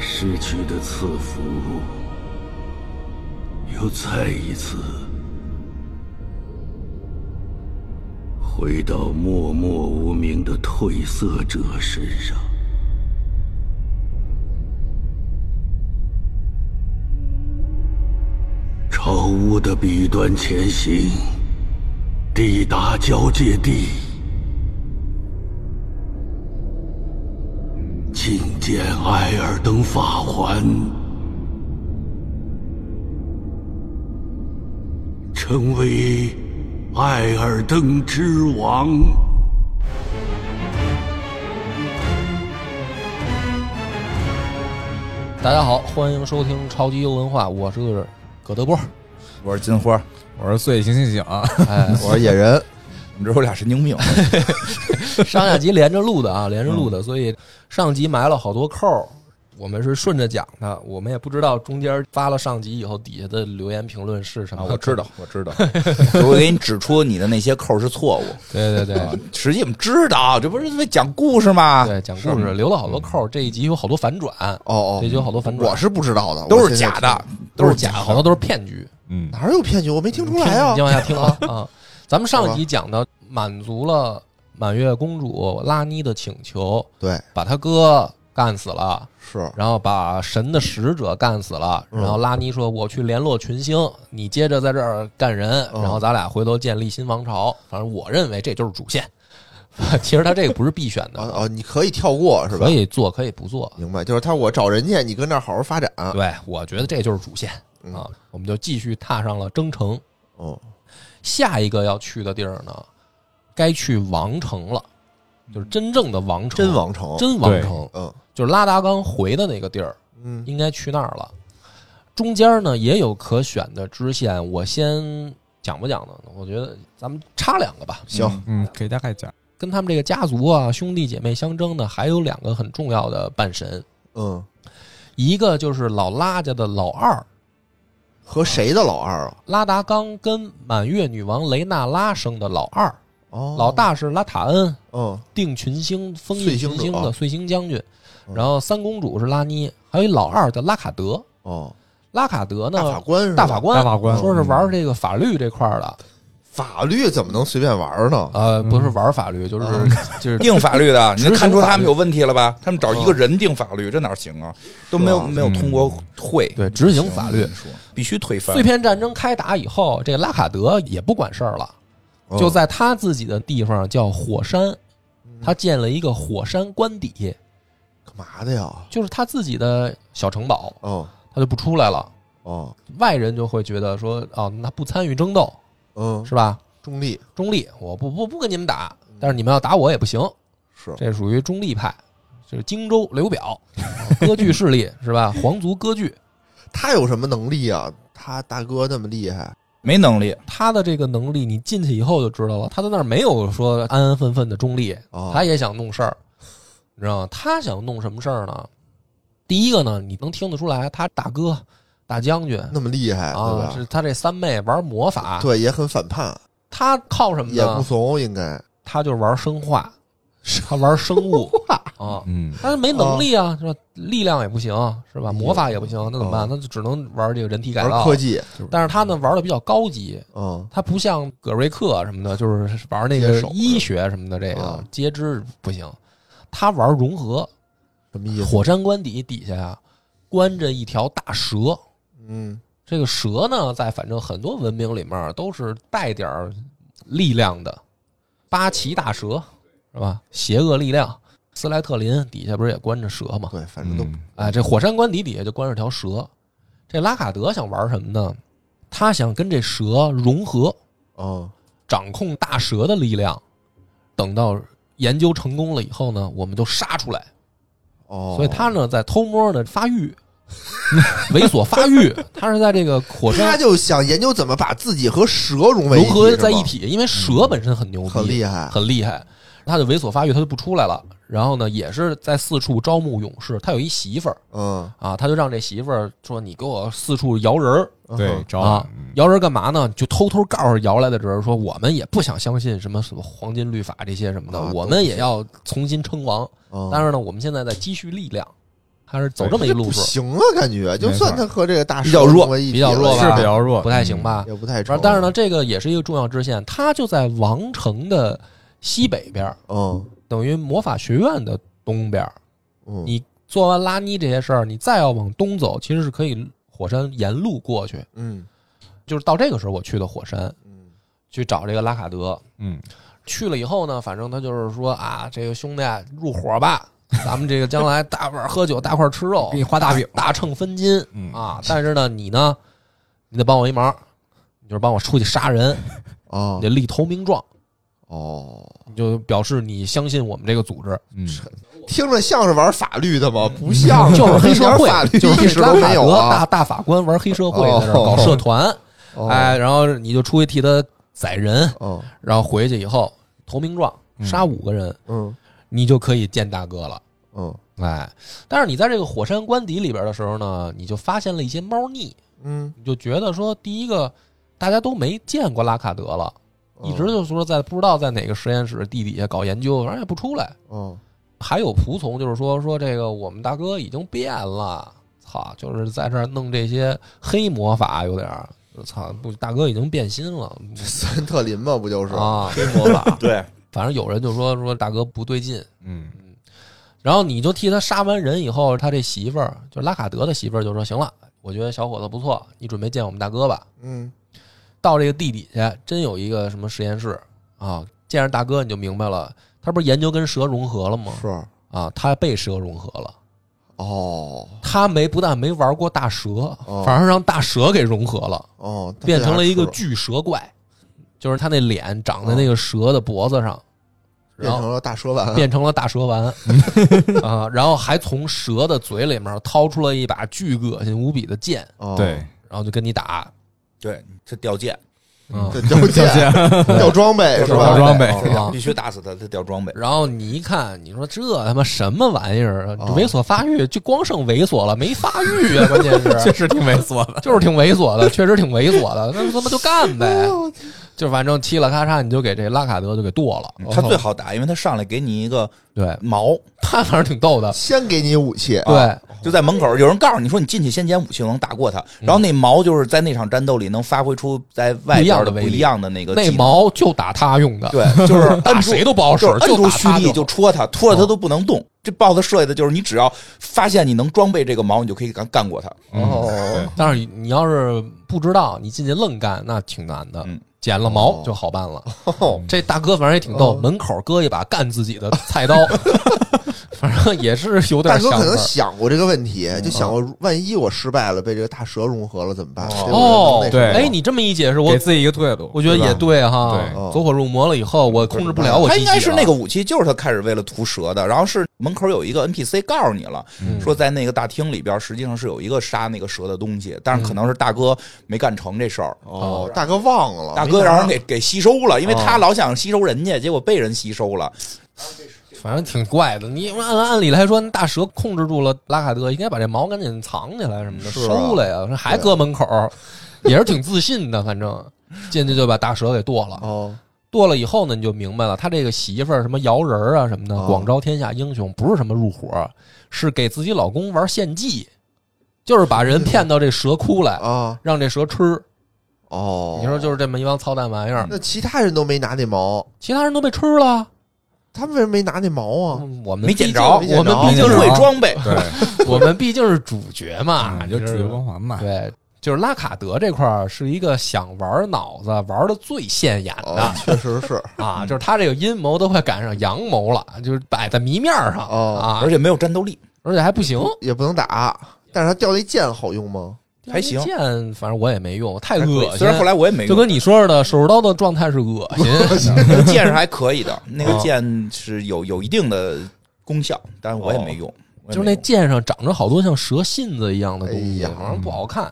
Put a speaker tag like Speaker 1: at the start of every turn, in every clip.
Speaker 1: 失去的赐福，又再一次回到默默无名的褪色者身上。朝屋的彼端前行，抵达交界地，觐见埃尔登法环，成为埃尔登之王。
Speaker 2: 大家好，欢迎收听超级优文化，我是葛德波。
Speaker 3: 我是金花，
Speaker 4: 我说醉，醒醒醒啊！
Speaker 2: 哎，
Speaker 3: 我是野人， 你知道我俩神经病，
Speaker 2: 上下集连着录的啊，连着录的，所以上集埋了好多扣儿，我们是顺着讲的，我们也不知道中间发了上集以后底下的留言评论是什么。
Speaker 3: 我知道，我 知道，我给你指出你的那些扣是错误，
Speaker 2: 对对对
Speaker 3: 实际我们知道，这不是为讲故事 吗？
Speaker 2: 对，讲故事留了好多扣儿，这一集有好多反转，
Speaker 5: 哦哦，
Speaker 2: 这集有好多反转，
Speaker 5: 我是不知道的，
Speaker 3: 都
Speaker 5: 我
Speaker 3: 是
Speaker 5: 现在
Speaker 3: 假的
Speaker 5: 听，
Speaker 3: 都是
Speaker 2: 假的，
Speaker 3: 假的，
Speaker 2: 好多都是骗局。
Speaker 4: 嗯，
Speaker 5: 哪有骗局？我没听出来啊
Speaker 2: 你！往下听 啊啊！咱们上一集讲到满足了满月公主拉妮的请求，
Speaker 5: 对，
Speaker 2: 把她哥干死了。
Speaker 5: 是嗯
Speaker 2: 然后把神的使者干死了，然后拉尼说：“我去联络群星，你接着在这儿干人，
Speaker 5: 嗯
Speaker 2: 然后咱俩回头建立新王朝。”反正我认为这就是主线。 其实他这个不是必选
Speaker 5: 啊
Speaker 2: 的，
Speaker 5: 啊，你可以跳过是吧
Speaker 2: 可？以做可以不做。
Speaker 5: 明白，就是他我找人家，你跟那儿好好发展。
Speaker 2: 对，我觉得这就是主线啊。我们就继续踏上了征程，
Speaker 5: 嗯，
Speaker 2: 下一个要去的地儿呢，该去王城了，就是真正的王城，
Speaker 5: 真王城，
Speaker 2: 真王城，
Speaker 5: 嗯
Speaker 2: 就是拉达刚回的那个地儿。
Speaker 5: 嗯
Speaker 2: 应该去那儿了。中间呢也有可选的支线，我先讲不讲呢？我觉得咱们插两个吧。
Speaker 5: 行，
Speaker 4: 嗯，可以大概讲，
Speaker 2: 跟他们这个家族啊、兄弟姐妹相争的，还有两个很重要的半神，
Speaker 5: 嗯，
Speaker 2: 一个就是老拉家的老二
Speaker 5: 和谁的老二啊？
Speaker 2: 拉达刚跟满月女王雷娜拉生的老二，
Speaker 5: 哦，
Speaker 2: 老，大是拉塔恩，
Speaker 5: 嗯
Speaker 2: 定群星封印群星
Speaker 5: 碎星者
Speaker 2: 的碎星将军，
Speaker 5: 嗯
Speaker 2: 然后三公主是拉妮，还有一老二叫拉卡德。
Speaker 5: 哦，
Speaker 2: 拉卡德呢
Speaker 5: 大，法官是吧
Speaker 2: 大法官，
Speaker 4: 大法官
Speaker 2: 说是玩这个法律这块儿的，
Speaker 5: 法律怎么能随便玩呢？
Speaker 4: 嗯
Speaker 2: 呃，不是玩法律，就是 就是
Speaker 3: 定嗯法律哦的，你能看出他们有问题了吧？他们找一个
Speaker 5: 嗯
Speaker 3: 人定法律，这哪行啊？都没有
Speaker 5: 是吧
Speaker 3: 没有通过会，
Speaker 2: 对执行法律。
Speaker 3: 必须推翻
Speaker 2: 碎。片战争开打以后，这拉卡德也不管事儿了，
Speaker 5: 嗯
Speaker 2: 就在他自己的地方叫火山，他建了一个火山官邸，
Speaker 5: 干嘛的呀？
Speaker 2: 就是他自己的小城堡，
Speaker 5: 嗯
Speaker 2: 他就不出来了。
Speaker 5: 嗯
Speaker 2: 外人就会觉得说，哦，那不参与争斗
Speaker 5: 嗯，
Speaker 2: 是吧？
Speaker 5: 中立
Speaker 2: 中立，我不不不跟你们打，但是你们要打我也不行，
Speaker 5: 是，
Speaker 2: 这属于中立派，就是荆州刘表割据势力是吧？皇族割据，
Speaker 5: 他有什么能力啊？他大哥那么厉害，
Speaker 3: 没能力，
Speaker 2: 他的这个能力，你进去以后就知道了。他在那儿没有说安安分分的中立，
Speaker 5: 哦
Speaker 2: 他也想弄事儿，你知道吗？他想弄什么事儿呢？第一个呢，你能听得出来，他大哥、大将军
Speaker 5: 那么厉害，对
Speaker 2: 啊，
Speaker 5: 吧？
Speaker 2: 是他这三妹玩魔法，
Speaker 5: 对，也很反叛，
Speaker 2: 他靠什么
Speaker 5: 也不
Speaker 2: 呢？
Speaker 5: 怂，应该
Speaker 2: 他就玩生化，他玩生 物啊。
Speaker 4: 嗯，
Speaker 2: 他没能力
Speaker 5: 哦
Speaker 2: 啊，是吧？力量也不行，是吧？
Speaker 5: 哎呦
Speaker 2: 魔法也不行，那怎么办？
Speaker 5: 哦
Speaker 2: 那就只能玩这个人体改
Speaker 5: 玩
Speaker 2: 造
Speaker 5: 科。技，
Speaker 2: 但是他呢，玩的比较高级，
Speaker 5: 嗯
Speaker 2: 他不像葛瑞克什么的，就是玩那
Speaker 5: 接
Speaker 2: 个
Speaker 5: 手
Speaker 2: 医学什么的，这个
Speaker 5: 啊
Speaker 2: 截肢不行。他玩融合，
Speaker 5: 什么意思？
Speaker 2: 火山官邸底下呀，关着一条大蛇。
Speaker 5: 嗯，
Speaker 2: 这个蛇呢，在反正很多文明里面都是带点儿力量的，八岐大蛇是吧？邪恶力量。斯莱特林底下不是也关着蛇吗？
Speaker 5: 对，反正都
Speaker 2: 哎，这火山官邸底下就关着条蛇。这拉卡德想玩什么呢？他想跟这蛇融合。
Speaker 5: 嗯
Speaker 2: 掌控大蛇的力量。等到研究成功了以后呢，我们就杀出来。
Speaker 5: 哦，
Speaker 2: 所以他呢，在偷摸的发育， 猥琐发育。他是在这个火
Speaker 5: 他
Speaker 2: 山
Speaker 5: 就想研究怎么把自己和蛇融为
Speaker 2: 融合
Speaker 5: 是吧
Speaker 2: 在一体，因为蛇本身很牛逼，
Speaker 5: 很厉害
Speaker 2: 很厉害。他就猥琐发育，他就不出来了。然后呢，也是在四处招募勇士。他有一媳妇儿
Speaker 5: 嗯，
Speaker 2: 啊，他就让这媳妇儿说：“你给我四处摇人儿，
Speaker 4: 对，
Speaker 5: 嗯，
Speaker 4: 找
Speaker 2: 啊
Speaker 4: 嗯，
Speaker 2: 摇人干嘛呢？就偷偷告诉摇来的人说，我们也不想相信什么什么黄金律法这些什么的，
Speaker 5: 啊
Speaker 2: 我们也要重新称王。
Speaker 5: 嗯
Speaker 2: 但是呢，我们现在在积蓄力量，他是走这么一路
Speaker 5: 不
Speaker 2: 数，
Speaker 5: 行啊，感觉就算他和这个大师
Speaker 3: 比较弱
Speaker 5: 比
Speaker 2: 比较弱吧
Speaker 4: 是比较弱，
Speaker 2: 啊不太行吧？
Speaker 5: 也不太
Speaker 2: 反
Speaker 5: 成
Speaker 2: 正。但是呢，，这个也是一个重要支线，它就在王城的西北边儿，
Speaker 5: 嗯
Speaker 2: 等于魔法学院的东边儿。
Speaker 5: 嗯，
Speaker 2: 你做完拉尼这些事儿，你再要往东走，其实是可以火山沿路过去。
Speaker 5: 嗯
Speaker 2: 就是到这个时候，我去的火山
Speaker 5: 嗯
Speaker 2: 去找这个拉卡德。
Speaker 4: 嗯，
Speaker 2: 去了以后呢，反正他就是说啊，这个兄弟入伙吧，咱们这个将来大碗喝酒，大块吃肉，
Speaker 4: 给你画大饼
Speaker 2: 大秤分金
Speaker 4: 嗯
Speaker 2: 啊。但是呢，你呢，你得帮我一忙，你就是帮我出去杀人，
Speaker 5: 啊
Speaker 2: 你得立投名状，
Speaker 5: 哦，
Speaker 2: 你就表示你相信我们这个组织。
Speaker 4: 嗯，
Speaker 5: 听着像是玩法律的吗？不像，
Speaker 2: 嗯
Speaker 5: 啊
Speaker 2: 就是黑
Speaker 5: 一
Speaker 2: 社
Speaker 5: 点
Speaker 2: 会
Speaker 5: 哦法律，
Speaker 2: 就是
Speaker 5: 意识
Speaker 2: 拉
Speaker 5: 都
Speaker 2: 卡
Speaker 5: 没有
Speaker 2: 德大
Speaker 5: 啊！
Speaker 2: 大法官玩黑社会在那儿搞社团，
Speaker 5: 哦
Speaker 2: 哎，，然后你就出去替他宰人，
Speaker 5: 哦
Speaker 2: 然后回去以后投名状，
Speaker 4: 嗯
Speaker 2: 杀五个人，
Speaker 5: 嗯
Speaker 2: 你就可以见大哥了。
Speaker 5: 嗯
Speaker 2: 哎，但是你在这个火山官邸里边的时候呢，你就发现了一些猫腻，
Speaker 5: 嗯，
Speaker 2: 你就觉得说，第一个大家都没见过拉卡德了，
Speaker 5: 嗯
Speaker 2: 一直就是说在不知道在哪个实验室地底下搞研究，反正也不出来。
Speaker 5: 哦
Speaker 2: 还有仆从就是说说这个我们大哥已经变了，操，就是在这儿弄这些黑魔法，有点儿操，不大哥已经变心了
Speaker 5: 斯文特林嘛，不就是？
Speaker 2: 啊，
Speaker 3: 黑魔法，对，
Speaker 2: 反正有人就说说大哥不对劲，
Speaker 4: 嗯，
Speaker 2: 然后你就替他杀完人以后，他这媳妇儿就拉卡德的媳妇儿就说：“行了，我觉得小伙子不错，你准备见我们大哥吧。
Speaker 5: 嗯，”
Speaker 2: 到这个地底下，真有一个什么实验室啊，见着大哥你就明白了，他不是研究跟蛇融合了吗？
Speaker 5: 是
Speaker 2: 啊，他被蛇融合了，
Speaker 5: 哦
Speaker 2: 他没不但没玩过大蛇，
Speaker 5: 哦
Speaker 2: 反而让大蛇给融合了，
Speaker 5: 哦，他
Speaker 2: 变成了一个
Speaker 5: 这样吃
Speaker 2: 巨蛇怪，就是他那脸长在那个蛇的脖子上，
Speaker 5: 变
Speaker 2: 然后
Speaker 5: 成了大蛇丸，
Speaker 2: 变成了大蛇 丸啊，然后还从蛇的嘴里面掏出了一把巨恶心无比的剑，
Speaker 5: 哦
Speaker 4: 对，
Speaker 2: 然后就跟你打。
Speaker 3: 对，这掉剑，
Speaker 2: 嗯，
Speaker 5: 这啊掉 剑 掉装备是
Speaker 4: 掉
Speaker 5: 吧？
Speaker 4: 装备
Speaker 2: 是吧
Speaker 3: 必须打死他，他掉装备。
Speaker 2: 啊然后你一看，你说这他妈什么玩意儿啊？
Speaker 5: 哦
Speaker 2: 猥琐发育就光剩猥琐了，没发育啊！关键 是
Speaker 4: 实挺猥琐的，
Speaker 2: 就是挺猥琐的，确实挺猥琐的，那他妈就干呗，就反正嘁了咔嚓，你就给这拉卡德就给剁了。
Speaker 3: 嗯
Speaker 2: 哦
Speaker 3: 他最好打，因为他上来给你一个
Speaker 2: 对
Speaker 3: 矛，
Speaker 2: 他反正挺逗的，
Speaker 5: 先给你武器，
Speaker 2: 对，
Speaker 3: 就在门口，有人告诉你说你进去先捡武器能打过他，
Speaker 2: 嗯
Speaker 3: 然后那矛就是在那场战斗里能发挥出在外边的不一样的那个
Speaker 2: 那
Speaker 3: 技能，
Speaker 2: 矛就打他用的，
Speaker 3: 对，就是
Speaker 2: 打
Speaker 3: 摁住
Speaker 2: 谁都不好使
Speaker 3: 就是，摁住
Speaker 2: 打
Speaker 3: 蓄
Speaker 2: 他
Speaker 3: 力
Speaker 2: 就哦
Speaker 3: 就
Speaker 2: 好
Speaker 3: 戳他，戳了他都不能动。这 BOSS 设计的就是你只要发现你能装备这个矛，你就可以干干过他。
Speaker 5: 哦
Speaker 4: 对，
Speaker 2: 但是你要是不知道，你进去愣干，那挺难的。
Speaker 3: 嗯
Speaker 2: 剪了毛就好办了。这大哥反正也挺逗，门口搁一把干自己的菜刀，反正也是有点
Speaker 5: 大哥
Speaker 2: 想
Speaker 5: 可能
Speaker 2: 法。嗯
Speaker 5: 想过这个问题，就想过万一我失败了，被这个大蛇融合了怎么办？对不
Speaker 2: 哦，
Speaker 5: 对
Speaker 2: 哎，你这么一解释，我
Speaker 4: 给自己一个退路。
Speaker 2: 我觉得也对哈
Speaker 4: 对
Speaker 5: 哦。
Speaker 2: 走火入魔了以后，我控制不了我
Speaker 3: 他
Speaker 2: 自己
Speaker 3: 应
Speaker 2: 了。
Speaker 3: 该是那个武器，就是他开始为了屠蛇的，然后是门口有一个 NPC 告诉你了，
Speaker 2: 嗯
Speaker 3: 说在那个大厅里边实际上是有一个杀那个蛇的东西，
Speaker 2: 嗯
Speaker 3: 但是可能是大哥没干成这事儿。
Speaker 5: 哦，大哥忘了，
Speaker 3: 大
Speaker 5: 没
Speaker 3: 哥
Speaker 5: 拿
Speaker 3: 让人给给吸收了，因为
Speaker 5: 哦
Speaker 3: 他老想吸收人家，结果被人吸收了。
Speaker 2: 反正挺怪的。你按按理来说，那大蛇控制住了拉卡德，应该把这毛赶紧藏起来什么的，
Speaker 5: 是啊
Speaker 2: 收了呀，还搁门口，也是挺自信的。反正进去就把大蛇给剁了。
Speaker 5: 哦
Speaker 2: 剁了以后呢，你就明白了，他这个媳妇儿什么摇人儿啊什么的，
Speaker 5: 哦
Speaker 2: 广招天下英雄不是什么入伙，是给自己老公玩献祭，就是把人骗到这蛇窟来，
Speaker 5: 啊
Speaker 2: 让这蛇吃。
Speaker 5: 哦，
Speaker 2: 你说就是这么一帮操蛋玩意儿，
Speaker 5: 那其他人都没拿那毛，
Speaker 2: 其他人都被吃了，
Speaker 5: 他们为什么没拿那毛啊？
Speaker 2: 嗯我们毕
Speaker 3: 没
Speaker 2: 竟
Speaker 3: 捡着
Speaker 2: 我们
Speaker 5: 没
Speaker 2: 毕
Speaker 5: 捡
Speaker 2: 竟
Speaker 5: 着
Speaker 2: 是
Speaker 3: 会装备，
Speaker 4: 对，
Speaker 2: 我们毕竟是主角嘛，
Speaker 4: 嗯
Speaker 2: 就
Speaker 4: 就是自由光环
Speaker 5: 啊
Speaker 4: 嘛，
Speaker 2: 对，就是拉卡德这块儿是一个想玩脑子玩的最现眼
Speaker 5: 哦嗯
Speaker 2: 的，
Speaker 5: 确实是，
Speaker 2: 啊，就是他这个阴谋都快赶上阳谋了，就是摆在明面上
Speaker 5: 哦
Speaker 2: 啊，
Speaker 3: 而且没有战斗力。
Speaker 2: 而且还不行，
Speaker 5: 也不能打，但是他掉那剑好用吗？
Speaker 2: 还行。剑反正我也没用，太恶
Speaker 3: 虽
Speaker 2: 心
Speaker 3: 然。后来我也没
Speaker 2: 就
Speaker 3: 用，
Speaker 2: 跟你说似的，手术刀的状态是哦恶心，
Speaker 3: 那个剑是还可以的，那个剑是有有一定的功效，但是我也没用。
Speaker 2: 哦
Speaker 3: 我也
Speaker 2: 就是
Speaker 3: 没
Speaker 2: 那
Speaker 3: 用
Speaker 2: 剑上长着好多像蛇信子一样的东西，
Speaker 5: 哎呀嗯
Speaker 2: 好像不好看。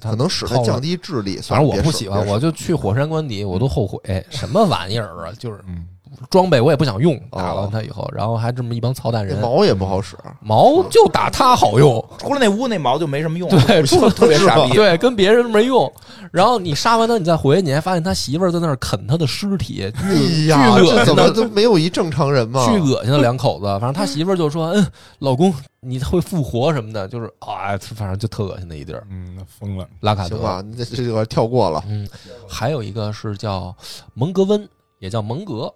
Speaker 2: 它
Speaker 5: 可能使他
Speaker 2: 靠了
Speaker 5: 降低智力，
Speaker 2: 反
Speaker 5: 算
Speaker 2: 正
Speaker 5: 了
Speaker 2: 我
Speaker 5: 别
Speaker 2: 不
Speaker 5: 使嗯
Speaker 2: 喜
Speaker 5: 别
Speaker 2: 欢，
Speaker 5: 使
Speaker 2: 我就去火山官邸，我都后悔，什么玩意儿啊！就是
Speaker 4: 嗯，
Speaker 2: 装备我也不想用，打
Speaker 5: 哦
Speaker 2: 完他以后，然后还这么一帮操蛋
Speaker 5: 这
Speaker 2: 人，嗯
Speaker 5: 毛也不好使，
Speaker 2: 毛就打他好用，
Speaker 3: 除了那屋那毛就没什么用，
Speaker 2: 对，
Speaker 3: 特特别傻 逼。
Speaker 2: 对，跟别人没用。然后你杀完他，你再回去，你还发现他媳妇儿在那儿啃他的尸体，
Speaker 5: 哎
Speaker 2: 巨巨
Speaker 5: 呀，
Speaker 2: 恶
Speaker 5: 这
Speaker 2: 心
Speaker 5: 怎么
Speaker 2: 的。
Speaker 5: 都没有一正常人嘛？
Speaker 2: 巨恶心的两口子，反正他媳妇儿就说：“嗯，老公，你会复活什么的，就是啊，反正就特恶心的一地儿。
Speaker 4: 嗯，那疯了”
Speaker 2: 拉卡
Speaker 5: 行
Speaker 2: 德，
Speaker 5: 吧，这这块跳过了。
Speaker 2: 嗯，还有一个是叫蒙格温，也叫蒙格。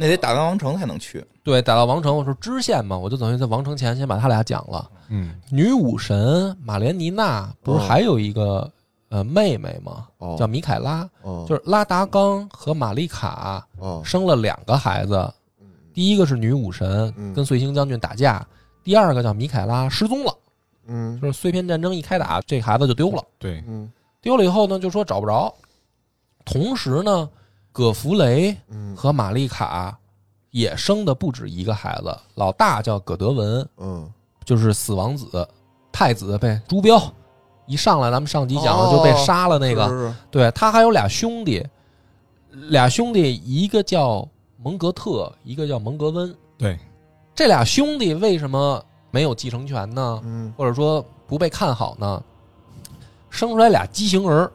Speaker 3: 那得打完王城才能去。
Speaker 2: 对，打到王城，我说支线嘛，我就等于在王城前先把他俩讲了。
Speaker 4: 嗯，
Speaker 2: 女武神马莲妮娜不是
Speaker 5: 嗯
Speaker 2: 还有一个、呃妹妹吗？
Speaker 5: 哦，
Speaker 2: 叫米凯拉，
Speaker 5: 哦
Speaker 2: 就是拉达冈和玛丽卡
Speaker 5: 哦，
Speaker 2: 生了两个孩子，第一个是女武神
Speaker 5: 嗯
Speaker 2: 跟碎星将军打架，第二个叫米凯拉失踪了，
Speaker 5: 嗯
Speaker 2: 就是碎片战争一开打，这孩子就丢了，
Speaker 4: 对，
Speaker 5: 嗯
Speaker 2: 丢了以后呢就说找不着，同时呢，葛弗雷
Speaker 5: 嗯
Speaker 2: 和玛丽卡也生的不止一个孩子，老大叫葛德文，
Speaker 5: 嗯，
Speaker 2: 就是死亡子，太子被朱标一上来咱们上集讲了就被杀了那个，
Speaker 5: 哦是是是
Speaker 2: 对他还有俩兄弟，俩兄弟一个叫蒙格特，一个叫蒙格温。
Speaker 4: 对，
Speaker 2: 这俩兄弟为什么没有继承权呢？
Speaker 5: 嗯
Speaker 2: 或者说不被看好呢？生出来俩畸形儿，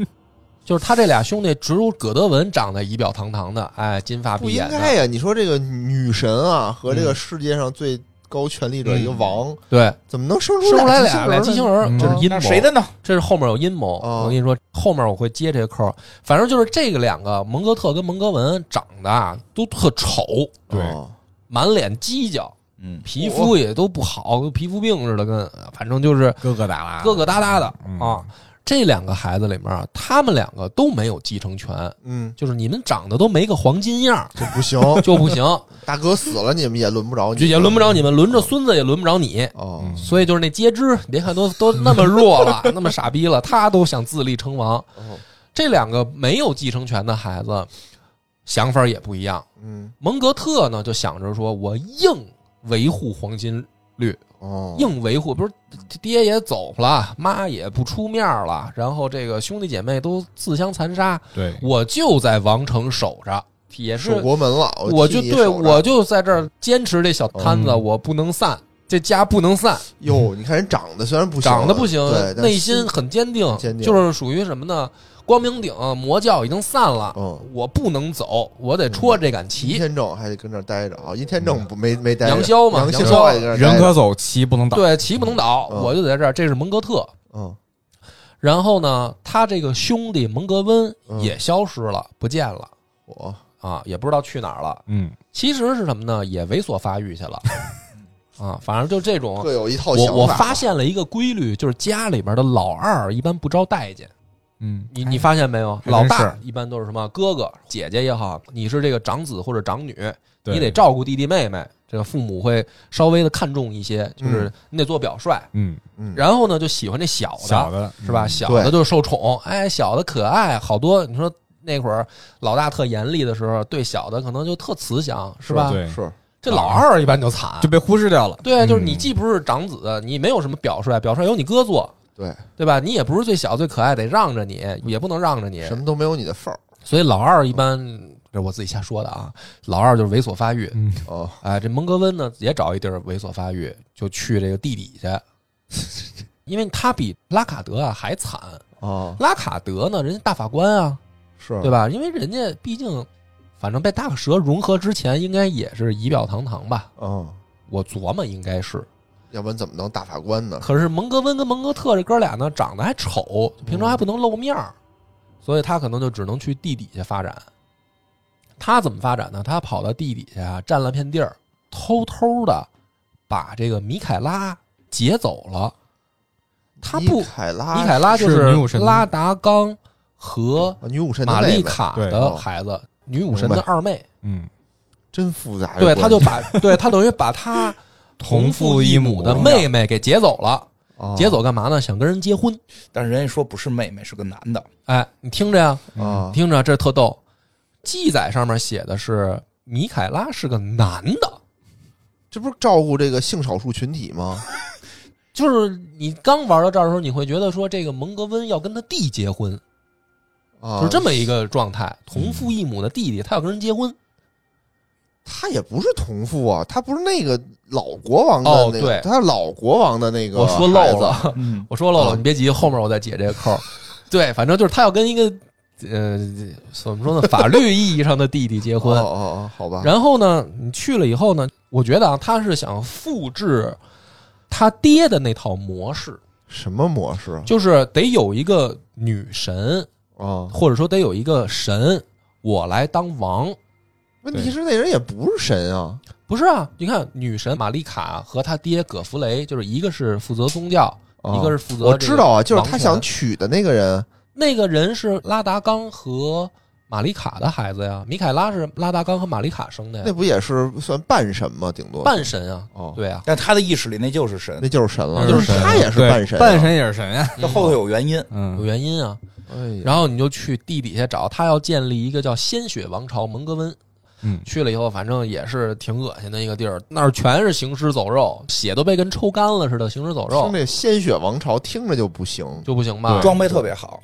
Speaker 2: 就是他这俩兄弟，只有葛德文长得仪表堂堂的，哎，金发
Speaker 5: 不
Speaker 2: 碧
Speaker 5: 应
Speaker 2: 眼的，
Speaker 5: 该呀！你说这个女神啊，和这个世界上最高权力者一个王，
Speaker 2: 对，
Speaker 5: 怎么能生出
Speaker 2: 生出来俩
Speaker 5: 俩
Speaker 2: 俩畸形
Speaker 5: 人呢？
Speaker 2: 儿，
Speaker 4: 嗯
Speaker 2: 这是阴谋。
Speaker 3: 那谁的呢？
Speaker 2: 这是后面有阴谋。
Speaker 5: 哦
Speaker 2: 我跟你说，后面我会接这个扣儿。反正就是这个两个蒙哥特跟蒙哥文长得啊都特丑，
Speaker 4: 对
Speaker 5: 哦
Speaker 2: 满脸犄角，
Speaker 3: 嗯，
Speaker 2: 皮肤也都不好，跟皮肤病似的，跟反正就是
Speaker 4: 疙疙瘩啦，
Speaker 2: 疙疙瘩瘩的
Speaker 4: 嗯
Speaker 2: 啊。这两个孩子里面啊，他们两个都没有继承权，
Speaker 5: 嗯，
Speaker 2: 就是你们长得都没个黄金样儿
Speaker 5: 这不 行，
Speaker 2: 就不行，
Speaker 5: 大哥死了，你们也轮不着你，
Speaker 2: 就也轮不着你们，轮着孙子也轮不着你。
Speaker 5: 哦，
Speaker 4: 嗯
Speaker 2: 所以就是那接枝，你别看都都那么弱了，那么傻逼了，他都想自立称王。
Speaker 5: 哦
Speaker 2: 这两个没有继承权的孩子，想法也不一样。
Speaker 5: 嗯
Speaker 2: 蒙格特呢，就想着说我硬维护黄金律，
Speaker 5: 哦，
Speaker 2: 硬维护，不是爹也走了，妈也不出面了，然后这个兄弟姐妹都自相残杀，
Speaker 4: 对，
Speaker 2: 我就在王城守着，也是
Speaker 5: 守国门了，
Speaker 2: 我
Speaker 5: 替
Speaker 2: 就
Speaker 5: 你
Speaker 2: 对
Speaker 5: 守着哦
Speaker 2: 我就在这儿坚持这小摊子，我不能散，这家不能散。
Speaker 5: 哟，你看人长得虽然不行
Speaker 2: 长得不行
Speaker 5: 对，，但
Speaker 2: 内心
Speaker 5: 心
Speaker 2: 很坚定，
Speaker 5: 坚定
Speaker 2: 就是属于什么呢？光明顶魔教已经散了，
Speaker 5: 嗯
Speaker 2: 我不能走，我得戳这杆
Speaker 5: 阴
Speaker 2: 旗。
Speaker 5: 天正还得跟这儿待着啊，阴天正不没没待着，
Speaker 2: 杨逍嘛
Speaker 5: 杨
Speaker 2: 杨逍
Speaker 5: 也跟这儿待
Speaker 4: 人
Speaker 5: 着
Speaker 4: 可走，棋不能倒，
Speaker 2: 嗯对，旗不能倒，
Speaker 5: 嗯
Speaker 2: 我就在这儿。这是蒙格特，
Speaker 5: 嗯
Speaker 2: 然后呢，他这个兄弟蒙格温
Speaker 5: 嗯
Speaker 2: 也消失了，不见了
Speaker 5: 我
Speaker 2: 啊，也不知道去哪儿了。
Speaker 4: 嗯，
Speaker 2: 其实是什么呢？也猥琐发育去 了啊，反正就这种。
Speaker 5: 各有一套想
Speaker 2: 我
Speaker 5: 法。
Speaker 2: 我发现了一个规律，就是家里边的老二一般不招待见。
Speaker 4: 嗯，
Speaker 2: 你
Speaker 5: 哎
Speaker 2: 你发现没有？
Speaker 4: 还真
Speaker 2: 老大
Speaker 4: 是
Speaker 2: 一般都是什么哥哥、姐姐也好，你是这个长子或者长女，
Speaker 4: 对
Speaker 2: 你得，照顾弟弟妹妹，这个父母会稍微的看重一些，就是你得做表率。
Speaker 4: 嗯，
Speaker 5: 嗯，
Speaker 2: 然后呢，就喜欢这小的，
Speaker 4: 小的
Speaker 2: 是吧？
Speaker 4: 嗯
Speaker 2: 小的就受宠，哎，小的可爱，好多。你说那会儿老大特严厉的时候，对小的可能就特慈祥，是吧？
Speaker 4: 对，
Speaker 5: 是
Speaker 2: 这老二一般就惨，
Speaker 4: 就被忽视掉了，
Speaker 2: 对，就是你
Speaker 4: 嗯
Speaker 2: 既不是长子，你没有什么表率，表率有你哥做。
Speaker 5: 对，
Speaker 2: 对吧？你也不是最小最可爱，得让着你，
Speaker 4: 嗯
Speaker 2: 也不能让着你。
Speaker 5: 什么都没有你的份儿
Speaker 2: 所以老二一般，这是我自己瞎说的啊。老二就是猥琐发育，
Speaker 4: 嗯，
Speaker 5: 哦，
Speaker 2: 哎，这蒙格温呢也找一地儿猥琐发育，就去这个地底 下，因为他比拉卡德啊还惨。
Speaker 5: 哦，
Speaker 2: 拉卡德呢，人家大法官啊，
Speaker 5: 是
Speaker 2: 对吧？因为人家毕竟，反正被大蛇融合之前，应该也是仪表堂堂吧？
Speaker 5: 嗯，
Speaker 2: 我琢磨应该是。
Speaker 5: 要不然怎么能大法官呢？
Speaker 2: 可是蒙格温跟蒙格特这哥俩呢，长得还丑，平常还不能露面儿，所以他可能就只能去地底下发展。他怎么发展呢？他跑到地底下占了片地儿，偷偷的把这个米凯拉劫走了。他不，
Speaker 5: 米
Speaker 2: 米
Speaker 5: 凯拉，
Speaker 2: 凯拉就是
Speaker 4: 女武神的
Speaker 2: 拉达冈和
Speaker 5: 啊女武神的
Speaker 2: 玛
Speaker 5: 妹
Speaker 2: 丽
Speaker 5: 妹
Speaker 2: 卡
Speaker 4: 对
Speaker 2: 的
Speaker 5: 哦
Speaker 2: 孩子，女武神的
Speaker 5: 明哎
Speaker 2: 二妹。
Speaker 4: 嗯，
Speaker 5: 真复杂这
Speaker 2: 对，
Speaker 5: 关系，
Speaker 2: 他就把对他等于把他
Speaker 4: 同
Speaker 2: 父
Speaker 4: 父异
Speaker 2: 母
Speaker 4: 母
Speaker 2: 的妹妹给劫走了。
Speaker 5: 哦
Speaker 2: 劫走干嘛呢？想跟人结婚。
Speaker 3: 但是人家说不是妹妹，是个男 的。
Speaker 2: 哎，你听着呀，
Speaker 5: 啊
Speaker 2: 你，听着，这特逗。记载上面写的是米凯拉是个男的，
Speaker 5: 这不是照顾这个性少数群体吗？
Speaker 2: 就是你刚玩到这儿的时候，你会觉得说这个蒙格温要跟他弟结婚，
Speaker 5: 啊，嗯
Speaker 2: 就是这么一个状态，同父异母的弟弟，他要跟人结婚。
Speaker 5: 他也不是同父啊，他不是那个老国王的那个，
Speaker 2: 哦对
Speaker 5: 他是老国王的那个。
Speaker 2: 我说漏了，，
Speaker 3: 嗯，
Speaker 2: 我说漏了，
Speaker 5: 啊
Speaker 2: 你别急，后面我再解这个扣儿。 对，反正就是他要跟一个呃怎么说呢，法律意义上的弟弟结
Speaker 5: 哦
Speaker 2: 婚。
Speaker 5: 哦哦，好吧。
Speaker 2: 然后呢，你去了以后呢，我觉得啊，他是想复制他爹的那套模式，
Speaker 5: 什么模式啊？
Speaker 2: 就是得有一个女神，
Speaker 5: 哦
Speaker 2: 或者说得有一个神，我来当王。
Speaker 5: 问题是那人也不是神啊。
Speaker 2: 不是啊，你看女神玛丽卡和他爹葛弗雷，就是一个是负责宗教，
Speaker 5: 啊
Speaker 2: 一个是负责
Speaker 5: 我知道啊，
Speaker 2: 这
Speaker 5: 就
Speaker 2: 个
Speaker 5: 是
Speaker 2: 王权
Speaker 5: 他想娶的那个人。
Speaker 2: 那个人是拉达冈和玛丽卡的孩子呀，米凯拉是拉达冈和玛丽卡生的
Speaker 5: 那
Speaker 2: 呀，
Speaker 5: 不也是算半神吗？顶多
Speaker 2: 半神啊，
Speaker 5: 哦，
Speaker 2: 对啊，
Speaker 3: 但他的意识里那就是神
Speaker 5: 那，就是神
Speaker 4: 嗯
Speaker 5: 了，
Speaker 2: 那啊就是是神啊
Speaker 5: 他也是
Speaker 4: 对
Speaker 5: 半神，
Speaker 4: 半。神也是神呀。
Speaker 3: 这后头有原因。
Speaker 2: 有
Speaker 4: 嗯，
Speaker 2: 原因啊。
Speaker 5: 哎呀，
Speaker 2: 然后你就去地底下找，他要建立一个叫鲜血王朝蒙哥温。
Speaker 4: 嗯
Speaker 2: 去了以后，反正也是挺恶心的一个地儿，那儿全是行尸走肉，血都被跟抽干了似的，行尸走肉
Speaker 5: 听这鲜血王朝听着就不行，
Speaker 2: 就不行吧？
Speaker 3: 装备特别好，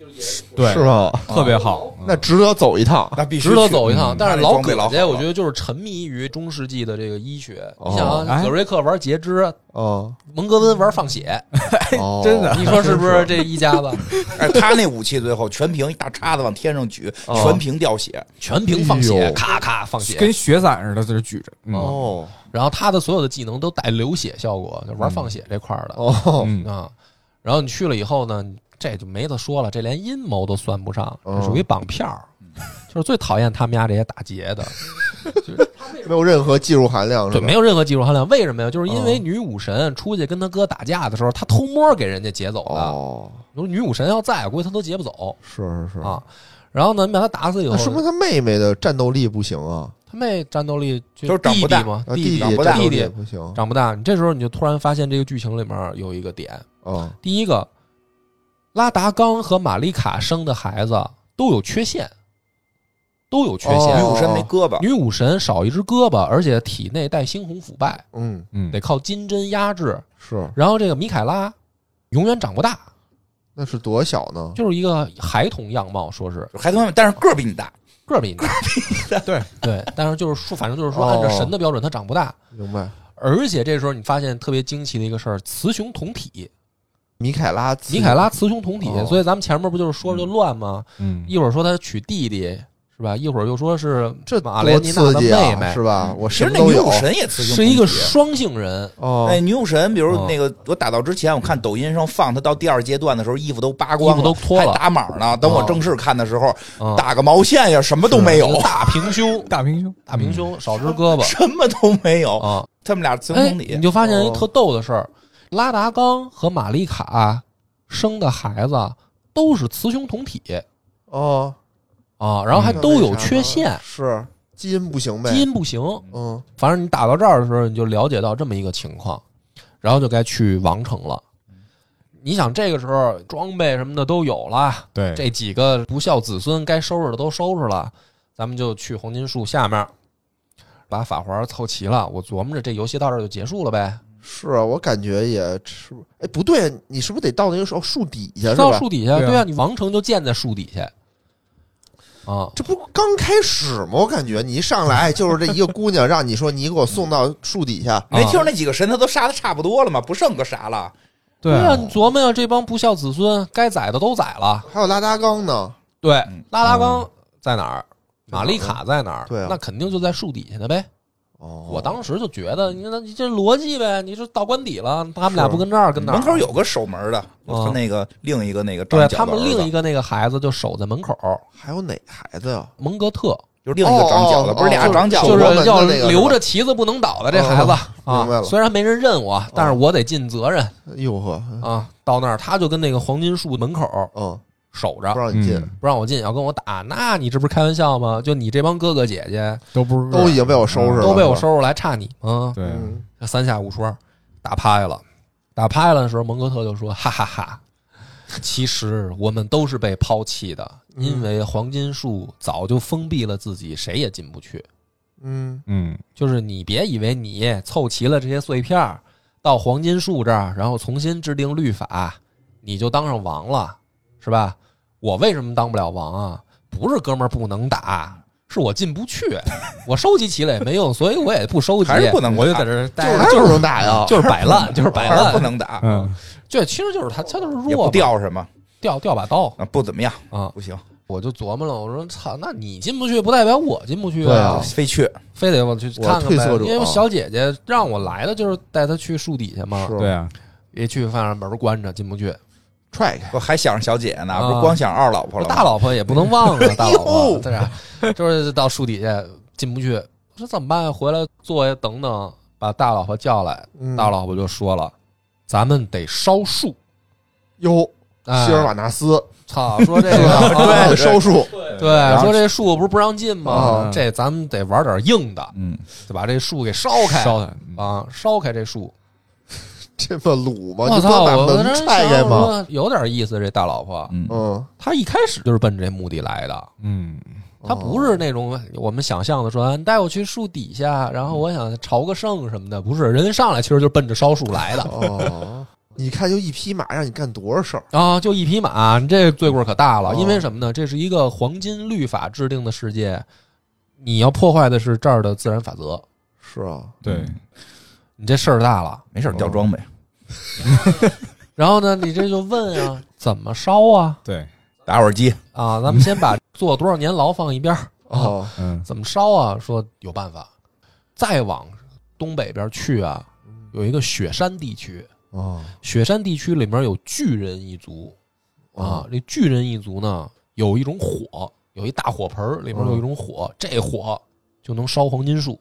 Speaker 4: 对，
Speaker 5: 是吧？
Speaker 4: 特别好。
Speaker 2: 哦
Speaker 4: 嗯
Speaker 5: 那值得走一趟。
Speaker 3: 那必须
Speaker 2: 值得
Speaker 3: 去
Speaker 2: 走一趟。
Speaker 3: 嗯
Speaker 2: 但是
Speaker 3: 他那装
Speaker 2: 葛
Speaker 3: 备老
Speaker 2: 家，
Speaker 3: 好
Speaker 2: 我觉
Speaker 3: 了
Speaker 2: 得就是沉迷于中世纪的这个医学。
Speaker 5: 哦
Speaker 2: 你想啊，
Speaker 4: 哎
Speaker 2: 葛瑞克玩截肢，
Speaker 5: 哦，
Speaker 2: 蒙哥温玩放 血，
Speaker 5: 哦
Speaker 4: 真的
Speaker 2: 你说是不是这一家子
Speaker 3: 哎，他那武器最后全凭一大叉子往天上举，
Speaker 5: 哦
Speaker 3: 全凭掉血。
Speaker 2: 全凭放
Speaker 5: 哎
Speaker 2: 血，
Speaker 5: 呦
Speaker 2: 咔咔放血？
Speaker 4: 跟雪伞似的，在这举着。嗯，
Speaker 5: 哦
Speaker 2: 然后他的所有的技能都带流血效果，就玩放血这块儿的
Speaker 5: 哦，
Speaker 4: 嗯
Speaker 2: 啊。然后你去了以后呢，这就没得说了，这连阴谋都算不上，
Speaker 5: 嗯
Speaker 2: 这属于绑票儿，就是最讨厌他们家这些打劫的。
Speaker 5: 没有任何技术含量是
Speaker 2: 对，
Speaker 5: 吧？
Speaker 2: 没有任何技术含量。为什么呀？就是因为女武神出去跟他哥打架的时候，他偷摸给人家劫走的。
Speaker 5: 哦，
Speaker 2: 你说女武神要在，我估计他都劫不走
Speaker 5: 是是是，
Speaker 2: 啊。然后呢，你把他打死以后
Speaker 5: 那，是不是他妹妹的战斗力不行啊？
Speaker 2: 他妹战斗力就
Speaker 3: 就是长
Speaker 2: 弟
Speaker 3: 不
Speaker 2: 弟
Speaker 3: 大
Speaker 2: 嘛，
Speaker 5: 啊
Speaker 2: 弟
Speaker 5: 弟
Speaker 3: 长不大
Speaker 5: 战
Speaker 2: 弟
Speaker 5: 斗力也
Speaker 2: 弟
Speaker 5: 不行啊
Speaker 2: 长不大。你这时候你就突然发现这个剧情里面有一个点，，
Speaker 5: 哦
Speaker 2: 第一个，拉达冈和玛丽卡生的孩子都有缺陷，都有缺
Speaker 5: 哦
Speaker 3: 女
Speaker 2: 陷。
Speaker 3: 武神没胳膊，
Speaker 2: 女武神少一只胳膊，而且体内带猩红腐败，
Speaker 5: 嗯，
Speaker 4: 嗯
Speaker 2: 得，靠金针压制。
Speaker 5: 是，
Speaker 2: 然后这个米凯拉永远长不大，
Speaker 5: 那是多小呢？
Speaker 2: 就是一个孩童样貌，说是
Speaker 3: 还他妈，但是个儿比你大，
Speaker 2: 个儿比你大，
Speaker 4: 对
Speaker 2: 对，但是就是说，反正就是说，
Speaker 5: 哦
Speaker 2: 按照神的标准，他长不大。
Speaker 5: 明白？
Speaker 2: 而且这时候你发现特别惊奇的一个事儿，雌雄同体，
Speaker 5: 米凯拉自己，
Speaker 2: 米凯拉雌雄同体，
Speaker 5: 哦
Speaker 2: 所以咱们前面不就是说着就乱吗？
Speaker 4: 嗯，
Speaker 2: 一会儿说他娶弟弟是吧？一会儿又说是
Speaker 5: 这
Speaker 2: 玛
Speaker 5: 多
Speaker 2: 莲妮娜
Speaker 5: 刺
Speaker 2: 的
Speaker 5: 激
Speaker 2: 妹
Speaker 5: 啊，
Speaker 2: 妹
Speaker 5: 是，吧？我
Speaker 3: 其
Speaker 5: 什
Speaker 3: 实
Speaker 5: 么
Speaker 3: 那
Speaker 5: 都
Speaker 3: 女
Speaker 5: 有
Speaker 3: 武。神也雌雄
Speaker 2: 是一个
Speaker 3: 同体
Speaker 2: 双性人。
Speaker 5: 哦
Speaker 3: 哎，，女武神，比如
Speaker 2: 嗯
Speaker 3: 那个我打到之前，我看抖音上放，她到第二阶段的时候，衣服都扒光
Speaker 2: 衣服都脱了哦
Speaker 3: 还打码呢。等我正式看的时候，
Speaker 2: 嗯
Speaker 3: 打个毛线呀，什么都没有
Speaker 2: 一，个大平胸，嗯
Speaker 4: 大平胸，
Speaker 2: 大平胸，少只胳膊
Speaker 3: 什么都没有。
Speaker 2: 啊。
Speaker 3: 他们俩雌雄
Speaker 2: 哎，
Speaker 3: 同
Speaker 2: 你
Speaker 3: 体，
Speaker 2: 就发现一
Speaker 5: 哦
Speaker 2: 特逗的事儿，拉达冈和玛丽卡生的孩子都是雌雄同体
Speaker 5: 哦，
Speaker 2: 啊，然后还
Speaker 5: 那
Speaker 2: 都
Speaker 5: 为
Speaker 2: 有
Speaker 5: 啥
Speaker 2: 缺
Speaker 5: 呢
Speaker 2: 陷，
Speaker 5: 是基因不行呗？
Speaker 2: 基因不行。
Speaker 5: 嗯，
Speaker 2: 反正你打到这儿的时候，你就了解到这么一个情况，然后就该去王城了。你想这个时候装备什么的都有了，
Speaker 4: 嗯对，
Speaker 2: 这几个不孝子孙该收拾的都收拾了，咱们就去红金树下面把法环凑齐了。我琢磨着这游戏到这儿就结束了呗，
Speaker 5: 是啊我感觉也是。哎，不对，你是不是得到那个树哦树底下是
Speaker 2: 到
Speaker 5: 吧？
Speaker 2: 树底下，
Speaker 4: 对啊
Speaker 2: 对啊，你王城就建在树底下啊。
Speaker 5: 这不是刚开始吗？我感觉你一上来就是这一个姑娘，让你说你给我送到树底下，
Speaker 3: 没
Speaker 2: 哦
Speaker 3: 听说那几个神他都杀的差不多了吗？不剩个啥了？
Speaker 4: 对
Speaker 2: 啊，
Speaker 4: 啊
Speaker 2: 你琢磨呀，这帮不孝子孙该宰的都宰了。
Speaker 5: 还有拉达冈呢。
Speaker 2: 对
Speaker 3: 嗯，
Speaker 2: 拉达冈在哪儿？
Speaker 5: 在哪
Speaker 2: 玛
Speaker 5: 儿
Speaker 2: 丽卡在哪儿？
Speaker 5: 对啊
Speaker 2: 那肯定就在树底下呢呗。
Speaker 5: 哦，
Speaker 2: 我当时就觉得，你那你这逻辑呗，你这到官邸了，他们俩不跟这儿跟那儿
Speaker 3: 门口有个守门的，
Speaker 2: 嗯
Speaker 3: 他那个另一个那个长
Speaker 2: 对
Speaker 3: 脚的
Speaker 2: 他们
Speaker 3: 儿子
Speaker 2: 另一个那个孩子就守在门口，
Speaker 5: 还有哪孩子呀？
Speaker 2: 蒙格特
Speaker 3: 就是另一个长脚的，
Speaker 5: 哦
Speaker 3: 不是俩
Speaker 5: 哦
Speaker 3: 长脚的
Speaker 2: 就
Speaker 3: 吗
Speaker 5: 守国门
Speaker 2: 是
Speaker 5: 的
Speaker 2: 要
Speaker 5: 那个是吧
Speaker 2: 留着旗子不能倒的这孩子
Speaker 5: 哦 明白
Speaker 2: 啊。
Speaker 5: 了哦
Speaker 2: 虽然没人认我，但是我得尽责任
Speaker 5: 哟呵，
Speaker 2: 啊。到那儿他就跟那个黄金树门口
Speaker 5: 嗯，
Speaker 2: 守着
Speaker 5: 不，让你进，
Speaker 4: 嗯
Speaker 2: 不让我进，要跟我打，那你这不是开玩笑吗？就你这帮哥哥姐姐
Speaker 4: 都不是
Speaker 5: 都已经被我收拾了，
Speaker 2: 都被我收拾来，差你 吗？
Speaker 4: 对，
Speaker 5: 嗯。
Speaker 2: 三下五除二打趴了，打趴了的时候，蒙哥特就说：“哈哈哈其实我们都是被抛弃的，因为黄金树早就封闭了自己，谁也进不去。
Speaker 5: 嗯，
Speaker 4: 嗯，
Speaker 2: 就是你别以为你凑齐了这些碎片儿，到黄金树这儿，然后重新制定律法，你就当上王了，是吧？我为什么当不了王啊？不是哥们儿不能打，是我进不去，我收集起来也没用，所以我也不收集，
Speaker 3: 还是不能打
Speaker 4: 我就在这儿待着，
Speaker 5: 还是不能打呀，
Speaker 2: 就是摆 烂，就是摆
Speaker 3: 还是不
Speaker 2: 烂。
Speaker 3: 能打，
Speaker 4: 嗯，
Speaker 2: 对，其实就是他，他就是
Speaker 3: 也
Speaker 2: 弱
Speaker 3: 不
Speaker 2: 嘛，
Speaker 3: 掉什么，
Speaker 2: 掉掉把刀
Speaker 3: 啊不怎么样，
Speaker 2: 啊！
Speaker 3: 不行，
Speaker 2: 我就琢磨了，我说操，那你进不去不代表我进不去
Speaker 5: 对啊
Speaker 3: 非去，
Speaker 2: 非得我去
Speaker 5: 我
Speaker 2: 看看
Speaker 5: 退
Speaker 2: 呗
Speaker 5: 缩者
Speaker 2: 因为小姐姐让我来的就是带她去树底下嘛，
Speaker 5: 是
Speaker 4: 对啊，
Speaker 2: 一去反正门关着进不去，
Speaker 5: 踹开，
Speaker 3: 我还想着小姐呢，
Speaker 2: 啊
Speaker 3: 不是光想二老婆了吗，
Speaker 2: 大老婆也不能忘 啊，大老婆
Speaker 5: 哟
Speaker 2: 对啊，就是到树底下进不去，我说怎么办？回来坐下等等，把大老婆叫来，
Speaker 5: 嗯
Speaker 2: 大老婆就说了，咱们得烧树，
Speaker 5: 哟，
Speaker 2: 哎
Speaker 5: 希尔瓦 纳斯，
Speaker 2: 操，说这
Speaker 5: 是
Speaker 2: 个
Speaker 5: 吧
Speaker 2: 啊
Speaker 5: 对，收束，
Speaker 2: 对，说这树不是不让进吗
Speaker 5: 啊？
Speaker 2: 这咱们得玩点硬的，
Speaker 4: 嗯，
Speaker 2: 得把这树给烧开，
Speaker 4: 烧它，嗯
Speaker 2: 啊，烧开这树。
Speaker 5: 这么鲁吗？
Speaker 2: 我
Speaker 5: 你不
Speaker 2: 操！
Speaker 5: 能把
Speaker 2: 我
Speaker 5: 门
Speaker 2: 当时
Speaker 5: 踹开
Speaker 2: 想
Speaker 5: 吗？
Speaker 2: 说有点意思，这大老婆，
Speaker 4: 嗯
Speaker 5: 嗯，
Speaker 2: 她一开始就是奔这目的来的。
Speaker 4: 嗯，
Speaker 2: 她不是那种我们想象的说，啊你带我去树底下，然后我想朝个圣什么的，不是，人家上来其实就奔着烧树来 的
Speaker 5: 哦，你看就一匹马让你干多少事儿，
Speaker 2: 啊，就一匹马，这罪过可大了。
Speaker 5: 哦
Speaker 2: 因为什么呢？这是一个黄金律法制定的世界，你要破坏的是这儿的自然法则，
Speaker 5: 是啊，
Speaker 4: 对，
Speaker 2: 你这事儿大了。
Speaker 3: 没事儿掉装备，
Speaker 2: 然后呢，你这就问啊， 怎么烧啊？
Speaker 4: 对，
Speaker 3: 打会儿机，
Speaker 2: 啊，咱们先把坐多少年牢放一边儿 啊，
Speaker 5: 哦，
Speaker 4: 嗯，
Speaker 2: 怎么烧啊？说有办法。再往东北边去啊，有一个雪山地区，
Speaker 5: 哦，
Speaker 2: 雪山地区里面有巨人一族啊。这巨人一族呢，有一种火，有一大火盆儿，里面有一种火，这火就能烧黄金树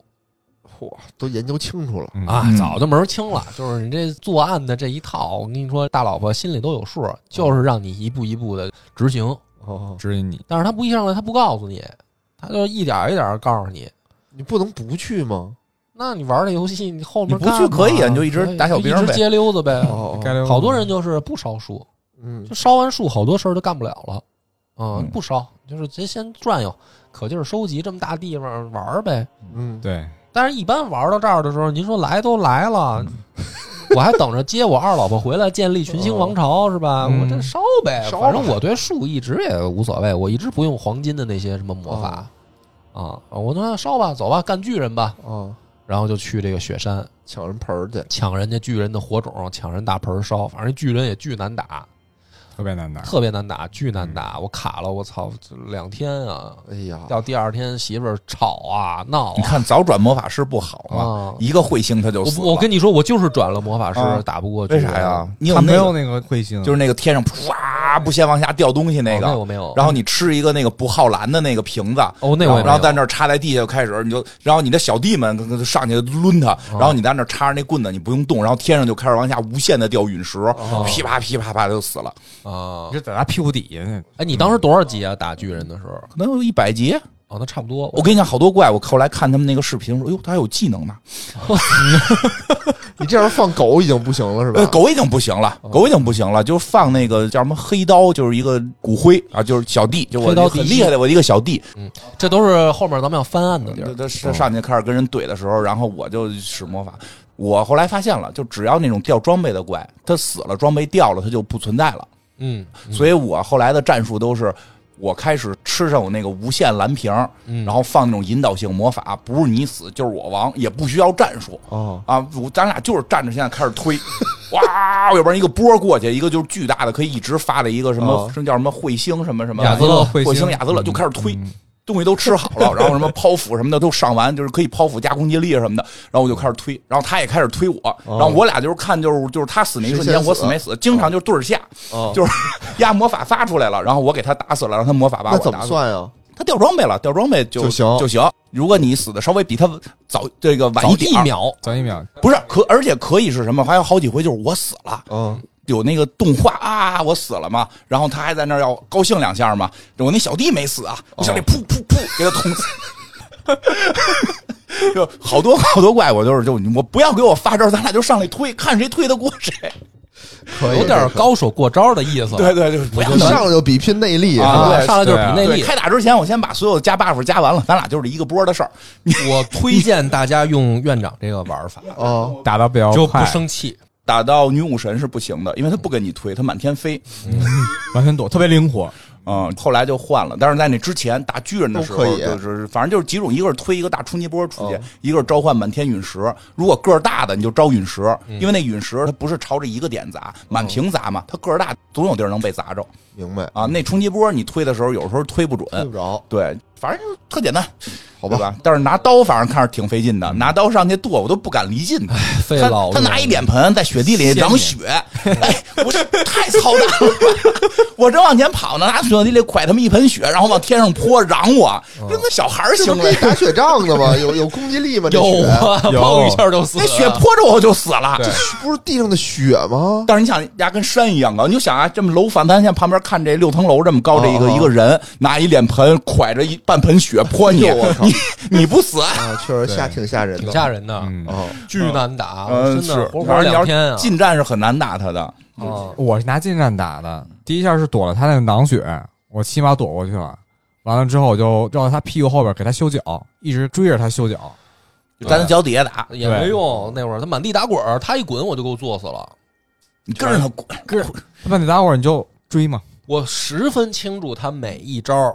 Speaker 5: 嚯，都研究清楚了，
Speaker 4: 嗯
Speaker 2: 啊，
Speaker 3: 嗯
Speaker 2: 早就门儿清了。就是你这作案的这一套，我跟你说，大老婆心里都有数，就是让你一步一步的执行。
Speaker 5: 哦，
Speaker 4: 指引你，
Speaker 2: 但是他不一上来，他不告诉你，他就一点儿一点儿告诉你。
Speaker 5: 你不能不去吗？
Speaker 2: 那你玩这游戏，你后面
Speaker 3: 你不去
Speaker 2: 干嘛
Speaker 3: 可以啊你就一直
Speaker 2: 对
Speaker 3: 打小兵呗
Speaker 2: 一直街溜子呗。
Speaker 5: 哦，
Speaker 4: 该溜
Speaker 2: 好多人就是不烧树，
Speaker 5: 嗯
Speaker 2: 就，烧完树，好多事儿都干不了了。啊、
Speaker 3: 嗯
Speaker 2: 不烧，就是直接先转悠，可劲儿收集这么大地方玩儿呗。
Speaker 5: 嗯，
Speaker 4: 对，
Speaker 2: 但是，一般玩到这儿的时候，您说来都来了，
Speaker 3: 嗯
Speaker 2: 我还等着接我二老婆回来建立群星王朝是吧？
Speaker 4: 嗯
Speaker 2: 我这烧呗，
Speaker 5: 烧吧
Speaker 2: 反正我对树一直也无所谓，我一直不用黄金的那些什么魔法、
Speaker 3: 嗯
Speaker 2: 啊。我说烧吧，走吧，干巨人吧，
Speaker 5: 哦，
Speaker 2: 然后就去这个雪山。
Speaker 5: 抢人盆儿去，
Speaker 2: 抢人家巨人的火种，抢人大盆儿烧，反正巨人也巨难打，
Speaker 4: 特别难打，
Speaker 2: 特别难打，巨难
Speaker 3: 嗯
Speaker 2: 打。我卡了，我操，这两天啊，
Speaker 5: 哎呀，
Speaker 2: 到第二天媳妇儿吵啊闹
Speaker 3: 你
Speaker 2: 啊
Speaker 3: 看早转魔法师不好吗？
Speaker 2: 啊。
Speaker 3: 一个彗星他就
Speaker 2: 我
Speaker 3: 死
Speaker 2: 不
Speaker 3: 了
Speaker 2: 我跟你说，我就是转了魔法师，
Speaker 3: 啊
Speaker 2: 打不过巨
Speaker 3: 为
Speaker 2: 人。
Speaker 3: 啥呀？你有
Speaker 4: 他
Speaker 3: 那
Speaker 4: 没有
Speaker 3: 个
Speaker 4: 那个彗星，
Speaker 3: 就是那个天上唰不先往下掉东西那
Speaker 2: 嗯哦那我
Speaker 3: 个，
Speaker 2: 没有。
Speaker 3: 然后你吃一个那个不浩蓝的那个瓶子，
Speaker 2: 哦，那我也没
Speaker 3: 然后
Speaker 2: 有。
Speaker 3: 在那儿插在地下就开始，你就然后你的小弟们跟跟上去抡他，
Speaker 2: 哦
Speaker 3: 然后你在那儿插着那棍子，你不用动，然后天上就开始往下无限的掉陨石，
Speaker 2: 哦
Speaker 3: 噼啪噼啪啪就死了，
Speaker 2: 啊
Speaker 4: 你，就在他屁股底下那，
Speaker 2: 哎，你当时多少级啊？打巨人的时候？
Speaker 3: 可能有一百级。
Speaker 2: 哦，那差不多。
Speaker 3: 我跟你讲，好多怪，我后来看他们那个视频，说哟，他还有技能呢。
Speaker 5: 你这样放狗已经不行了是
Speaker 3: 呃，
Speaker 5: 吧？
Speaker 3: 狗已经不行了，
Speaker 2: 哦
Speaker 3: 狗已经不行了，就放那个叫什么黑刀，就是一个骨灰啊，就是小弟，就我
Speaker 2: 黑刀第一
Speaker 3: 很厉害的我一个小弟，
Speaker 2: 这都是后面咱们要翻案的地
Speaker 3: 就
Speaker 2: 儿。
Speaker 3: 他上上去开始跟人怼的时候，然后我就使魔法。我后来发现了，就只要那种掉装备的怪，他死了装备掉了，他就不存在了。
Speaker 2: 嗯，
Speaker 3: 所以我后来的战术都是，我开始吃上我那个无限蓝瓶，
Speaker 2: 嗯
Speaker 3: 然后放那种引导性魔法，不是你死就是我亡，也不需要战术
Speaker 5: 哦，
Speaker 3: 啊，我咱俩就是站着现在开始推， 哇，哦要不然一个波过去，一个就是巨大的可以一直发的一个什么
Speaker 5: 哦，
Speaker 3: 这叫什么彗星什么什么
Speaker 2: 亚兹勒
Speaker 4: 彗星
Speaker 3: 彗星亚兹勒就开始推。
Speaker 5: 嗯
Speaker 3: 东西都吃好 了，然后什么剖腹什么的都上完，就是可以剖腹加攻击力什么的，然后我就开始
Speaker 5: 嗯
Speaker 3: 推，然后他也开始推我，然后我俩就是看就是就是他死那一瞬
Speaker 5: 谁
Speaker 3: 间
Speaker 5: 哦先死
Speaker 3: 我死没死，经常就是对着下，
Speaker 5: 哦
Speaker 3: 就是压魔法发出来了，然后我给他打死了，让他魔法把
Speaker 5: 那
Speaker 3: 我
Speaker 5: 怎
Speaker 3: 打
Speaker 5: 么
Speaker 3: 死。
Speaker 5: 算啊呀？
Speaker 3: 他掉装备了，掉装备就
Speaker 5: 就行
Speaker 3: 就行。如果你死的稍微比他早这个晚
Speaker 2: 早
Speaker 3: 一点儿
Speaker 2: 一秒
Speaker 4: 咱一秒，
Speaker 3: 不是可，而且可以是什么？还有好几回就是我死了，
Speaker 5: 嗯，
Speaker 3: 有那个动画啊，我死了嘛，然后他还在那儿要高兴两下嘛。我那小弟没死啊，我小弟噗噗噗给他捅死。 就好多好多怪，我就是就我不要给我发招，咱俩就上来推，看谁推得过谁。
Speaker 5: 可以，
Speaker 2: 有点高手过招的意思。
Speaker 3: 对对对，不要
Speaker 5: 这个，上来就比拼内力
Speaker 3: 啊
Speaker 5: 啊，
Speaker 2: 啊，
Speaker 3: 对
Speaker 2: 上来就是比内
Speaker 3: 对
Speaker 2: 力。
Speaker 3: 开打之前，我先把所有加 buff 加完了，咱俩就是一个波的事儿。
Speaker 2: 我推荐大家用院长这个玩法，
Speaker 5: 哦，
Speaker 4: 打到比较
Speaker 2: 就不
Speaker 4: 快，
Speaker 2: 生气。
Speaker 3: 打到女武神是不行的，因为她不跟你推，她满天飞。
Speaker 4: 完全躲，特别灵活，
Speaker 3: 嗯，后来就换了。但是在那之前打巨人的时候，
Speaker 5: 都可以
Speaker 3: 就是反正就是几种，一个是推一个大冲击波出去，
Speaker 5: 嗯
Speaker 3: 一个是召唤满天陨石。如果个儿大的，你就招陨石，因为那陨石它不是朝着一个点砸，满屏砸嘛，它个儿大，总有地儿能被砸着
Speaker 5: 明白？
Speaker 3: 啊。那呃冲击波你推的时候，有时候推不准，
Speaker 5: 对不着，
Speaker 3: 对，反正就特简单，
Speaker 5: 好
Speaker 3: 对
Speaker 5: 吧？嗯
Speaker 3: 吧？但是拿刀反正看着挺费劲的，拿刀上去剁我都不敢离近
Speaker 5: 哎
Speaker 3: 他。
Speaker 2: 费
Speaker 3: 他
Speaker 2: 老
Speaker 3: 他拿一脸盆在雪地里
Speaker 4: 先
Speaker 3: 嚷
Speaker 4: 你
Speaker 3: 雪，哎，我这太操蛋了！我正往前跑呢，拿雪地里蒯他们一盆雪，然后往天上泼，嚷我，
Speaker 5: 哦
Speaker 3: 跟个小孩儿
Speaker 5: 这
Speaker 3: 行
Speaker 5: 不可
Speaker 3: 为
Speaker 5: 以。打雪仗的吗？有有攻击力吗？这
Speaker 2: 有
Speaker 5: 雪
Speaker 2: 啊，
Speaker 4: 有
Speaker 2: 碰一下就死
Speaker 3: 那
Speaker 2: 了。
Speaker 3: 雪泼着我就死了。
Speaker 4: 对
Speaker 5: 不是地上的雪吗？
Speaker 3: 但是你想，压跟山一样高，你就想啊，这么楼反弹线旁边看这六层楼这么高，这一个
Speaker 5: 哦哦
Speaker 3: 一个人拿一脸盆蒯着一半盆雪泼你
Speaker 5: 哎呦我，靠
Speaker 3: 你你不死？
Speaker 5: 啊，确实吓
Speaker 4: 对
Speaker 5: 挺吓人的，
Speaker 2: 挺吓人的，
Speaker 4: 嗯，
Speaker 5: 哦，
Speaker 2: 巨难打，
Speaker 3: 嗯，
Speaker 2: 啊真的
Speaker 3: 是
Speaker 2: 活，活
Speaker 3: 反正你
Speaker 2: 两
Speaker 3: 要
Speaker 2: 天啊
Speaker 3: 是！近战是很难打他的。
Speaker 2: 啊，
Speaker 4: 我是拿近战打的，第一下是躲了他那囊血，我骑马躲过去了。完了之后，我就绕到他屁股后边给他修脚，一直追着他修脚。
Speaker 3: 就在他脚底下打，
Speaker 2: 也没用。那会儿他满地打滚儿，他一滚我就给我坐死了。
Speaker 3: 你跟着他滚，
Speaker 4: 跟着他把你打会儿，你就追嘛。
Speaker 2: 我十分清楚他每一招儿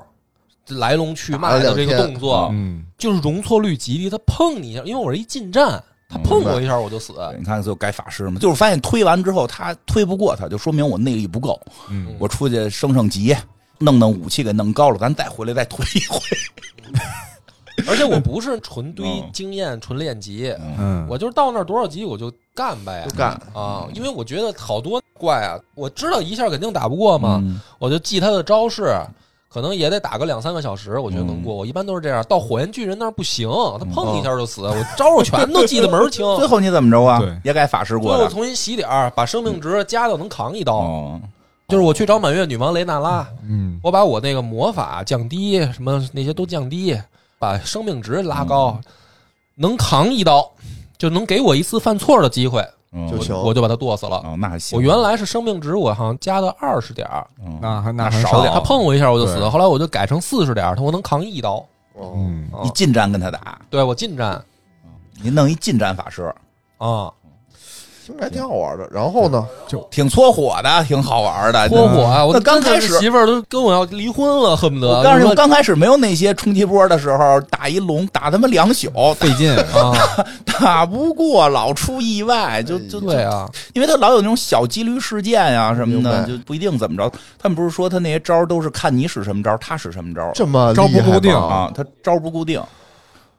Speaker 2: 来龙去脉的这
Speaker 5: 打
Speaker 2: 个
Speaker 5: 了两天
Speaker 2: 动作，
Speaker 4: 嗯，
Speaker 2: 就是容错率极低。他碰你一下，因为我是一近战，他碰我一下我就死。
Speaker 3: 对你看，就该法师嘛，就是发现推完之后他推不过他，就说明我内力不够。
Speaker 4: 嗯，
Speaker 3: 我出去升升级，弄弄武器给弄高了，咱再回来再推一回。
Speaker 2: 而且我不是纯堆
Speaker 3: 嗯
Speaker 2: 经验、纯练级，
Speaker 4: 嗯，
Speaker 2: 我就是到那儿多少级我就干呗
Speaker 5: 就干。
Speaker 2: 啊！因为我觉得好多怪啊，我知道一下肯定打不过嘛，
Speaker 3: 嗯
Speaker 2: 我就记他的招式，可能也得打个两三个小时，我觉得
Speaker 3: 嗯
Speaker 2: 能过。我一般都是这样，到火焰巨人那儿不行，他碰一下就死，我招我全都记得门儿清。
Speaker 3: 最后你怎么着啊
Speaker 4: 对？
Speaker 3: 也该法师
Speaker 2: 哦最
Speaker 3: 过
Speaker 2: 后
Speaker 3: 的。
Speaker 2: 重新洗点儿，把生命值加到能扛一刀。
Speaker 3: 哦，
Speaker 2: 就是我去找满月女王雷娜拉，
Speaker 4: 嗯，
Speaker 2: 我把我那个魔法降低，什么那些都降低，把生命值拉高，
Speaker 3: 嗯
Speaker 2: 能扛一刀，就能给我一次犯错的机会，
Speaker 3: 嗯
Speaker 5: 就行
Speaker 2: 我就把他剁死了。
Speaker 3: 哦，那还行。
Speaker 2: 哦我原来是生命值，我好像加到二十点儿，
Speaker 3: 嗯
Speaker 4: 那还那
Speaker 3: 那
Speaker 4: 很
Speaker 3: 少
Speaker 4: 少
Speaker 3: 点
Speaker 2: 他
Speaker 3: 儿
Speaker 2: 碰我一下我就死，
Speaker 4: 对
Speaker 2: 后来我就改成四十点儿，他我能扛一刀。
Speaker 5: 哦，
Speaker 4: 嗯，
Speaker 2: 啊
Speaker 3: 你近战跟他打，
Speaker 2: 对我近战
Speaker 3: 你弄一近战法师，嗯
Speaker 2: 啊，
Speaker 5: 听着还挺好玩的。然后呢？
Speaker 3: 挺搓火的，挺好玩的。
Speaker 2: 泼火啊！我
Speaker 3: 那刚开
Speaker 2: 真的
Speaker 3: 始
Speaker 2: 是媳妇儿都跟我要离婚了，恨不得。
Speaker 3: 我告诉你，
Speaker 2: 就说
Speaker 3: 我刚开始没有那些冲击波的时候，打一龙打他妈两宿，
Speaker 4: 费劲。
Speaker 2: 啊，
Speaker 3: 打不过，老出意外，就就
Speaker 2: 对啊，
Speaker 3: 因为他老有那种小几率事件啊什么的，
Speaker 5: 明
Speaker 3: 就不一定怎么着。他们不是说他那些招儿都是看你使什么招儿，他使什么招儿
Speaker 5: 这么
Speaker 4: 招不
Speaker 5: 厉害
Speaker 4: 固定
Speaker 5: 吗
Speaker 3: 啊？他招儿不固定，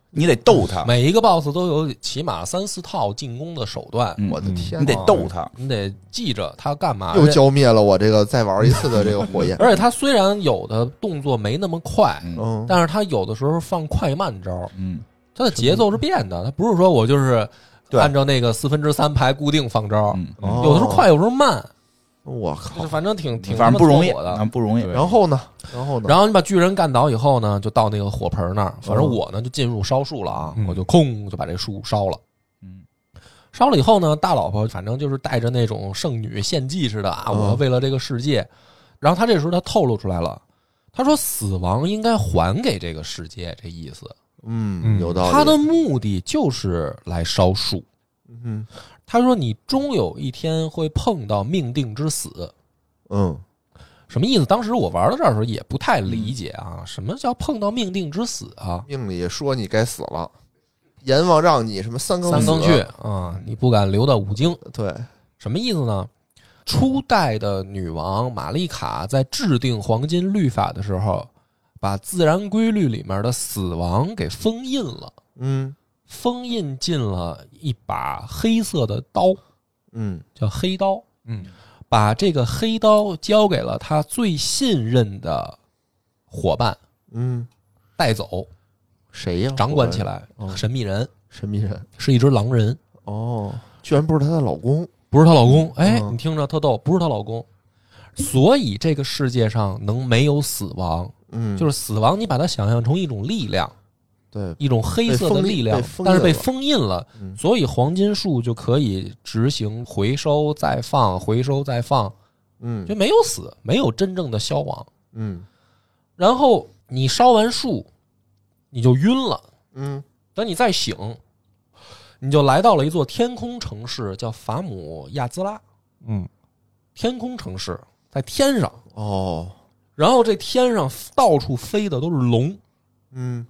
Speaker 3: 你得逗他，
Speaker 2: 每一个 BOSS 都有起码三四套进攻的手段，
Speaker 3: 嗯
Speaker 5: 我的天
Speaker 3: 你
Speaker 5: 哪，
Speaker 3: 得逗他。
Speaker 2: 你得记着他干嘛。
Speaker 5: 又
Speaker 2: 而且
Speaker 5: 浇灭了我这个再玩一次的这个 火焰。
Speaker 2: 而且他虽然有的动作没那么快，
Speaker 5: 嗯，
Speaker 2: 但是他有的时候放快慢招，
Speaker 3: 嗯，
Speaker 2: 他的节奏是变的，他不是说我就是
Speaker 3: 对
Speaker 2: 按照那个四分之三排固定放招，
Speaker 3: 嗯，
Speaker 5: 哦
Speaker 2: 有的时候快，，有时候慢，
Speaker 5: 我
Speaker 2: 就是
Speaker 5: 靠！
Speaker 2: 反正挺挺
Speaker 3: 哦反正不容易，
Speaker 2: 他妈搓火
Speaker 3: 啊
Speaker 2: 的。
Speaker 3: 不容易。
Speaker 4: 对
Speaker 5: 然后呢？然后呢？
Speaker 2: 然后你把巨人干倒以后呢，就到那个火盆那儿。反
Speaker 5: 嗯
Speaker 2: 正我呢就进入烧树了啊，
Speaker 4: 嗯
Speaker 2: 我就空就把这树烧了。
Speaker 3: 嗯，
Speaker 2: 烧了以后呢，大老婆反正就是带着那种圣女献祭似的啊，
Speaker 5: 嗯
Speaker 2: 我要为了这个世界。然后他这时候他透露出来了，他说死亡应该还给这个世界，这意思。
Speaker 5: 嗯，
Speaker 4: 嗯
Speaker 5: 有道理。
Speaker 2: 他的目的就是来烧树。
Speaker 5: 嗯
Speaker 2: 他说你终有一天会碰到命定之死，
Speaker 5: 嗯，
Speaker 2: 什么意思？当时我玩到这儿的时候也不太理解啊，什么叫碰到命定之死啊？
Speaker 5: 命里说你该死了，阎王让你什么三更
Speaker 2: 三更
Speaker 5: 死
Speaker 2: 去，啊，你不敢留到五经，
Speaker 5: 对，
Speaker 2: 什么意思呢？初代的女王玛丽卡在制定黄金律法的时候，把自然规律里面的死亡给封印了，
Speaker 5: 嗯
Speaker 2: 封印进了一把黑色的刀，
Speaker 5: 嗯
Speaker 2: 叫黑刀，
Speaker 4: 嗯，
Speaker 2: 把这个黑刀交给了他最信任的伙伴
Speaker 5: 嗯，
Speaker 2: 带走，
Speaker 5: 谁呀？
Speaker 2: 掌管起来
Speaker 5: 哦。
Speaker 2: 神秘人
Speaker 5: 神秘人
Speaker 2: 是一只狼人，
Speaker 5: 哦，居然不是她的老公，
Speaker 2: 不是她老公。哎，
Speaker 5: 嗯
Speaker 2: 你听着，特逗，不是她老公。所以这个世界上能没有死亡，
Speaker 5: 嗯，
Speaker 2: 就是是死亡，你把它想象成一种力量，
Speaker 5: 对，
Speaker 2: 一种黑色的力量
Speaker 5: 被，封印
Speaker 2: 但是被
Speaker 5: 被
Speaker 2: 封印了，
Speaker 5: 嗯
Speaker 2: 所以黄金树就可以执行回收再放，回收再放，
Speaker 5: 嗯
Speaker 2: 就没有死，没有真正的消亡。
Speaker 5: 嗯
Speaker 2: 然后你烧完树，你就晕了，
Speaker 5: 嗯
Speaker 2: 等你再醒，你就来到了一座天空城市，叫法姆亚兹拉
Speaker 4: 嗯，
Speaker 2: 天空城市，在天上。
Speaker 5: 哦，
Speaker 2: 然后这天上到处飞的都是龙，
Speaker 5: 嗯，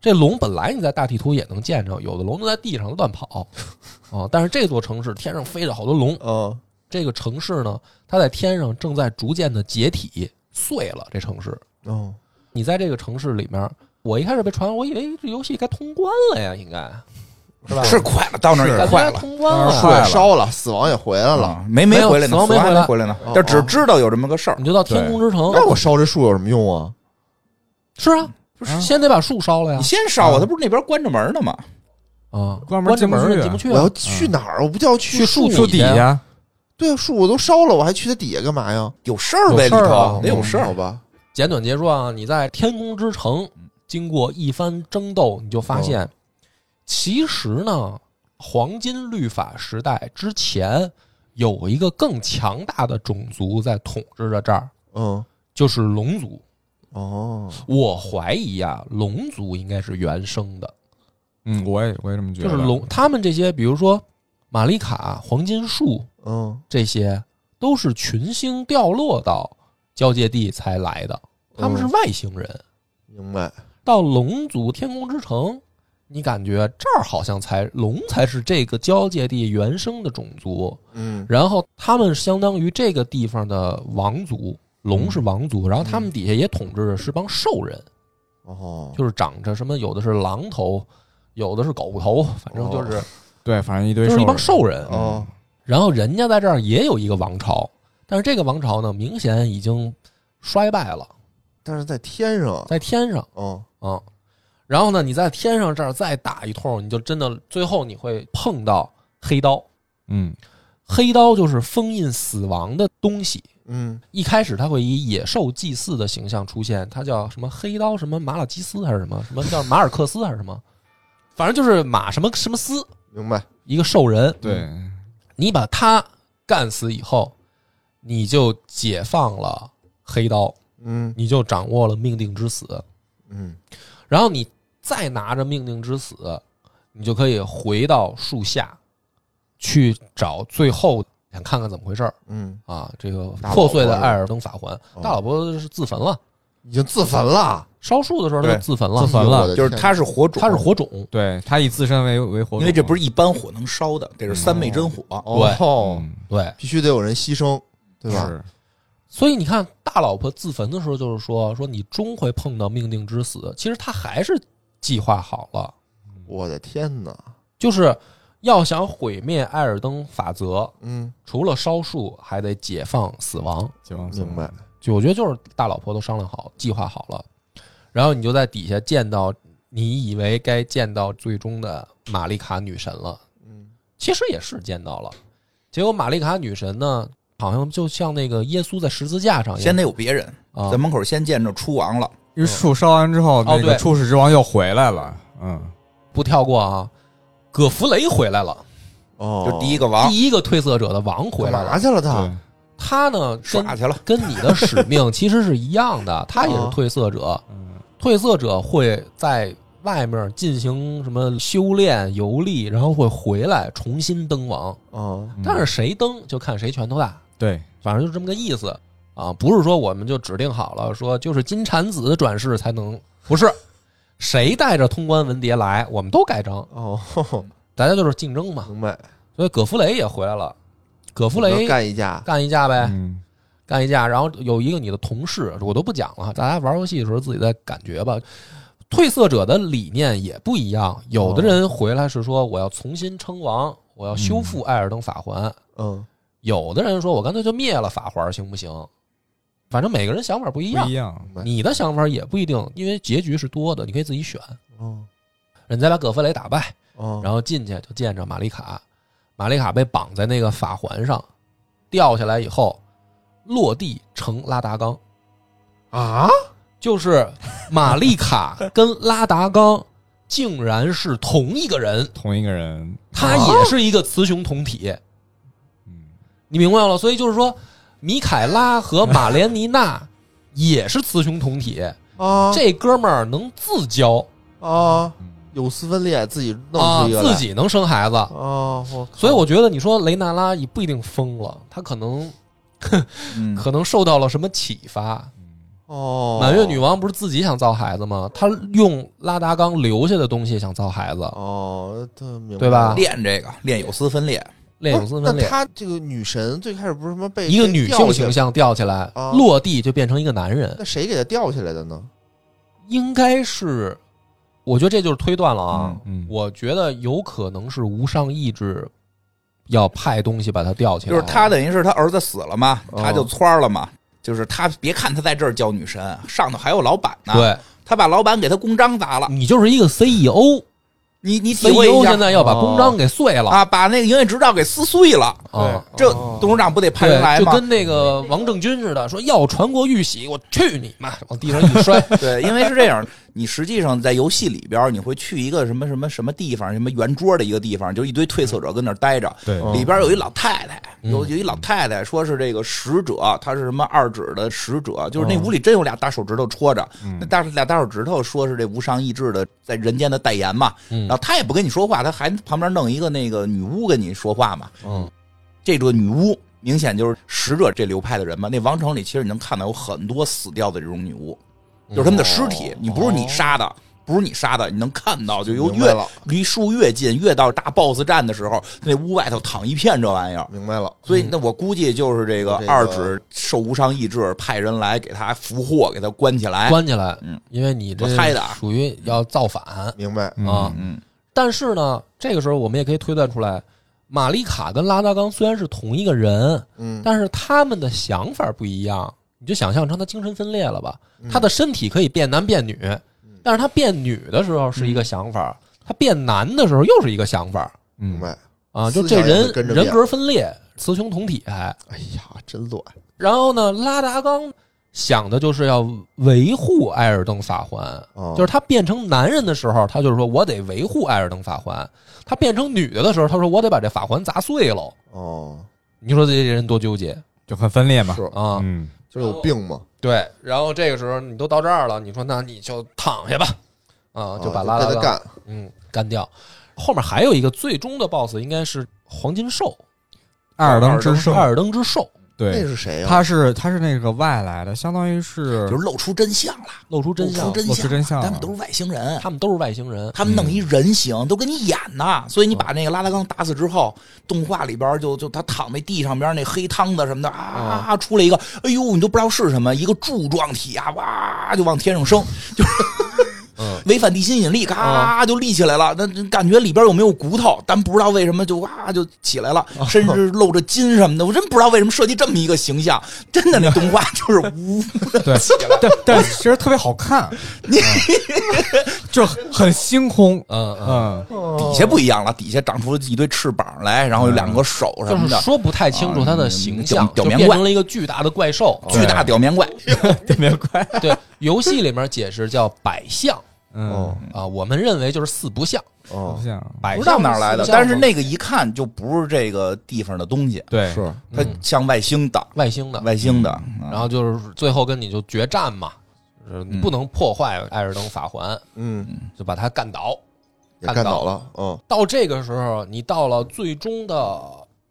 Speaker 2: 这龙本来你在大地图也能见着，有的龙就在地上乱跑啊。但是这座城市天上飞着好多龙，
Speaker 5: 哦，
Speaker 2: 这个城市呢，它在天上正在逐渐的解体碎了。这城市，
Speaker 5: 哦，
Speaker 2: 你在这个城市里面，我一开始被传，我以为这游戏该通关了呀，应该是吧？
Speaker 3: 是快了，到那儿
Speaker 2: 感
Speaker 3: 也
Speaker 2: 觉
Speaker 3: 快
Speaker 2: 该
Speaker 3: 了。
Speaker 2: 通关
Speaker 4: 当然
Speaker 2: 了，
Speaker 4: 快了
Speaker 5: 火烧了，死亡也回来了。
Speaker 3: 啊，没没
Speaker 2: 没有
Speaker 3: 回来呢，
Speaker 2: 死亡没
Speaker 3: 死亡
Speaker 2: 回
Speaker 3: 还
Speaker 2: 来嗯
Speaker 3: 回来呢
Speaker 5: 哦，
Speaker 3: 但只知道有这么个事儿
Speaker 2: 你，就到天空之城。哦
Speaker 5: 那我烧这树有什么用啊？
Speaker 2: 是啊，
Speaker 3: 不
Speaker 4: 啊
Speaker 2: 是先得把树烧了呀
Speaker 3: 你。先烧啊，他不是那边关着门呢吗？
Speaker 2: 啊，
Speaker 4: 关门
Speaker 2: 门
Speaker 4: 进不
Speaker 2: 儿
Speaker 4: 去
Speaker 2: 进不去
Speaker 5: 我
Speaker 2: 啊。
Speaker 5: 要去哪儿？我不就要去
Speaker 2: 去
Speaker 5: 树
Speaker 2: 树
Speaker 5: 底
Speaker 4: 树底下
Speaker 5: 对啊，树我都烧了，我还去它底下干嘛呀？
Speaker 3: 有事儿呗，里
Speaker 4: 有事儿啊
Speaker 3: 头得有事
Speaker 5: 好
Speaker 3: 儿。
Speaker 5: 吧？
Speaker 2: 简短截说啊，你在天空之城经过一番争斗，你就发现，其实呢，黄金律法时代之前有一个更强大的种族在统治着这儿，
Speaker 5: 嗯，
Speaker 2: 就是龙族。
Speaker 5: 哦，
Speaker 2: 我怀疑啊，龙族应该是原生的，
Speaker 4: 嗯，我也我也这么觉
Speaker 2: 就
Speaker 4: 得。
Speaker 2: 是龙，他们这些，比如说玛丽卡、黄金树
Speaker 5: 嗯，
Speaker 2: 这些，都是群星掉落到交界地才来的，他们是
Speaker 5: 嗯
Speaker 2: 外星人。
Speaker 5: 明白。
Speaker 2: 到龙族天空之城，你感觉这儿好像才龙才是这个交界地原生的种族，
Speaker 5: 嗯，
Speaker 2: 然后他们相当于这个地方的王族，龙是王族，然后他们底下也统治着是帮兽人，
Speaker 5: 哦，
Speaker 2: 就是长着什么有的是狼头，有的是狗头，反正就是、
Speaker 4: 对，反正一堆
Speaker 2: 就是一帮
Speaker 4: 人
Speaker 2: 兽人。
Speaker 5: 哦，
Speaker 2: 然后人家在这儿也有一个王朝，但是这个王朝呢，明显已经衰败了，
Speaker 5: 但是在天上，
Speaker 2: 在天上。
Speaker 5: 哦，
Speaker 2: 啊、然后呢，你在天上这儿再打一通，你就真的最后你会碰到黑刀。
Speaker 4: 嗯，
Speaker 2: 黑刀就是封印死亡的东西。
Speaker 5: 嗯，
Speaker 2: 一开始它会以野兽祭祀的形象出现，它叫什么黑刀什么马拉基斯还是什么什么叫马尔克斯还是什么，反正就是马什么什么斯
Speaker 5: 明白。
Speaker 2: 一个兽人。
Speaker 4: 对，
Speaker 2: 你把他干死以后，你就解放了黑刀，
Speaker 5: 嗯
Speaker 2: 你就掌握了命定之死。
Speaker 5: 嗯，
Speaker 2: 然后你再拿着命令之死，你就可以回到树下去找最后想看看怎么回事儿
Speaker 5: 嗯，
Speaker 2: 啊！这个
Speaker 5: 大老婆
Speaker 2: 破碎的艾尔登法环，大
Speaker 4: 嗯
Speaker 2: 老婆是自焚了，
Speaker 5: 已经自焚了，
Speaker 2: 烧树的时候她
Speaker 3: 对
Speaker 2: 就自焚了
Speaker 4: 自，焚了
Speaker 5: 哎呦
Speaker 3: 就是，他是火
Speaker 2: 嗯
Speaker 3: 种，
Speaker 2: 她是，火种，
Speaker 4: 对他以自身为为火种，
Speaker 3: 因为这不是一般火能烧的，这是三昧真火。
Speaker 5: 我的天哦，
Speaker 4: 嗯
Speaker 2: 对，
Speaker 5: 必须得有人牺牲，嗯对吧？
Speaker 4: 是
Speaker 2: 所以你看大老婆自焚的时候就是说说你终会碰到命定之死，其实她还是计划好了，
Speaker 5: 我的天哪，
Speaker 2: 就是要想毁灭艾尔登法则，
Speaker 5: 嗯，
Speaker 2: 除了烧树，还得解放死亡。
Speaker 4: 解放思想
Speaker 5: 明白。
Speaker 2: 就我觉得就是大老婆都商量好、计划好了，然后你就在底下见到你以为该见到最终的玛丽卡女神了，
Speaker 5: 嗯，
Speaker 2: 其实也是见到了，结果玛丽卡女神呢，好像就像那个耶稣在十字架上一
Speaker 3: 先
Speaker 2: 样
Speaker 3: 得有别人，
Speaker 2: 啊
Speaker 3: 在，门口先见着出王了，
Speaker 4: 因为树烧完之后，那
Speaker 2: 对
Speaker 4: 个初始之王又回来了。嗯，
Speaker 2: 不跳过啊，葛弗雷回来了，
Speaker 5: 哦，
Speaker 3: 就第一个王
Speaker 2: 第一个褪色者的王回来
Speaker 5: 干嘛
Speaker 2: 了，
Speaker 5: 去了他？
Speaker 4: 对，
Speaker 2: 他呢跟
Speaker 3: 耍去了。
Speaker 2: 跟你的使命 其实是一样的，他也是褪色者，
Speaker 4: 啊嗯，
Speaker 2: 褪色者会在外面进行什么修炼、游历，然后会回来重新登王。
Speaker 5: 哦，
Speaker 4: 嗯
Speaker 2: 但是谁登就看谁拳头大，
Speaker 4: 对，
Speaker 2: 反正就这么个意思啊。不是说我们就指定好了，说就是金蝉子转世才能，不是。谁带着通关文牒来，我们都盖章，
Speaker 5: 哦，
Speaker 2: 大家就是竞争嘛。
Speaker 5: 明白。
Speaker 2: 所以葛弗雷也回来了，葛弗
Speaker 5: 能
Speaker 2: 雷
Speaker 5: 干一架，
Speaker 2: 干一架呗，
Speaker 4: 嗯，
Speaker 2: 干一架，然后有一个你的同事，我都不讲了，大家玩游戏的时候自己再感觉吧。褪色者的理念也不一样，有的人回来是说我要重新称王，我要修复艾尔登法环；
Speaker 5: 嗯，
Speaker 2: 有的人说我干脆就灭了法环，行不行？反正每个人想法不一
Speaker 4: 不
Speaker 2: 样
Speaker 4: 一，样。
Speaker 5: 白
Speaker 2: 你的想法也不一定，因为结局是多的，你可以自己选。
Speaker 5: 哦，
Speaker 2: 人家把葛弗雷打败，
Speaker 5: 哦，
Speaker 2: 然后进去就见着玛丽卡，玛丽卡被绑在那个法环上，掉下来以后落地成拉达冈。
Speaker 5: 啊，
Speaker 2: 就是玛丽卡跟拉达冈竟然是同一个人，
Speaker 4: 同一个人，
Speaker 2: 他也是一个雌雄同体，
Speaker 4: 嗯，
Speaker 2: 你明白了？所以就是说，米凯拉和马莲妮娜也是雌雄同体，
Speaker 5: 啊，
Speaker 2: 这哥们儿能自交
Speaker 5: 啊，
Speaker 4: 嗯
Speaker 5: 有丝分裂，自己弄
Speaker 2: 啊，
Speaker 5: 出一个
Speaker 2: 自
Speaker 5: 来
Speaker 2: 己能生孩子。
Speaker 5: 啊，我
Speaker 2: 所以我觉得你说雷娜拉也不一定疯了，她可能
Speaker 3: 嗯，
Speaker 2: 可能受到了什么启发，
Speaker 4: 嗯
Speaker 5: 哦，
Speaker 2: 满月女王不是自己想造孩子吗？她用拉达冈留下的东西想造孩子，
Speaker 5: 哦，对，明白了
Speaker 2: 对吧
Speaker 3: 练这个练有丝分裂，
Speaker 2: 恋
Speaker 5: 不
Speaker 2: 有
Speaker 5: 是
Speaker 2: 丝分
Speaker 5: 那
Speaker 2: 裂，
Speaker 5: 她这个女神最开始不是什么被
Speaker 2: 一个
Speaker 5: 被
Speaker 2: 女
Speaker 5: 吊
Speaker 2: 性
Speaker 5: 起来
Speaker 2: 形，象吊起来
Speaker 5: 啊，
Speaker 2: 落地就变成一个男人，
Speaker 5: 那谁给她吊起来的呢？
Speaker 2: 应该是，我觉得这就是推断了啊。
Speaker 4: 嗯，
Speaker 2: 我觉得有可能是无上意志要派东西把他吊起来，
Speaker 3: 就是他等于是他儿子死了嘛，
Speaker 5: 哦
Speaker 3: 他就窜儿了嘛。就是他，别看他在这儿叫女神，上头还有老板呢。，
Speaker 2: 对
Speaker 3: 他把老板给他公章砸了。
Speaker 2: 你就是一个 E CEO，CEO
Speaker 3: 你你体会一下
Speaker 2: E 现在要把公章给碎了
Speaker 3: 啊，把那个营业执照给撕碎了。
Speaker 2: 啊！
Speaker 3: 这
Speaker 5: 哦
Speaker 3: 董事长不得派人
Speaker 2: 对，
Speaker 3: 来
Speaker 2: 就
Speaker 3: 吗？
Speaker 2: 跟那个王正军似的，说要传国玉玺，我去你妈！往地上一 摔，
Speaker 3: 对，因为是这样，你实际上在游戏里边，你会去一个什么什么什么地方，什么圆桌的一个地方，就一堆退色者跟那儿待着。
Speaker 4: 对
Speaker 5: 哦
Speaker 3: 里边有一老太太，
Speaker 2: 嗯
Speaker 3: 有有一老太太说是这个使者，她是什么二指的使者，就是
Speaker 2: 嗯
Speaker 3: 那屋里真有俩大手指头戳着，那大俩大手指头说是这无上意志的在人间的代言嘛，
Speaker 2: 嗯
Speaker 3: 然后她也不跟你说话，她还旁边弄一个那个女巫跟你说话嘛，
Speaker 2: 嗯，
Speaker 3: 这个女巫明显就是使者这流派的人嘛，那王城里其实你能看到有很多死掉的这种女巫，就是他们的尸体，你不是你杀的。不是你杀的，你能看到，就由
Speaker 5: 明白
Speaker 3: 越
Speaker 5: 了
Speaker 3: 离树越近，越到大 BOSS 战的时候，那屋外头躺一片这玩意儿，
Speaker 5: 明白了，
Speaker 3: 所以那我估计就是这个
Speaker 5: 嗯这个
Speaker 3: 二指受无伤意志，派人来给他俘获，给他关起来。
Speaker 2: 哎关起来
Speaker 3: 嗯，
Speaker 2: 因为你这
Speaker 3: 我猜的啊
Speaker 2: 属于要造反，
Speaker 5: 明白，
Speaker 2: 啊
Speaker 3: 嗯，
Speaker 2: 但是呢，这个时候我们也可以推断出来，玛丽卡跟拉达冈虽然是同一个人，
Speaker 5: 嗯，
Speaker 2: 但是他们的想法不一样。你就想象成他精神分裂了吧？
Speaker 5: 嗯
Speaker 2: 他的身体可以变男变女，但是他变女的时候
Speaker 3: 嗯
Speaker 2: 是一个想法，他变男的时候又是一个想法
Speaker 5: 明
Speaker 4: 嗯，
Speaker 5: 白。
Speaker 2: 啊！就
Speaker 5: 思
Speaker 2: 这
Speaker 5: 想也
Speaker 2: 人
Speaker 5: 会跟着变
Speaker 2: 人格分裂，雌雄同体还。
Speaker 5: 哎呀，真乱，
Speaker 2: 然后呢，拉达冈想的就是要维护艾尔登法环，
Speaker 5: 哦
Speaker 2: 就是他变成男人的时候，他就是说我得维护艾尔登法环；他变成女的的时候，他说我得把这法环砸碎喽。
Speaker 5: 哦，
Speaker 2: 你说这些人多纠结
Speaker 4: 就很分裂嘛，
Speaker 5: 是，
Speaker 2: 啊！
Speaker 4: 嗯，
Speaker 5: 就是有病嘛，
Speaker 2: 对，然后这个时候你都到这儿了，你说那你就躺下吧，啊，
Speaker 5: 哦就
Speaker 2: 把拉达
Speaker 5: 跟他
Speaker 2: 冈
Speaker 5: 干，
Speaker 2: 嗯干掉。后面还有一个最终的 BOSS 应该是黄金兽，
Speaker 4: 艾尔登之
Speaker 2: 是
Speaker 4: 圣
Speaker 2: 艾，尔登之兽，
Speaker 5: 那
Speaker 4: 对，
Speaker 5: 是谁啊呀？
Speaker 4: 他是他是那个外来的，相当于是
Speaker 3: 就是露出真相了，
Speaker 2: 露出真
Speaker 3: 露
Speaker 2: 相
Speaker 3: 出，真
Speaker 4: 露出
Speaker 3: 相，
Speaker 4: 真相
Speaker 3: 他们
Speaker 4: 了
Speaker 3: 都是外星人，
Speaker 2: 他们都是外星人。
Speaker 3: 他们弄一人形，都跟你演呢。所
Speaker 2: 哦
Speaker 3: 以你把那个拉拉冈打死之后，动画里边就就他躺在地上边那黑汤子什么的
Speaker 2: 哦
Speaker 3: 啊，出来一个，哎呦，你都不知道是什么，一个柱状体啊，哇就往天 上升，就是
Speaker 2: 嗯。哦
Speaker 3: 违反地心引力，咔就立起来了。那那感觉里边有没有骨头，但不知道为什么就哇就起来了，
Speaker 2: 哦
Speaker 3: 甚至露着筋什么的。我真不知道为什么设计这么一个 形象，真的那动画就是无
Speaker 4: 对，但但其实特别好看，你就很星空，
Speaker 2: 嗯嗯，
Speaker 4: 嗯，
Speaker 3: 底下不一样了，底下长出了一堆翅膀来，然后有两个手什
Speaker 2: 就
Speaker 3: 么
Speaker 2: 是
Speaker 3: 的。
Speaker 2: 说不太清楚它的形象
Speaker 3: 啊，
Speaker 2: 就
Speaker 3: 嗯表表面
Speaker 2: 变
Speaker 3: 怪哦
Speaker 2: 成了一个巨大的怪兽。
Speaker 3: 巨大表面怪，
Speaker 4: 特别快，
Speaker 2: 对，游戏里面解释叫百相
Speaker 4: 嗯，
Speaker 2: 啊，我们认为就是四不像，
Speaker 5: 哦，
Speaker 4: 像
Speaker 2: 百
Speaker 3: 不
Speaker 2: 相
Speaker 3: 知道哪儿来的，
Speaker 2: 四不像
Speaker 3: 但是
Speaker 2: 嘛
Speaker 3: 那个一看就不是这个地方的东西，
Speaker 2: 嗯
Speaker 4: 对
Speaker 5: 是
Speaker 3: 它像外星的，
Speaker 2: 外星的，
Speaker 3: 外星的。嗯
Speaker 2: 然后就是最后跟你就决战嘛，就是你不能破坏艾尔登法环，
Speaker 5: 嗯，
Speaker 2: 就把它干倒。
Speaker 5: 也
Speaker 2: 看
Speaker 5: 干
Speaker 2: 到
Speaker 5: 倒了，嗯，
Speaker 2: 到这个时候，你到了最终的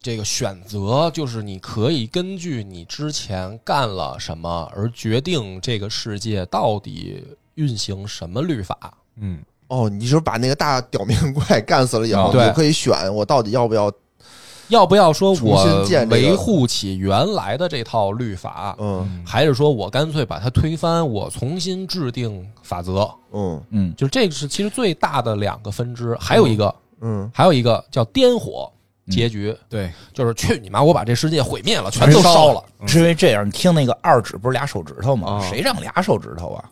Speaker 2: 这个选择，就是你可以根据你之前干了什么而决定这个世界到底运行什么律法。
Speaker 4: 嗯，
Speaker 5: 哦，你就是把那个大表面怪干死了以
Speaker 2: 嗯
Speaker 5: 后，
Speaker 4: 啊
Speaker 5: 你
Speaker 4: 对
Speaker 5: 就可以选我到底要不要，
Speaker 2: 要不要说
Speaker 5: 重
Speaker 2: 我
Speaker 5: 新建这个
Speaker 2: 维护起原来的这套律法，
Speaker 5: 嗯
Speaker 2: 还是说我干脆把它推翻，我重新制定法则？
Speaker 5: 嗯
Speaker 3: 嗯，
Speaker 2: 就是这个是其实最大的两个分支，还有一个，
Speaker 5: 嗯，
Speaker 2: 还有一个叫颠火结局，
Speaker 4: 对，
Speaker 2: 就是去你妈，我把这世界毁灭了，全都烧了。嗯哦
Speaker 3: 是因为这样，你听那个二指不是俩手指头吗？
Speaker 5: 啊
Speaker 3: 谁让俩手指头啊？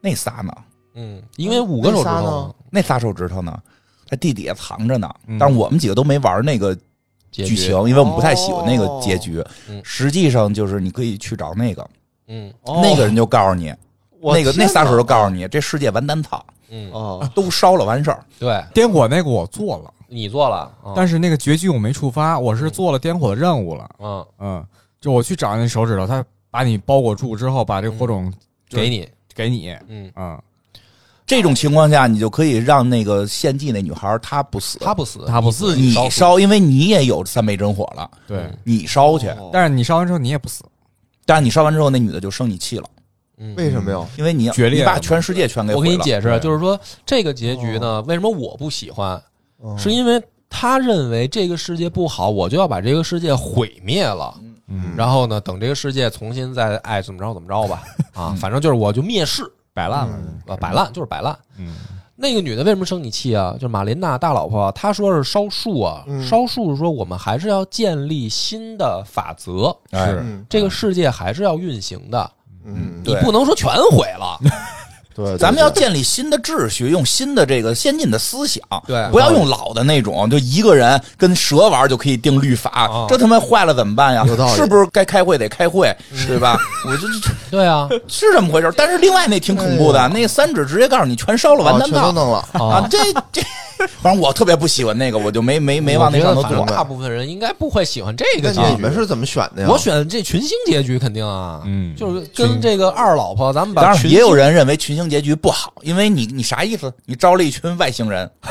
Speaker 3: 那仨呢？
Speaker 2: 嗯，因为五个手指
Speaker 5: 那仨
Speaker 2: 头
Speaker 5: 呢
Speaker 2: 嘛
Speaker 3: 那仨手指头呢？在地底下藏着呢
Speaker 4: 嗯。
Speaker 3: 但是我们几个都没玩那个
Speaker 2: 结
Speaker 3: 剧
Speaker 2: 局
Speaker 3: 情，，因为我们不太喜欢那个结局
Speaker 2: 嗯。
Speaker 3: 实际上就是你可以去找那个
Speaker 2: 嗯
Speaker 3: 那个人就告诉你，
Speaker 5: 我
Speaker 3: 那个那
Speaker 5: 天
Speaker 3: 仨手
Speaker 5: 哪
Speaker 3: 就告诉你，这世界完蛋操，
Speaker 2: 嗯，
Speaker 5: 哦，
Speaker 3: 都烧了完事儿。
Speaker 2: 对
Speaker 4: 颠火那个我做了，
Speaker 2: 你做了，嗯
Speaker 4: 但是那个绝句我没触发，我是做了颠火的任务了，
Speaker 2: 嗯，
Speaker 4: 嗯，就我去找那手指头，他把你包裹住之后，把这个火种就是
Speaker 2: 给你，
Speaker 4: 给你，
Speaker 2: 嗯，
Speaker 4: 嗯，
Speaker 3: 这种情况下，你就可以让那个献祭那女孩儿她不死，
Speaker 2: 他不死，
Speaker 4: 他不死
Speaker 2: 自己
Speaker 3: 你
Speaker 2: 烧死，
Speaker 3: 烧，因为你也有三昧真火了，
Speaker 4: 对，
Speaker 3: 你烧去。
Speaker 5: 哦
Speaker 3: 嗯
Speaker 4: 但是你烧完之后你也不死，
Speaker 3: 但是你烧完之后，那女的就生你气了，
Speaker 2: 嗯
Speaker 5: 为什么呀？
Speaker 3: 因为你
Speaker 4: 决裂
Speaker 3: 你
Speaker 4: 了
Speaker 3: 把全世界全给
Speaker 2: 我
Speaker 3: 毁
Speaker 2: 给
Speaker 3: 了
Speaker 2: 你解释，啊
Speaker 4: 对
Speaker 2: 就是说这个结局呢，为什么我不喜欢？
Speaker 5: 嗯
Speaker 2: 是因为他认为这个世界不好，我就要把这个世界毁灭了。
Speaker 4: 嗯
Speaker 2: 然后呢，等这个世界重新再爱怎么着怎么着吧。啊，反正就是我就蔑视，
Speaker 4: 摆烂了，
Speaker 2: 啊，摆烂就是摆烂。
Speaker 4: 嗯，
Speaker 2: 那个女的为什么生你气啊？就是马琳娜大老婆，啊她说是烧树啊，
Speaker 5: 嗯
Speaker 2: 烧树是说我们还是要建立新的法则，
Speaker 4: 哎
Speaker 5: 嗯
Speaker 2: 这个世界还是要运行的，
Speaker 5: 嗯，
Speaker 2: 你
Speaker 3: 对
Speaker 2: 不能说全毁了。
Speaker 5: 对，对
Speaker 3: 咱们要
Speaker 5: 对
Speaker 3: 建立新的秩序，用新的这个先进的思想，
Speaker 2: 对
Speaker 3: 不要用老的那种，就一个人跟蛇玩就可以定律法，
Speaker 2: 哦
Speaker 3: 这他妈坏了怎么办呀？
Speaker 5: 有道理
Speaker 3: 是不是该开会得开会，对吧？我这这
Speaker 2: 对啊，
Speaker 3: 是这么回事儿但是另外那挺恐怖的，那三指直接告诉你全烧了，完
Speaker 5: 哦
Speaker 3: 蛋
Speaker 5: 全都
Speaker 3: 吧。
Speaker 5: 弄了，
Speaker 3: 啊，这这，反正我特别不喜欢那个，我就没没没往那上头
Speaker 2: 我觉得
Speaker 3: 做
Speaker 2: 反。正大部分人应该不会喜欢这
Speaker 5: 那
Speaker 2: 个结
Speaker 5: 你
Speaker 2: 局。
Speaker 5: 们是怎么选的呀？
Speaker 2: 我选这群星结局肯定啊，
Speaker 4: 嗯
Speaker 2: 就是跟这个二老婆，咱们
Speaker 3: 当
Speaker 2: 把
Speaker 3: 然，
Speaker 2: 群
Speaker 3: 也有
Speaker 2: 星
Speaker 3: 人认为群星结局不好，因为你你啥意思？你招了一群外星人，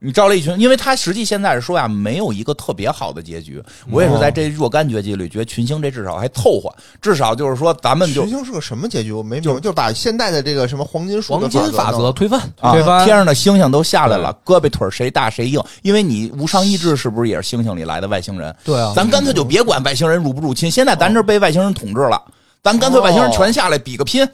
Speaker 3: 你招了一群，因为他实际现在是说呀，没有一个特别好的结局。我也是在这若干结局里，觉得群星这至少还凑合，至少就是说咱们就
Speaker 5: 群星是个什么结局？我没明白，就把现代的这个什么黄金树
Speaker 2: 黄
Speaker 5: 的
Speaker 2: 金法
Speaker 5: 弄
Speaker 2: 则
Speaker 5: 了
Speaker 2: 推翻。
Speaker 3: 啊
Speaker 4: 推翻，
Speaker 3: 天上的星星都下来了，胳膊腿儿谁大谁硬，因为你无上意志是不是也是星星里来的外星人？
Speaker 2: 对啊，
Speaker 3: 咱干脆就别管外星人入不入侵，现在咱这儿被外星人统治了，咱干脆外星人全下来比个拼，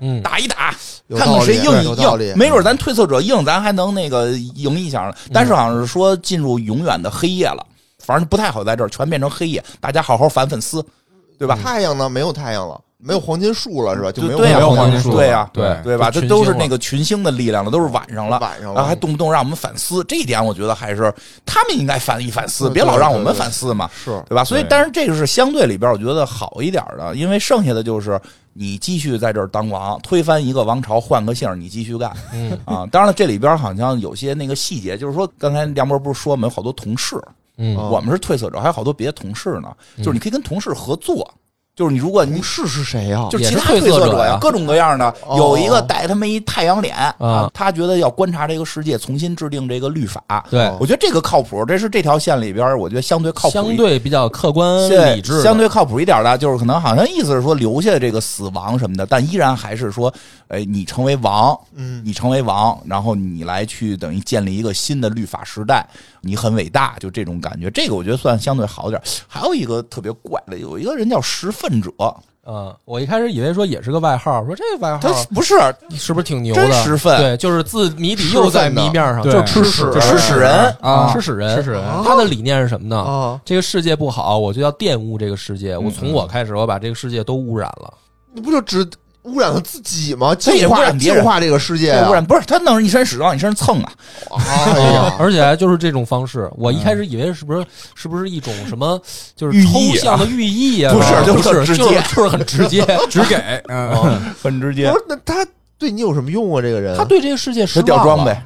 Speaker 2: 嗯，
Speaker 3: 打一打，
Speaker 5: 有
Speaker 3: 看看谁硬
Speaker 5: 道理
Speaker 3: 一
Speaker 5: 有道理
Speaker 3: 硬，没准咱推测者硬，咱还能那个赢一下呢。但是好像是说进入永远的黑夜了，反正不太好在这儿，全变成黑夜，大家好好反反思，对吧？
Speaker 5: 太阳呢？没有太阳了，没有黄金树了，是吧？就
Speaker 3: 对
Speaker 5: 没有
Speaker 3: 对呀啊
Speaker 4: 没有黄
Speaker 5: 啊金
Speaker 4: 金树，
Speaker 3: 对呀
Speaker 4: 对，
Speaker 3: 对吧？
Speaker 2: 就
Speaker 3: 这
Speaker 2: 群
Speaker 3: 都是
Speaker 2: 星了
Speaker 3: 那个群星的力量了，都是晚上了，
Speaker 5: 晚上
Speaker 3: 然
Speaker 5: 了
Speaker 3: 后还动不动让我们反思，这一点我觉得还是他们应该反一反思，
Speaker 5: 嗯
Speaker 3: 别
Speaker 5: 对
Speaker 3: 老让我
Speaker 5: 对
Speaker 3: 们
Speaker 5: 对
Speaker 3: 反思嘛。
Speaker 5: 是
Speaker 3: 对吧？所以
Speaker 4: 对，
Speaker 3: 但是这个是相对里边，我觉得好一点的，因为剩下的就是你继续在这儿当王，推翻一个王朝，换个姓儿，你继续干。
Speaker 2: 嗯
Speaker 3: 啊，当然了，这里边好像有些那个细节，就是说刚才梁博不是说我们有好多同事，
Speaker 2: 嗯
Speaker 5: 哦
Speaker 3: 我们是退色者，还有好多别的同事呢，就是你可以跟同事合作，就是你如果你
Speaker 5: 同事是谁呀？
Speaker 3: 就是
Speaker 2: 哦也
Speaker 3: 其
Speaker 2: 是
Speaker 3: 他
Speaker 2: 褪色
Speaker 3: 色
Speaker 2: 者
Speaker 3: 呀
Speaker 2: 呀，
Speaker 3: 各种各样的，
Speaker 5: 哦
Speaker 3: 有一个戴他妈一太阳脸
Speaker 2: 啊，
Speaker 3: 他觉得要观察这个世界，重新制定这个律法。
Speaker 2: 对
Speaker 5: 哦，
Speaker 3: 我觉得这个靠谱，这是这条线里边我觉得相对靠谱一
Speaker 2: 相
Speaker 3: 点。
Speaker 2: 对比较客观
Speaker 3: 对，
Speaker 2: 理智的，
Speaker 3: 相对靠谱一点的，就是可能好像意思是说留下这个死亡什么的，但依然还是说，哎，你成为王，
Speaker 5: 嗯
Speaker 3: 你成为王，然后你来去等于建立一个新的律法时代，你很伟大，就这种感觉。这个我觉得算相对好点。还有一个特别怪的，有一个人叫拾粪者，
Speaker 2: 嗯，我一开始以为说也是个外号，说这外
Speaker 3: 他
Speaker 2: 号
Speaker 3: 不是
Speaker 2: 是不是挺牛的？
Speaker 3: 真拾粪
Speaker 2: 对，就是自谜底又在谜面上，
Speaker 4: 吃
Speaker 2: 就
Speaker 4: 粪
Speaker 5: 哎
Speaker 4: 的
Speaker 2: 是吃屎，
Speaker 5: 呃
Speaker 3: 就吃屎人，
Speaker 4: 啊，
Speaker 2: 吃屎人，
Speaker 4: 吃屎人
Speaker 2: 他的理念是什么呢？
Speaker 5: 啊，
Speaker 2: 这个世界不好，我就要玷污这个世界。我从我开始，我把这个世界都污染了。
Speaker 5: 你不就只污染了自己吗？
Speaker 3: 这也
Speaker 5: 净
Speaker 3: 污
Speaker 5: 化
Speaker 3: 染别
Speaker 5: 净
Speaker 3: 人
Speaker 5: 化这个世界
Speaker 3: 要
Speaker 5: 呀
Speaker 3: 不！然不是他弄人一身屎往你身上蹭啊，
Speaker 5: 哎
Speaker 4: 哦
Speaker 5: 呀，
Speaker 2: 而且就是这种方式，我一开始以为是不
Speaker 4: 嗯
Speaker 2: 是是不是一种什么就是
Speaker 3: 寓
Speaker 2: 抽
Speaker 3: 意啊
Speaker 2: 象的寓意啊？
Speaker 3: 不是
Speaker 2: 不
Speaker 3: 就是
Speaker 2: 是，
Speaker 3: 直
Speaker 2: 就是
Speaker 3: 接
Speaker 2: 就是很直 接。
Speaker 4: 只给，嗯，
Speaker 3: 很直接
Speaker 5: 不。是那他对你有什么用啊？这个人
Speaker 2: 他对这个世界
Speaker 3: 他
Speaker 2: 失望
Speaker 3: 掉装
Speaker 2: 了
Speaker 3: 备，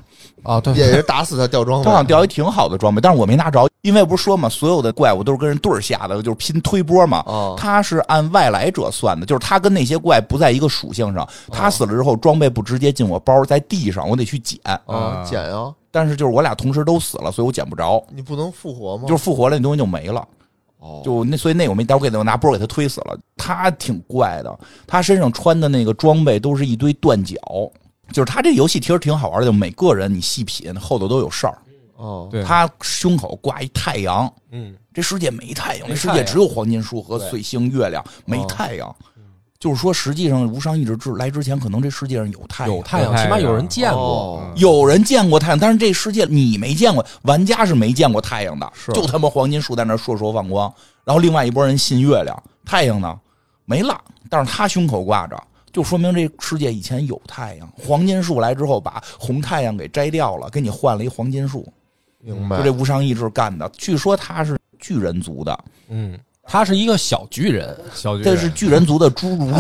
Speaker 2: 啊，对，
Speaker 5: 也是打死他吊装
Speaker 3: 他好像
Speaker 5: 呗。
Speaker 3: 掉一挺好的装备，但是我没拿着，因为不是说嘛，所有的怪物都是跟人对儿下的，就是拼推波嘛。
Speaker 5: 哦
Speaker 3: 他是按外来者算的，就是他跟那些怪不在一个属性
Speaker 5: 哦
Speaker 3: 上。他死了之后，装备不直接进我包，在地上，我得去捡。
Speaker 5: 啊，捡啊！
Speaker 3: 但是就是我俩同时都死了，所以我捡不着，
Speaker 5: 你不能复活吗？
Speaker 3: 就是复活了那东西就没了。
Speaker 5: 哦
Speaker 3: 就那，所以那我没带，我给他我拿波给他推死了。他挺怪的，他身上穿的那个装备都是一堆断脚，就是他这游戏其实挺好玩的，就每个人你细品后头都有事儿。
Speaker 5: 哦，
Speaker 4: 对，
Speaker 3: 他胸口挂一太阳，
Speaker 2: 嗯，
Speaker 3: 这世界没太阳，
Speaker 2: 没
Speaker 3: 这世
Speaker 2: 太
Speaker 3: 界
Speaker 2: 阳
Speaker 3: 只有黄金树和
Speaker 2: 对哦嗯
Speaker 3: 碎星、月亮，没太阳。就是说，实际上无上意志之来之前，可能这世界上有太阳，
Speaker 2: 有太
Speaker 4: 有
Speaker 2: 阳，
Speaker 4: 太
Speaker 2: 起码有
Speaker 4: 阳
Speaker 2: 人见过。
Speaker 5: 哦
Speaker 3: 有人见过太阳，但是这世界你没见过，玩家是没见过太阳的，
Speaker 5: 是
Speaker 3: 就他妈黄金树在那烁烁放光，然后另外一拨人信月亮，太阳呢没了，但是他胸口挂着。就说明这世界以前有太阳，黄金树来之后把红太阳给摘掉了，给你换了一黄金树，
Speaker 5: 明
Speaker 3: 就
Speaker 5: 白
Speaker 3: 这。无上意志干的。据说他是巨人族的，
Speaker 2: 嗯，他是一个小巨人，
Speaker 4: 小巨
Speaker 3: 这是
Speaker 4: 人，
Speaker 3: 巨人族的侏儒。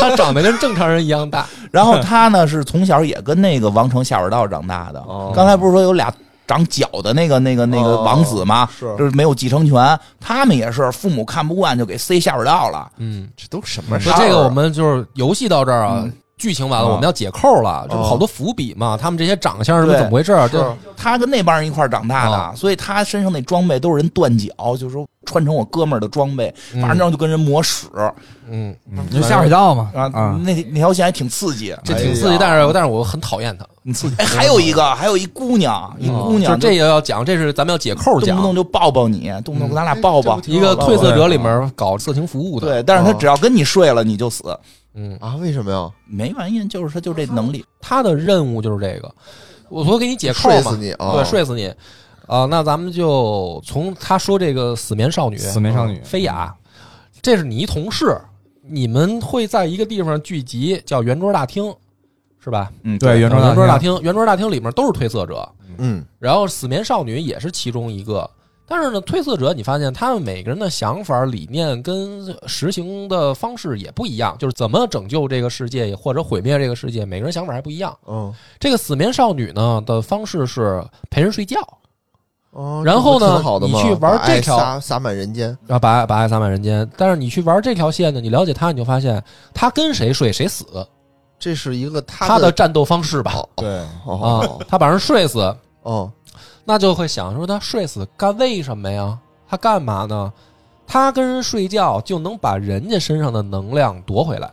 Speaker 2: 他长得跟正常人一样 大。
Speaker 3: 然后他呢是从小也跟那个王城下水道长大的。
Speaker 5: 哦
Speaker 3: 刚才不是说有俩长脚的那个、那个、那个
Speaker 5: 哦
Speaker 3: 王子吗？
Speaker 5: 是
Speaker 3: 就是没有继承权。他们也是父母看不惯，就给塞下水道了。
Speaker 2: 嗯，
Speaker 5: 这都什么
Speaker 3: 嗯
Speaker 5: 事
Speaker 2: 说
Speaker 5: 儿啊？
Speaker 2: 这个我们就是游戏到这儿啊，剧情完了，
Speaker 3: 嗯
Speaker 4: 啊
Speaker 2: 我们要解扣了，这不
Speaker 5: 啊
Speaker 2: 好多伏笔嘛？他们这些长相是不
Speaker 3: 哦对
Speaker 2: 是怎么回事？啊
Speaker 5: 是
Speaker 2: 这
Speaker 3: 他跟那帮人一块儿长大的，
Speaker 2: 啊
Speaker 3: 所以他身上那装备都是人断脚，就是说穿成我哥们儿的装备，
Speaker 2: 嗯
Speaker 3: 反正就跟人磨屎
Speaker 2: 嗯，
Speaker 4: 嗯你就下水道嘛
Speaker 3: 啊。
Speaker 4: 啊，
Speaker 3: 那那条线还挺刺激，
Speaker 2: 这挺刺
Speaker 5: 哎
Speaker 2: 激
Speaker 5: 呀，
Speaker 2: 但是但是我很讨厌他。
Speaker 3: 很刺激。哎，还有一个，还有一姑娘，一姑
Speaker 2: 就
Speaker 3: 娘，
Speaker 2: 这个要讲，这是咱们要解扣
Speaker 3: 动
Speaker 2: 讲
Speaker 3: 不，动就抱抱你，动不动咱俩抱抱。
Speaker 2: 一个
Speaker 5: 退
Speaker 2: 褪色者里面搞色情服务的，
Speaker 3: 对，但是他只要跟你睡了，你就死，
Speaker 2: 嗯，
Speaker 5: 啊？为什么呀？
Speaker 3: 没原因，就是他就这能力。
Speaker 2: 他的任务就是这个，我说给你解扣
Speaker 5: 睡
Speaker 2: 嘛
Speaker 5: 死，你啊！
Speaker 2: 对，睡死你。啊、那咱们就从他说这个死眠少女、啊
Speaker 4: 死眠少女
Speaker 2: 菲雅，这是你一同事，你们会在一个地方聚集，叫圆桌大厅，是吧？
Speaker 3: 嗯，
Speaker 4: 对圆桌
Speaker 2: 圆桌
Speaker 4: 大
Speaker 2: 大厅，圆桌大厅里面都是褪色者，
Speaker 5: 嗯，
Speaker 2: 然后死眠少女也是其中一个。但是呢，褪色者你发现他们每个人的想法、理念跟实行的方式也不一样，就是怎么拯救这个世界或者毁灭这个世界，每个人想法还不一样。
Speaker 5: 嗯，
Speaker 2: 这个死眠少女呢的方式是陪人睡觉，
Speaker 5: 哦，
Speaker 2: 然后呢
Speaker 5: 这不挺好的吗
Speaker 2: 你去玩
Speaker 5: 把爱
Speaker 2: 这条
Speaker 5: 撒撒满人间，
Speaker 2: 然后啊把把爱撒满人间。但是你去玩这条线呢，你了解他，你就发现他跟谁睡谁死，
Speaker 5: 这是一个他
Speaker 2: 他的
Speaker 5: 的
Speaker 2: 战斗方式吧。
Speaker 4: 对，
Speaker 2: 啊
Speaker 5: 哦，
Speaker 2: 他把人睡死，
Speaker 5: 哦，
Speaker 2: 那就会想说他睡死干为什么呀？他干嘛呢？他跟人睡觉就能把人家身上的能量夺回来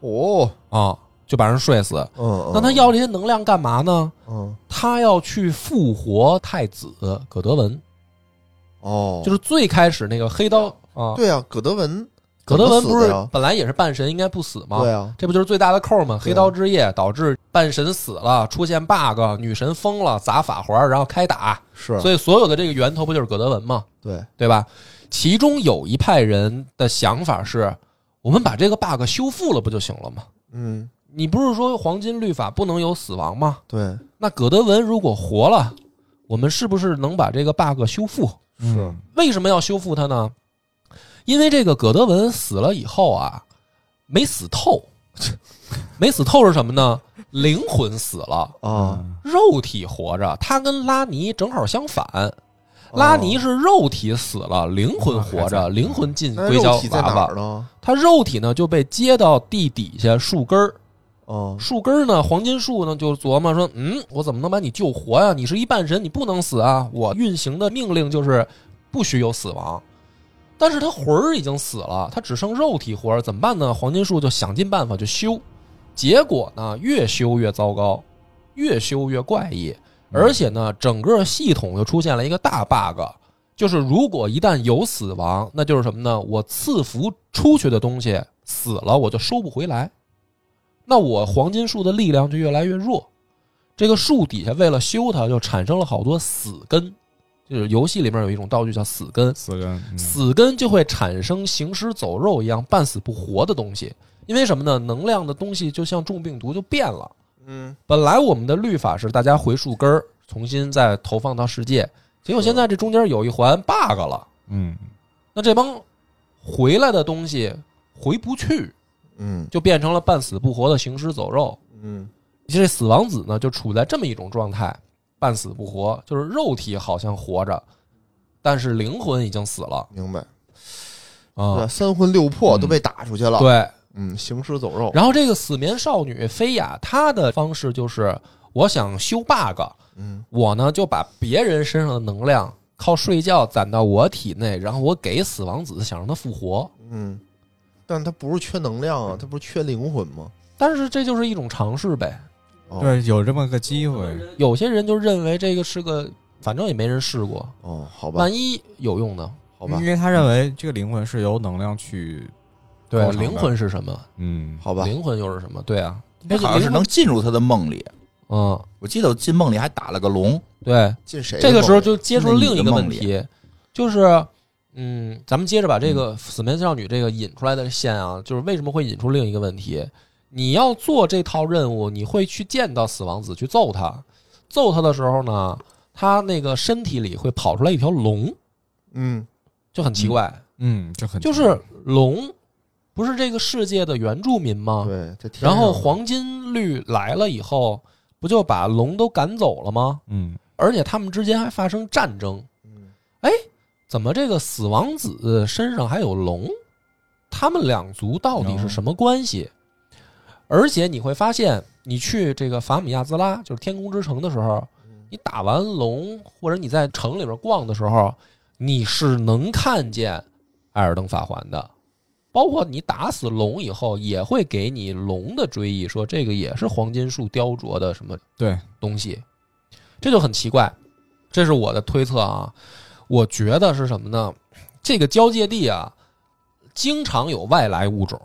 Speaker 5: 哦，
Speaker 2: 啊，就把人睡死。
Speaker 5: 嗯，
Speaker 2: 那他要这些能量干嘛呢？
Speaker 5: 嗯
Speaker 2: 他要去复活太子葛德文，
Speaker 5: 哦，
Speaker 2: 就是最开始那个黑刀啊，
Speaker 5: 对啊，葛德文
Speaker 2: 葛德文不
Speaker 5: 怎么死
Speaker 2: 是
Speaker 5: 的呀
Speaker 2: 本来也是半神，应该不死吗？
Speaker 5: 对啊，
Speaker 2: 这不就是最大的扣吗？
Speaker 5: 对
Speaker 2: 黑刀之夜导致半神死了，出现 bug，女神疯了，砸法环，然后开打，
Speaker 5: 是，
Speaker 2: 所以所有的这个源头不就是葛德文吗？
Speaker 5: 对，
Speaker 2: 对吧？其中有一派人的想法是，我们把这个 bug 修复了不就行了吗？
Speaker 5: 嗯，
Speaker 2: 你不是说黄金律法不能有死亡吗？
Speaker 5: 对，
Speaker 2: 那葛德文如果活了，我们是不是能把这个 bug 修复？
Speaker 4: 是
Speaker 2: 为什么要修复它呢？因为这个葛德文死了以后啊，没死透， 没死透是什么呢？灵魂死了，
Speaker 5: 啊，
Speaker 2: 肉体活着。他跟拉尼正好相
Speaker 5: 哦
Speaker 2: 反，拉尼是肉体死了，灵魂活
Speaker 4: 还
Speaker 2: 着，
Speaker 4: 在
Speaker 2: 灵魂进
Speaker 5: 哦那
Speaker 2: 硅
Speaker 5: 肉
Speaker 2: 胶
Speaker 5: 体在
Speaker 2: 娃
Speaker 5: 哪儿
Speaker 2: 娃。
Speaker 5: 呢？
Speaker 2: 他肉体呢就被接到地底下树根儿，
Speaker 5: 哦，
Speaker 2: 树根儿呢，黄金树呢就琢磨说，嗯，我怎么能把你救活呀、你是一半神，你不能死啊！我运行的命令就是不许有死亡。但是他魂儿已经死了，他只剩肉体活着，怎么办呢？黄金树就想尽办法去修，结果呢越修越糟糕，越修越怪异，而且呢整个系统又出现了一个大 bug，就是如果一旦有死亡，那就是什么呢？我赐福出去的东西死了，我就收不回来。那我黄金树的力量就越来越弱。这个树底下为了修它，就产生了好多死根，就是游戏里面有一种道具叫死根，
Speaker 4: 死人，
Speaker 2: 死根就会产生行尸走肉一样半死不活的东西。因为什么呢？能量的东西就像重病毒就变了。
Speaker 5: 嗯，
Speaker 2: 本来我们的律法是大家回树根儿，重新再投放到世界，结果现在这中间有一环 bug 了，
Speaker 4: 嗯，
Speaker 2: 那这帮回来的东西回不去，
Speaker 5: 嗯，
Speaker 2: 就变成了半死不活的行尸走肉。
Speaker 5: 嗯，
Speaker 2: 这死亡子呢，就处在这么一种状态，半死不活，就是肉体好像活着，但是灵魂已经死了
Speaker 5: 明白，对，
Speaker 2: 啊。
Speaker 5: 三魂六魄都被打出去了，
Speaker 2: 对，
Speaker 5: 嗯，行尸走肉，
Speaker 2: 然后这个死眠少女菲亚，她的方式就是，我想修 bug，
Speaker 5: 嗯，
Speaker 2: 我呢就把别人身上的能量靠睡觉攒到我体内，然后我给死亡子，想让他复活。
Speaker 5: 嗯，但他不是缺能量啊，他不是缺灵魂吗？
Speaker 2: 但是这就是一种尝试呗。
Speaker 5: 哦，
Speaker 4: 对，有这么个机会，
Speaker 2: 有些人就认为这个是个，反正也没人试过，
Speaker 5: 哦，好吧，
Speaker 2: 万一有用呢？
Speaker 5: 好吧
Speaker 4: 因，为他认为这个灵魂是由能量去，
Speaker 2: 对，
Speaker 4: 高尚的
Speaker 2: 哦灵魂是什么？
Speaker 4: 嗯，
Speaker 5: 好吧，
Speaker 2: 灵魂又是什么？对啊，
Speaker 3: 他好像是能进入他的梦里，
Speaker 2: 嗯，
Speaker 3: 我记得我进梦里还打了个龙，
Speaker 2: 对。
Speaker 5: 进谁的
Speaker 2: 这
Speaker 5: 梦里？
Speaker 2: 个时候就接触
Speaker 3: 那你
Speaker 2: 另一
Speaker 3: 的
Speaker 2: 个
Speaker 3: 梦
Speaker 2: 问
Speaker 3: 里
Speaker 2: 题，就是，嗯，咱们接着把这个死眠少女这个引出来的线啊，就是为什么会引出另一个问题？你要做这套任务，你会去见到死亡子去揍他，揍他的时候呢，他那个身体里会跑出来一条龙，
Speaker 5: 嗯，
Speaker 2: 就很奇怪，
Speaker 4: 嗯，就很
Speaker 2: 就是龙不是这个世界的原住民吗？
Speaker 5: 对，在天
Speaker 2: 然
Speaker 5: 上
Speaker 2: 后黄金绿来了以后，不就把龙都赶走了吗？
Speaker 4: 嗯，
Speaker 2: 而且他们之间还发生战争。
Speaker 5: 嗯
Speaker 2: 怎么这个死亡子身上还有龙？他们两族到底是什么关系？而且你会发现，你去这个法姆亚兹拉，就是天空之城的时候，你打完龙或者你在城里边逛的时候，你是能看见艾尔登法环的。包括你打死龙以后，也会给你龙的追忆，说这个也是黄金树雕琢的什么
Speaker 4: 对，
Speaker 2: 东西，这就很奇怪。这是我的推测啊，我觉得是什么呢？这个交界地啊，经常有外来物种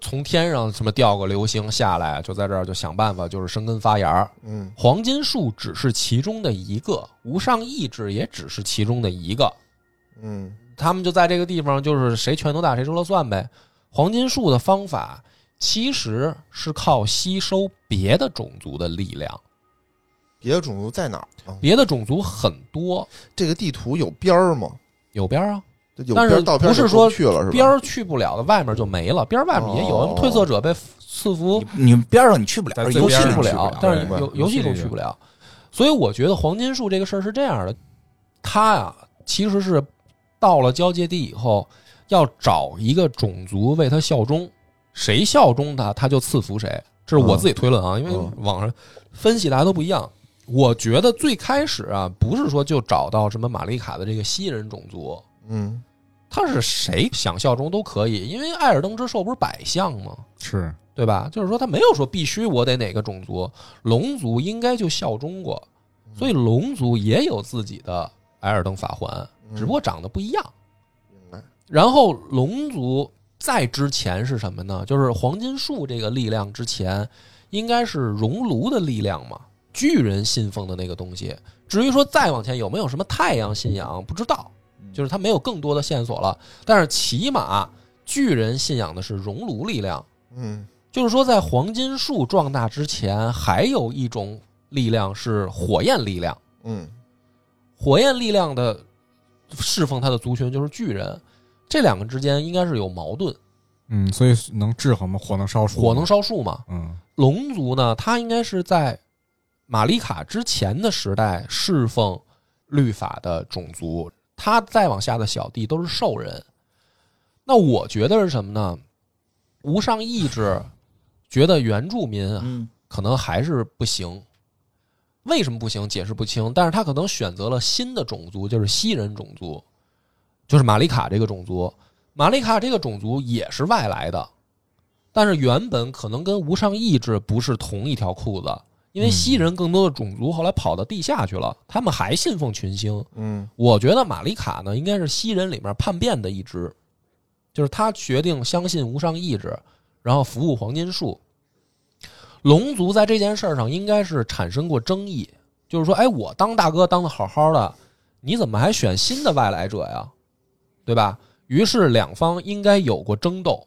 Speaker 2: 从天上什么掉个流星下来，就在这儿就想办法就是生根发芽儿。
Speaker 5: 嗯，
Speaker 2: 黄金树只是其中的一个，无上意志也只是其中的一个。
Speaker 5: 嗯，
Speaker 2: 他们就在这个地方，就是谁拳头大谁说了算呗。黄金树的方法其实是靠吸收别的种族的力量。
Speaker 5: 别的种族在哪儿啊？
Speaker 2: 别的种族很多，
Speaker 5: 这个地图有边儿吗？
Speaker 2: 有边儿啊，
Speaker 5: 这有
Speaker 2: 但
Speaker 5: 边
Speaker 2: 是
Speaker 5: 儿到边儿
Speaker 2: 不是
Speaker 5: 就
Speaker 2: 说
Speaker 5: 去了是吧？
Speaker 2: 边儿去不了的，外面就没了，边儿外面也有，
Speaker 5: 哦
Speaker 2: 褪色者被赐福
Speaker 3: 你边上你去不
Speaker 4: 咱
Speaker 3: 了，
Speaker 4: 最
Speaker 3: 游戏
Speaker 4: 边
Speaker 3: 里
Speaker 2: 去不
Speaker 4: 上去不
Speaker 2: 了嗯
Speaker 4: 了，
Speaker 2: 但是
Speaker 5: 明白
Speaker 2: 游游戏中去不了，所以我觉得黄金树这个事儿是这样的，它呀其实是到了交界地以后，要找一个种族为他效忠，谁效忠他，他就赐福谁。这是我自己推论啊，因为
Speaker 5: 嗯
Speaker 2: 网上分析大家都不一样。我觉得最开始啊，不是说就找到什么玛丽卡的这个西人种族，
Speaker 5: 嗯，
Speaker 2: 他是谁想效忠都可以，因为艾尔登之兽不是百相吗？
Speaker 4: 是
Speaker 2: 对吧？就是说他没有说必须我得哪个种族，龙族应该就效忠过，
Speaker 5: 嗯
Speaker 2: 所以龙族也有自己的艾尔登法环，
Speaker 5: 嗯
Speaker 2: 只不过长得不一样。
Speaker 5: 明白。
Speaker 2: 然后龙族在之前是什么呢？就是黄金树这个力量之前，应该是熔炉的力量嘛，巨人信奉的那个东西。至于说再往前有没有什么太阳信仰，不知道，
Speaker 5: 嗯
Speaker 2: 就是它没有更多的线索了。但是起码巨人信仰的是熔炉力量，
Speaker 5: 嗯，
Speaker 2: 就是说在黄金树壮大之前，还有一种力量是火焰力量。
Speaker 5: 嗯，
Speaker 2: 火焰力量的侍奉他的族群就是巨人，这两个之间应该是有矛盾。
Speaker 4: 嗯，所以能制衡吗？火能烧树，
Speaker 2: 火能，烧树嘛？
Speaker 4: 嗯，
Speaker 2: 龙族呢，它应该是在玛丽卡之前的时代侍奉律法的种族，它再往下的小弟都是兽人。那我觉得是什么呢？无上意志觉得原住民啊
Speaker 3: 嗯，
Speaker 2: 可能还是不行。为什么不行？解释不清。但是他可能选择了新的种族，就是西人种族，就是玛丽卡这个种族。玛丽卡这个种族也是外来的，但是原本可能跟无上意志不是同一条裤子，因为
Speaker 4: 嗯
Speaker 2: 西人更多的种族后来跑到地下去了，他们还信奉群星。
Speaker 5: 嗯，
Speaker 2: 我觉得玛丽卡呢，应该是西人里面叛变的一支，就是他决定相信无上意志，然后服务黄金树。龙族在这件事儿上应该是产生过争议，就是说，哎，我当大哥当的好好的，你怎么还选新的外来者呀？对吧？于是两方应该有过争斗，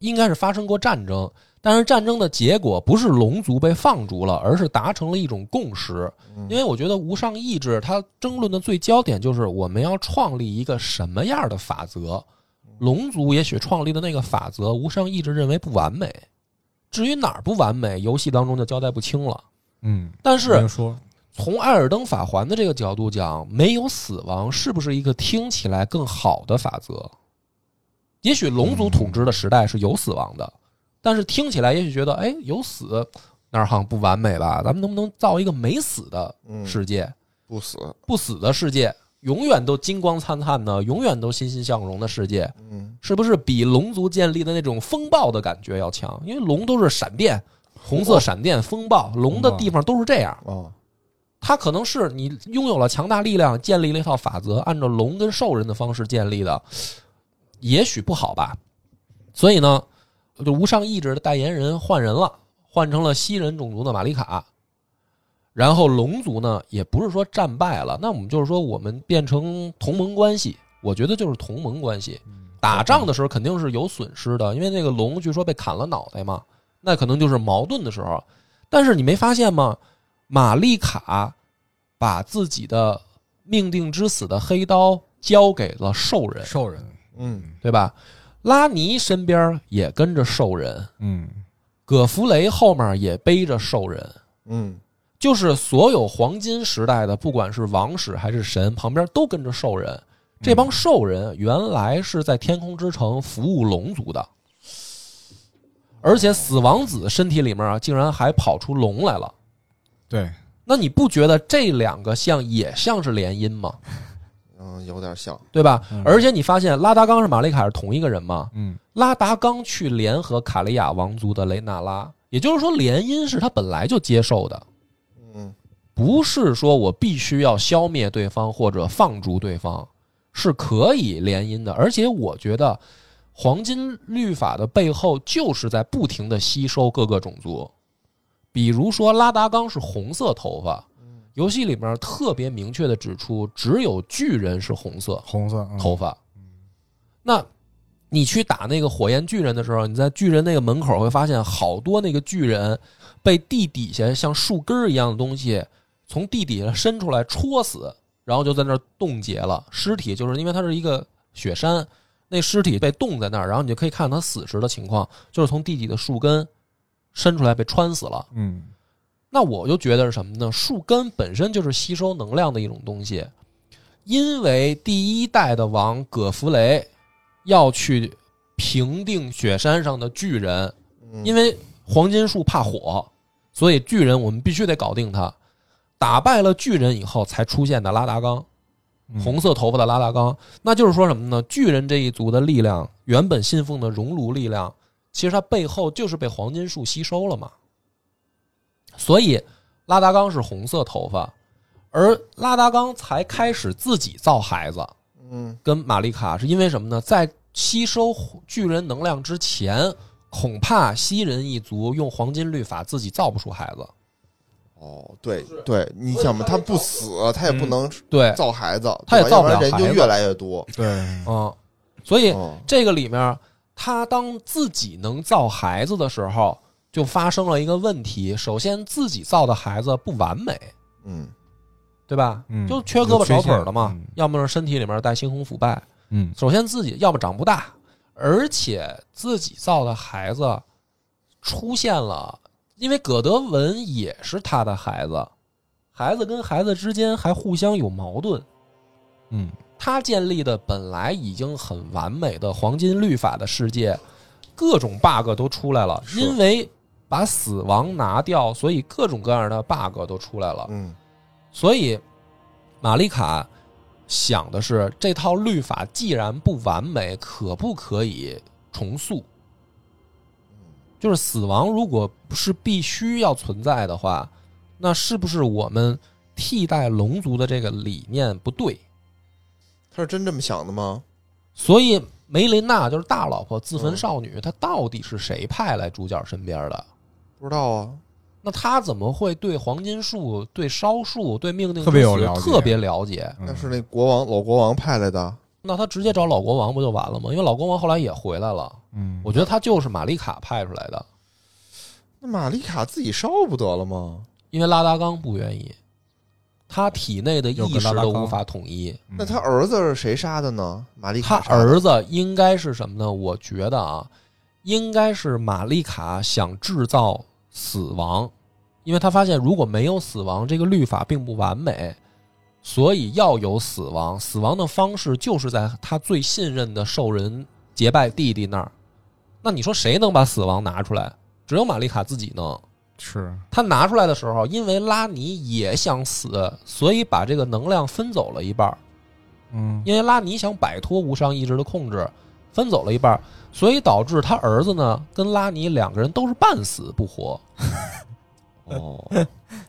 Speaker 2: 应该是发生过战争。但是战争的结果不是龙族被放逐了，而是达成了一种共识。因为我觉得无上意志，它争论的最焦点就是我们要创立一个什么样的法则。龙族也许创立的那个法则，无上意志认为不完美。至于哪儿不完美，游戏当中就交代不清了。
Speaker 4: 嗯，
Speaker 2: 但
Speaker 4: 没
Speaker 2: 是
Speaker 4: 人说，
Speaker 2: 从《艾尔登法环》的这个角度讲，没有死亡是不是一个听起来更好的法则？也许龙族统治的时代是有死亡的，但是听起来也许觉得，哎，有死那儿好像不完美吧？咱们能不能造一个没死的
Speaker 5: 嗯
Speaker 2: 世界？
Speaker 5: 不死。
Speaker 2: 不死的世界，永远都金光灿灿的，永远都欣欣向荣的世界，
Speaker 5: 嗯，
Speaker 2: 是不是比龙族建立的那种风暴的感觉要强？因为龙都是闪电，红色闪电、风暴，龙的地方都是这样。
Speaker 5: 哦，
Speaker 2: 它可能是你拥有了强大力量，建立了一套法则，按照龙跟兽人的方式建立的，也许不好吧。所以呢，就无上意志的代言人换人了，换成了西人种族的玛丽卡。然后龙族呢，也不是说战败了，那我们就是说我们变成同盟关系，我觉得就是同盟关系。打仗的时候肯定是有损失的，因为那个龙据说被砍了脑袋嘛，那可能就是矛盾的时候。但是你没发现吗？玛丽卡把自己的命定之死的黑刀交给了兽人，
Speaker 4: 兽人，
Speaker 5: 嗯，
Speaker 2: 对吧？拉尼身边也跟着兽人，
Speaker 4: 嗯，
Speaker 2: 葛弗雷后面也背着兽人，
Speaker 5: 嗯，
Speaker 2: 就是所有黄金时代的，不管是王室还是神，旁边都跟着兽人。这帮兽人原来是在天空之城服务龙族的，而且死亡子身体里面啊，竟然还跑出龙来了。
Speaker 4: 对，
Speaker 2: 那你不觉得这两个像也像是联姻吗？
Speaker 5: 嗯，有点像，
Speaker 2: 对吧？
Speaker 4: 嗯
Speaker 2: 而且你发现拉达冈是马里卡是同一个人吗？
Speaker 4: 嗯，
Speaker 2: 拉达冈去联合卡利亚王族的雷纳拉，也就是说联姻是他本来就接受的，
Speaker 5: 嗯，
Speaker 2: 不是说我必须要消灭对方或者放逐对方，是可以联姻的。而且我觉得黄金律法的背后就是在不停的吸收各个种族，比如说拉达冈是红色头发，游戏里面特别明确的指出，只有巨人是红色，
Speaker 4: 红色嗯
Speaker 2: 头发。那你去打那个火焰巨人的时候，你在巨人那个门口会发现好多那个巨人被地底下像树根儿一样的东西从地底下伸出来戳死，然后就在那儿冻结了。尸体就是因为它是一个雪山，那尸体被冻在那儿，然后你就可以看它死时的情况，就是从地底的树根伸出来被穿死了。
Speaker 4: 嗯
Speaker 2: 那我就觉得是什么呢？树根本身就是吸收能量的一种东西，因为第一代的王葛弗雷要去平定雪山上的巨人，
Speaker 5: 嗯
Speaker 2: 因为黄金树怕火，所以巨人我们必须得搞定他。打败了巨人以后，才出现的拉达冈，
Speaker 4: 嗯
Speaker 2: 红色头发的拉达冈。那就是说什么呢？巨人这一族的力量，原本信奉的熔炉力量，其实它背后就是被黄金树吸收了嘛。所以拉达冈是红色头发，而拉达冈才开始自己造孩子。
Speaker 5: 嗯
Speaker 2: 跟玛丽卡是因为什么呢？在吸收巨人能量之前，恐怕西人一族用黄金律法自己造不出孩子。
Speaker 5: 哦，对嗯对，你想嘛，他不死，他也不能
Speaker 2: 对，
Speaker 5: 造孩子，
Speaker 2: 他也
Speaker 5: 对吧
Speaker 2: 造不
Speaker 5: 要不
Speaker 2: 了
Speaker 5: 然人
Speaker 2: 孩
Speaker 5: 就
Speaker 2: 子
Speaker 5: 越来越多。
Speaker 4: 对，
Speaker 2: 嗯，所以
Speaker 5: 嗯
Speaker 2: 这个里面，他当自己能造孩子的时候，就发生了一个问题。首先，自己造的孩子不完美，
Speaker 5: 嗯
Speaker 2: 对吧？
Speaker 4: 嗯
Speaker 2: 就缺胳膊少腿儿的嘛，
Speaker 4: 有缺陷嗯
Speaker 2: 要么是身体里面带猩红腐败，
Speaker 4: 嗯
Speaker 2: 首先自己要么长不大，而且自己造的孩子出现了，因为葛德文也是他的孩子，孩子跟孩子之间还互相有矛盾。
Speaker 4: 嗯
Speaker 2: 他建立的本来已经很完美的黄金律法的世界，各种 bug 都出来了，因为把死亡拿掉，所以各种各样的 bug 都出来了。
Speaker 5: 嗯
Speaker 2: 所以，玛丽卡想的是，这套律法既然不完美，可不可以重塑？就是死亡如果不是必须要存在的话，那是不是我们替代龙族的这个理念不对？
Speaker 5: 他是真这么想的吗？
Speaker 2: 所以梅琳娜就是大老婆自焚少女，她到底是谁派来主角身边的？
Speaker 5: 不知道啊，
Speaker 2: 那她怎么会对黄金树、对烧树、对命定
Speaker 4: 特别
Speaker 2: 之
Speaker 4: 有
Speaker 2: 死
Speaker 4: 了解
Speaker 2: 特别了解？
Speaker 4: 嗯
Speaker 5: 那是那国王老国王派来的。
Speaker 2: 那他直接找老国王不就完了吗？因为老国王后来也回来了，
Speaker 4: 嗯，
Speaker 2: 我觉得他就是玛丽卡派出来的，
Speaker 5: 那玛丽卡自己烧不得了吗？
Speaker 2: 因为拉达冈不愿意，他体内的
Speaker 4: 有
Speaker 2: 意
Speaker 4: 个
Speaker 2: 识
Speaker 4: 拉达
Speaker 2: 都
Speaker 4: 冈
Speaker 2: 无法统一。
Speaker 4: 嗯
Speaker 5: 那他儿子是谁杀的呢？玛丽
Speaker 2: 他
Speaker 5: 卡杀的
Speaker 2: 儿子应该是什么呢？我觉得啊，应该是玛丽卡想制造死亡，因为他发现如果没有死亡，这个律法并不完美，所以要有死亡。死亡的方式就是在他最信任的兽人结拜弟弟那儿。那你说谁能把死亡拿出来？只有玛丽卡自己能。
Speaker 4: 是
Speaker 2: 他拿出来的时候，因为拉尼也想死，所以把这个能量分走了一半儿。
Speaker 4: 嗯
Speaker 2: 因为拉尼想摆脱无伤意志的控制，分走了一半儿，所以导致他儿子呢跟拉尼两个人都是半死不活。
Speaker 5: 哦，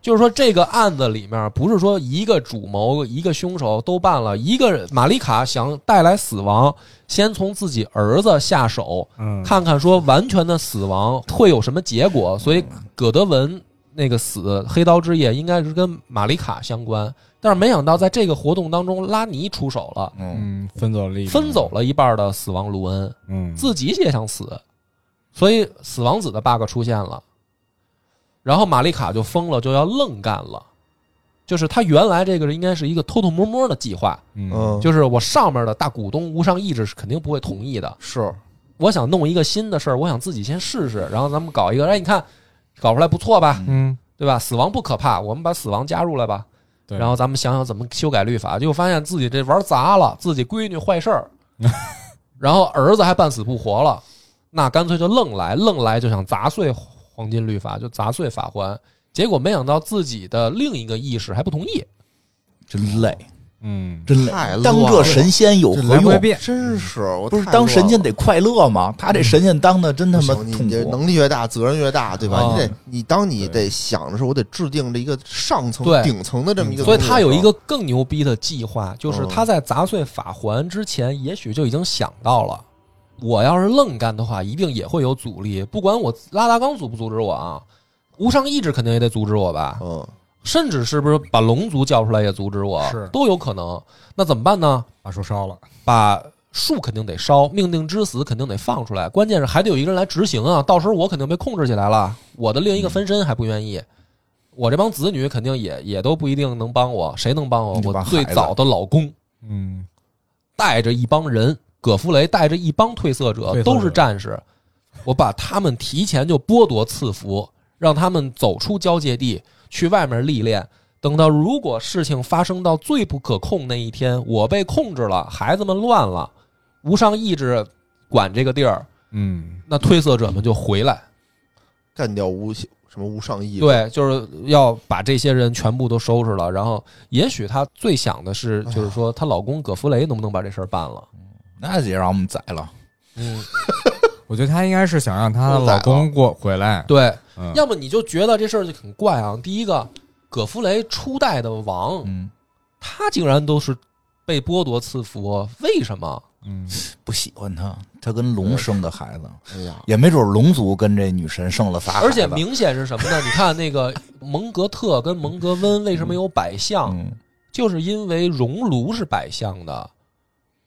Speaker 2: 就是说，这个案子里面不是说一个主谋、一个凶手都办了，一个玛丽卡想带来死亡，先从自己儿子下手，
Speaker 4: 嗯
Speaker 2: 看看说完全的死亡会有什么结果。所以葛德文那个死黑刀之夜应该是跟玛丽卡相关，但是没想到在这个活动当中，拉尼出手了。
Speaker 3: 嗯，
Speaker 4: 嗯分走了一
Speaker 2: 分走了一半的死亡卢恩，
Speaker 4: 嗯
Speaker 2: 自己也想死，所以死亡子的 bug 出现了，然后玛丽卡就疯了，就要愣干了。就是他原来这个应该是一个偷偷摸摸的计划，
Speaker 4: 嗯
Speaker 5: 嗯，
Speaker 2: 就是我上面的大股东无上意志是肯定不会同意的。
Speaker 5: 是
Speaker 2: 我想弄一个新的事儿，我想自己先试试，然后咱们搞一个，哎，你看搞出来不错吧，
Speaker 4: 嗯
Speaker 2: 对吧？死亡不可怕，我们把死亡加入来吧，
Speaker 4: 对，
Speaker 2: 然后咱们想想怎么修改律法，结果发现自己这玩砸了，自己闺女坏事儿，然后儿子还半死不活了，那干脆就愣来，愣来就想砸碎黄金律法，就砸碎法环。结果没想到自己的另一个意识还不同意，
Speaker 3: 真累，
Speaker 4: 嗯，
Speaker 3: 真累
Speaker 5: 太。乱
Speaker 3: 当这
Speaker 5: 了
Speaker 3: 神仙有
Speaker 4: 这
Speaker 3: 何
Speaker 4: 来回
Speaker 3: 用？
Speaker 4: 变，
Speaker 5: 真是啊我
Speaker 3: 不是
Speaker 5: 太
Speaker 3: 当
Speaker 5: 乱
Speaker 3: 神仙
Speaker 5: 了
Speaker 3: 得快乐吗？他这神仙当的真他妈
Speaker 5: 不行
Speaker 3: 痛
Speaker 5: 你这
Speaker 3: 苦。
Speaker 5: 能力越大，责任越大，对吧？
Speaker 2: 啊
Speaker 5: 你得，你当你得想的时候，我得制定这一个上层
Speaker 2: 对、
Speaker 5: 顶层的这
Speaker 3: 嗯
Speaker 5: 么一个
Speaker 2: 所以
Speaker 5: 东西的时候。
Speaker 2: 他有一个更牛逼的计划，就是
Speaker 5: 嗯
Speaker 2: 他在砸碎法环之前，也许就已经想到了，我要是愣干的话，一定也会有阻力。不管我拉达刚阻不阻止我啊，无上意志肯定也得阻止我吧，
Speaker 5: 嗯，
Speaker 2: 甚至是不是把龙族叫出来也阻止我，
Speaker 4: 是
Speaker 2: 都有可能。那怎么办呢？
Speaker 4: 把树烧了，
Speaker 2: 把树肯定得烧，命定之死肯定得放出来，关键是还得有一个人来执行啊！到时候我肯定被控制起来了，我的另一个分身还不愿
Speaker 3: 嗯
Speaker 2: 意，我这帮子女肯定也也都不一定能帮我，谁能帮我？
Speaker 3: 你这
Speaker 2: 我
Speaker 3: 帮
Speaker 2: 最
Speaker 3: 孩子
Speaker 2: 早的老公
Speaker 4: 嗯，
Speaker 2: 带着一帮人，葛弗雷带着一帮褪色者，
Speaker 4: 褪色者
Speaker 2: 都是战士，我把他们提前就剥夺赐福，让他们走出交界地，去外面历练。等到如果事情发生到最不可控那一天，我被控制了，孩子们乱了，无上意志管这个地儿，
Speaker 4: 嗯，
Speaker 2: 那褪色者们就回来。
Speaker 5: 干掉无什么无上意，，
Speaker 2: 对，就是要把这些人全部都收拾了。然后，也许她最想的是，就是说她老公葛弗雷能不能把这事儿办了？
Speaker 3: 那得让我们宰了。
Speaker 2: 嗯，
Speaker 4: 我觉得她应该是想让她的老公过回来，
Speaker 2: 对。
Speaker 4: 嗯，
Speaker 2: 要么你就觉得这事儿就很怪啊。第一个，葛弗雷初代的王，
Speaker 3: 嗯，
Speaker 2: 他竟然都是被剥夺赐福，为什么？
Speaker 4: 嗯，
Speaker 3: 不喜欢他，他跟龙生的孩子，
Speaker 5: 哎呀，
Speaker 3: 也没准龙族跟这女神生了啊仨孩子。
Speaker 2: 而且明显是什么呢？你看那个蒙格特跟蒙格温为什么有百相，
Speaker 3: 嗯，
Speaker 2: 就是因为熔炉是百相的。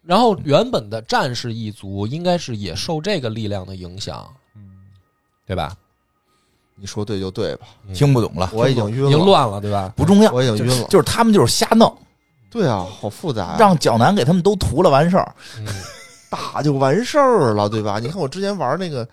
Speaker 2: 然后原本的战士一族应该是也受这个力量的影响，对吧？
Speaker 5: 你说对就对吧？
Speaker 3: 听不懂了，
Speaker 5: 我已经晕
Speaker 2: 已经
Speaker 5: 了，
Speaker 2: 乱了，对吧？
Speaker 3: 不重要。
Speaker 5: 我已经
Speaker 3: 就
Speaker 5: 晕了
Speaker 3: 就是他们就是瞎弄，
Speaker 5: 对啊，好复杂呀，
Speaker 3: 让角男给他们都屠了完事儿。
Speaker 2: 嗯，
Speaker 5: 打就完事儿了，对吧？你看我之前玩那个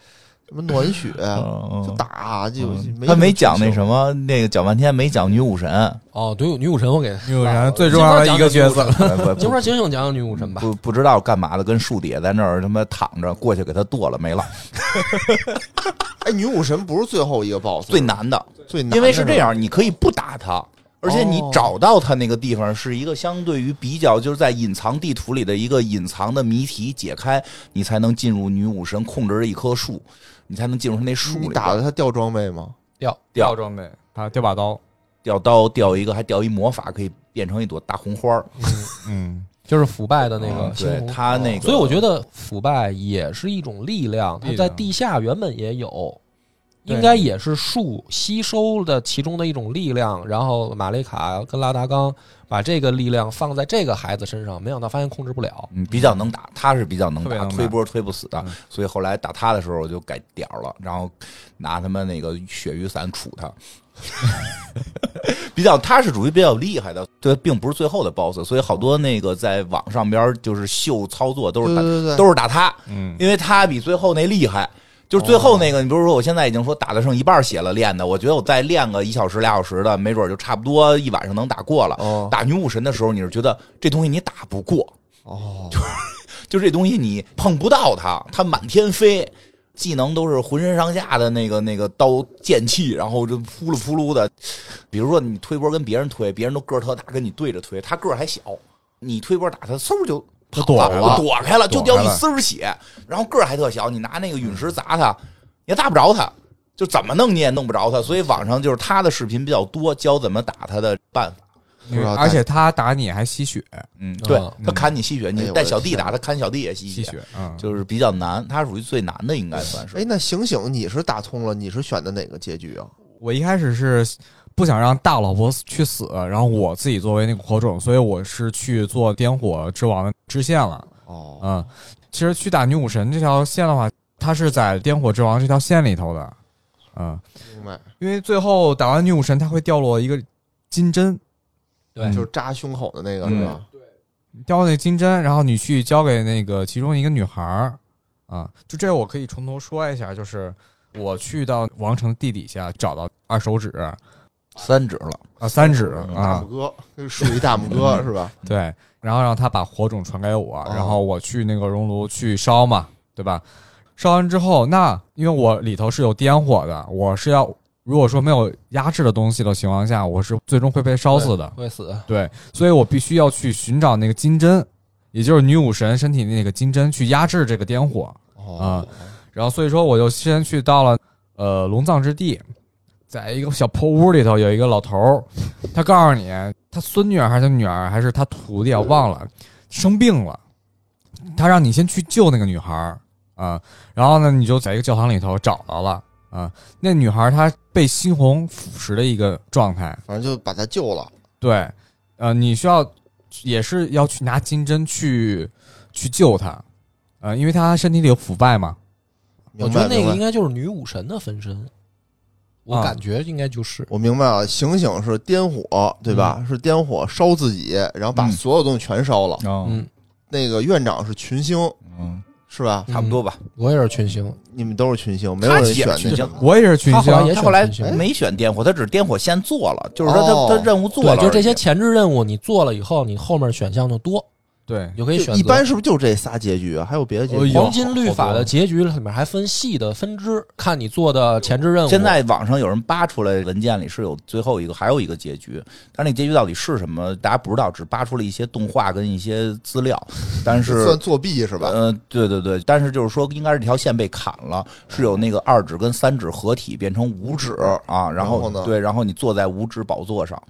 Speaker 5: 什么暖雪，
Speaker 3: 嗯
Speaker 5: 就
Speaker 3: 嗯
Speaker 5: 打就没
Speaker 3: 他没讲那什
Speaker 5: 么
Speaker 3: 么，那个讲半天没讲女武神，
Speaker 2: 哦，对，女武神我给
Speaker 4: 女武神最重要的一个角色，
Speaker 3: 不
Speaker 2: 金花醒醒讲讲女武神吧。
Speaker 3: 不不知道干嘛的，跟树底下在那儿他妈躺着，过去给他剁了没 了，
Speaker 5: 追求。哎，女武神不是最后一个 BOSS，
Speaker 3: 最难的。
Speaker 5: 最难，
Speaker 3: 因为是这，样，你可以不打他，而且你
Speaker 5: 哦
Speaker 3: 找到他那个地方是一个相对于比较就是在隐藏地图里的一个隐藏的谜题解开，你才能进入女武神控制着一棵树，你才能进入他那树
Speaker 5: 你
Speaker 3: 里
Speaker 5: 打的他掉装备吗？
Speaker 2: 掉
Speaker 4: 掉装备，她掉把刀，
Speaker 3: 掉刀掉一个，还掉一魔法可以变成一朵大红花儿。
Speaker 4: 嗯，
Speaker 2: 就是腐败的那
Speaker 3: 嗯
Speaker 2: 个猩
Speaker 3: 对
Speaker 2: 红
Speaker 3: 他那个，
Speaker 2: 所以我觉得腐败也是一种力量，它
Speaker 4: 力
Speaker 2: 在
Speaker 4: 量
Speaker 2: 地下原本也有，
Speaker 4: 对
Speaker 2: 应该也是树吸收的其中的一种力量。然后马雷卡跟拉达冈把这个力量放在这个孩子身上，没想到发现控制不了。
Speaker 3: 嗯，比较能打，他是比较能
Speaker 4: 特别
Speaker 3: 打，
Speaker 4: 能打
Speaker 3: 推波推不死的
Speaker 4: 嗯，
Speaker 3: 所以后来打他的时候我就改点儿了，然后拿他们那个血雨伞杵他。 比较，他是属于比较厉害的，对，并不是最后的 BOSS，所以好多那个在网上边儿就是秀操作都是打，
Speaker 5: 对对对
Speaker 3: 都是打他，
Speaker 4: 嗯，
Speaker 3: 因为他比最后那厉害。就是
Speaker 4: 哦
Speaker 3: 最后那个，你比如说，我现在已经说打的剩一半血了，练的，我觉得我再练个一小时、俩小时的，没准就差不多一晚上能打过了。
Speaker 5: 哦
Speaker 3: 打女武神的时候，你是觉得这东西你打不过，
Speaker 5: 哦，
Speaker 3: 就这东西你碰不到它，它满天飞，技能都是浑身上下的那个那个刀剑气，然后就扑噜扑噜的。比如说你推波跟别人推，别人都个儿特大，跟你对着推，他个儿还小，你推波打他，嗖就
Speaker 4: 他
Speaker 3: 跑
Speaker 4: 躲开了
Speaker 3: 躲开了，就掉一
Speaker 4: 躲开了
Speaker 3: 丝儿血，然后个儿还特小，你拿那个陨石砸他，你也打不着他。就怎么弄你也弄不着他，所以网上就是他的视频比较多，教怎么打他的办法。
Speaker 5: 不知道
Speaker 4: 而且她打你还吸血，
Speaker 3: 嗯，对
Speaker 2: 嗯
Speaker 3: 他砍你吸血，
Speaker 5: 哎
Speaker 3: 你
Speaker 5: 呦
Speaker 3: 带
Speaker 5: 我的
Speaker 3: 小弟
Speaker 5: 天
Speaker 3: 打他，砍小弟也吸
Speaker 4: 吸血，嗯，
Speaker 3: 就是比较难，它属于最难的，应该算是。
Speaker 5: 哎，那醒醒，你是打通了，你是选的哪个结局啊？
Speaker 4: 我一开始是不想让大老婆去死，然后我自己作为那个火种，所以我是去做颠火之王的支线了。
Speaker 5: 哦，
Speaker 4: 嗯，其实去打女武神这条线的话，它是在颠火之王这条线里头的。嗯，
Speaker 5: 明
Speaker 2: 啊
Speaker 5: 白，
Speaker 4: 因为最后打完女武神，它会掉落一个金针，
Speaker 2: 对
Speaker 4: 嗯
Speaker 5: 就是扎胸口的那个
Speaker 2: 嗯
Speaker 5: 是吧？
Speaker 4: 掉落那金针，然后你去交给那个其中一个女孩儿。啊、就这我可以从头说一下，就是我去到王城地底下找到二手指
Speaker 3: 三指了，
Speaker 4: 啊三指
Speaker 5: 嗯大
Speaker 4: 啊
Speaker 5: 拇，哥，属于大拇哥
Speaker 2: 嗯
Speaker 5: 是吧？
Speaker 4: 对，然后让他把火种传给我，然后我去那个熔炉去烧嘛，对吧？烧完之后，那因为我里头是有点火的，我是要如果说没有压制的东西的情况下，我是最终会被烧死的。
Speaker 2: 会死。
Speaker 4: 对，所以我必须要去寻找那个金针，也就是女武神身体那个金针，去压制这个颠火。啊
Speaker 2: 哦，
Speaker 4: 然后所以说，我就先去到了呃龙藏之地，在一个小破屋里头有一个老头儿，他告诉你，他孙女儿还是他女儿还是他徒弟啊，忘了生病了，他让你先去救那个女孩儿啊、然后呢，你就在一个教堂里头找到了啊、那女孩儿她被猩红腐蚀的一个状态，
Speaker 5: 反正就把他救了。
Speaker 4: 对，呃，你需要也是要去拿金针去去救她，呃，因为她身体里有腐败嘛，
Speaker 5: 明
Speaker 2: 我觉
Speaker 5: 白
Speaker 2: 得那
Speaker 5: 明
Speaker 2: 个
Speaker 5: 白
Speaker 2: 应该就是女武神的分身，我
Speaker 4: 啊
Speaker 2: 感觉应该就是。
Speaker 5: 我明白了，醒醒是颠火，对吧？是颠火烧自己，然后把
Speaker 4: 嗯
Speaker 5: 所有东西全烧了。
Speaker 4: 嗯
Speaker 2: 嗯嗯，
Speaker 5: 那个院长是群星，
Speaker 4: 嗯，
Speaker 5: 是吧？
Speaker 3: 差不多吧。
Speaker 2: 我也是群星，
Speaker 5: 你们都是群星，没有人选
Speaker 3: 他也
Speaker 5: 那
Speaker 3: 是群
Speaker 5: 个
Speaker 3: 星
Speaker 4: 我也是群
Speaker 2: 他好像也
Speaker 4: 星，
Speaker 3: 他后来
Speaker 2: 选群星
Speaker 3: 没选颠火，他只是颠火先做了，就是说他、
Speaker 5: 哦
Speaker 3: 他任务做
Speaker 2: 对，
Speaker 3: 了，
Speaker 2: 就这些前置任务你做了以后，你后面选项就多，
Speaker 4: 对
Speaker 2: 你就可以选
Speaker 5: 一
Speaker 2: 择
Speaker 5: 般。是不是就这仨结局啊？还有别的结
Speaker 4: 哎
Speaker 5: 局？哦
Speaker 4: 呦
Speaker 2: 黄金律法的结局里面还分细的分支，看你做的前置
Speaker 5: 嗯
Speaker 2: 任务。
Speaker 3: 现在网上有人扒出来文件里是有最后一个，还有一个结局，但是那结局到底是什么，大家不知道，只扒出了一些动画跟一些资 料，但
Speaker 5: 这
Speaker 3: 是
Speaker 5: 算作弊是吧？
Speaker 3: 呃，对对对，但是就是说，应该是这条线被砍了，是有那个二指跟三指合体变成五指啊，然
Speaker 5: 嗯然后呢
Speaker 3: 对，然后你坐在五指宝座上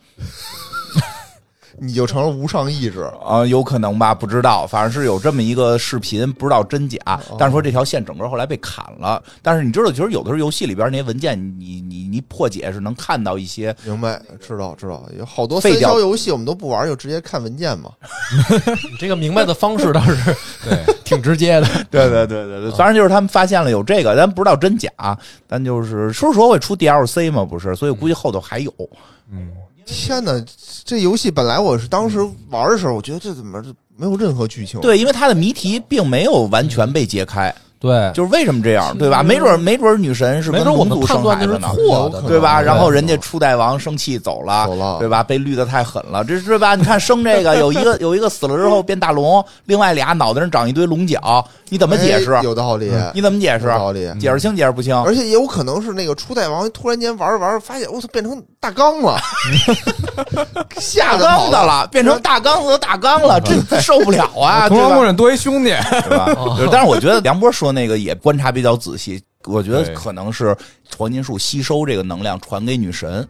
Speaker 5: 你就成了无上 意志。
Speaker 3: 啊，有可能吧，不知道，反正是有这么一个视频，不知道真假，
Speaker 5: 哦
Speaker 3: 但是说这条线整个后来被砍了，但是你知道，其实有的时候游戏里边那些文件，你你你破解是能看到一些。
Speaker 5: 明白，知道知道，有好多
Speaker 3: 废
Speaker 5: 三
Speaker 3: 掉
Speaker 5: 消游戏我们都不玩，就直接看文件嘛。
Speaker 2: 你这个明白的方式倒是
Speaker 4: 对，
Speaker 2: 挺直接的。
Speaker 3: 对对对对对，当然就是他们发现了有这个，咱不知道真假，但就是说说会出 DLC 嘛，不是，所以估计后头还有。
Speaker 4: 嗯，
Speaker 5: 天哪，这游戏本来我是当时玩的时候，我觉得这怎么这没有任何剧情？，
Speaker 3: 对，因为它的谜题并没有完全被揭开，
Speaker 2: 对，
Speaker 3: 就是为什么这样，对吧？
Speaker 2: 其实
Speaker 3: 没准儿没准儿女神
Speaker 2: 嗯
Speaker 3: 是
Speaker 2: 没
Speaker 3: 跟
Speaker 2: 准我
Speaker 3: 龙
Speaker 2: 们
Speaker 3: 族
Speaker 2: 判
Speaker 3: 生
Speaker 2: 断
Speaker 3: 孩
Speaker 2: 的
Speaker 3: 子
Speaker 2: 是
Speaker 3: 呢，
Speaker 2: 错
Speaker 5: 有
Speaker 2: 的，
Speaker 5: 可能
Speaker 3: 对吧？
Speaker 5: 对
Speaker 3: 然后人家初代王生气走了，
Speaker 5: 走了
Speaker 3: 对吧？被绿的太狠了，这对吧？你看生这个有一个有一个死了之后变大龙，另外俩脑袋上长一堆龙角，你怎
Speaker 5: 怎
Speaker 3: 么解释？
Speaker 5: 哎
Speaker 3: 嗯
Speaker 5: 有道理，
Speaker 3: 你怎么解释
Speaker 5: 有？道理。嗯
Speaker 3: 解释清解释不清？
Speaker 5: 而且也有可能是那个初代王突然间玩着玩着，发现我操变成大纲了，吓
Speaker 3: 大
Speaker 5: 得
Speaker 3: 缸
Speaker 5: 跑
Speaker 3: 的
Speaker 5: 了。
Speaker 3: 了，变成大缸子都大缸了，这这受不了 啊！
Speaker 4: 同
Speaker 3: 对
Speaker 4: 床
Speaker 3: 吧哦
Speaker 4: 共枕多 一兄弟，
Speaker 3: 对吧？就是但是我觉得梁波说那个也观察比较仔细，我觉得
Speaker 4: 对
Speaker 3: 可能是黄金树吸收这个能量传给女神。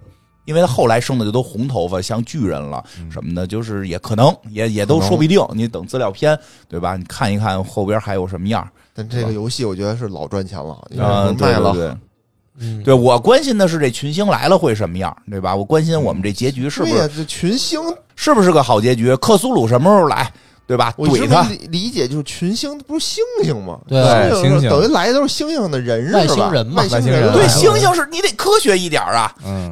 Speaker 3: 因为他后来生的就都红头发，像巨人了什么的，就是也嗯可能，也也都说不一定。你等资料片，对吧？你看一看后边还有什么样
Speaker 5: 但这个游戏我觉得是老赚钱了，你
Speaker 3: 啊？
Speaker 5: 看卖
Speaker 3: 对
Speaker 5: 了
Speaker 3: 对，对，
Speaker 2: 嗯，
Speaker 3: 对我关心的是这群星来了会什么样，对吧？我关心我们这结局是不
Speaker 5: 对
Speaker 3: 是
Speaker 5: 呀，这群星，
Speaker 3: 是不是个好结局？克苏鲁什么时候来，对吧？
Speaker 5: 我一直
Speaker 3: 怼他
Speaker 5: 没，理理解就是群星不是星星吗？
Speaker 2: 对
Speaker 5: 星
Speaker 4: 猩猩
Speaker 5: 等于来的都是星星上的人是吧？
Speaker 2: 外星人嘛
Speaker 5: 外星
Speaker 4: 外星人
Speaker 5: 对
Speaker 3: 对
Speaker 4: 来了
Speaker 3: 星星是你得哎科学一点啊，
Speaker 4: 嗯，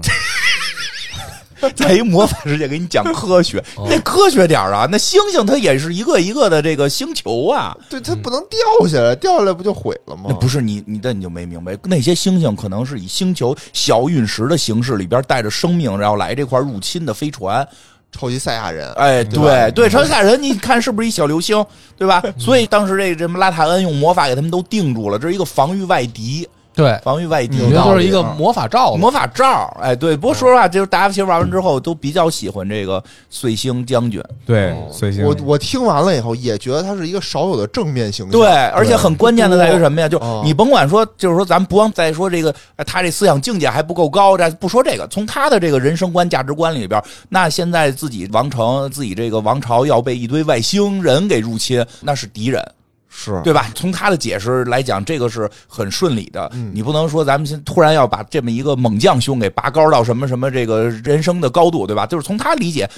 Speaker 3: 在一魔法世界给你讲科学，
Speaker 2: 哦
Speaker 3: 你得科学点儿啊。那星星它也是一个一个的这个星球啊，
Speaker 5: 对，它不能掉下来，掉下来不就毁了吗
Speaker 3: 那？不是你你的你就没明白，那些星星可能是以星球小陨石的形式里边带着生命，然后来这块入侵的飞船。
Speaker 5: 超级赛亚人，
Speaker 3: 哎，
Speaker 5: 对吧
Speaker 3: 对对，超级赛亚人，你看是不是一小流星，对 吧？所以当时这这什么拉塔恩用魔法给他们都定住了，这是一个防御外敌，
Speaker 2: 对，
Speaker 3: 防御外敌。
Speaker 2: 我觉得就是一个魔法罩子。
Speaker 3: 魔法罩儿，哎，对，不过说实话，就是大家其实玩完之后都比较喜欢这个碎星将军，
Speaker 4: 对，
Speaker 3: 哦
Speaker 4: 随行
Speaker 5: 我我听完了以后也觉得它是一个少有的正面形象。
Speaker 3: 对，而且很关键的在于什么呀？就
Speaker 5: 哦
Speaker 3: 你甭管说，就是说，咱们不光再说这个，哎他这思想境界还不够高，咱不说这个，从他的这个人生观、价值观里边，那现在自己王城、自己这个王朝要被一堆外星人给入侵，那是敌人。
Speaker 5: 是
Speaker 3: 对吧？从他的解释来讲，这个是很顺理的。
Speaker 5: 嗯
Speaker 3: 你不能说咱们先突然要把这么一个猛将兄给拔高到什么什么这个人生的高度，对吧？就是从他理解，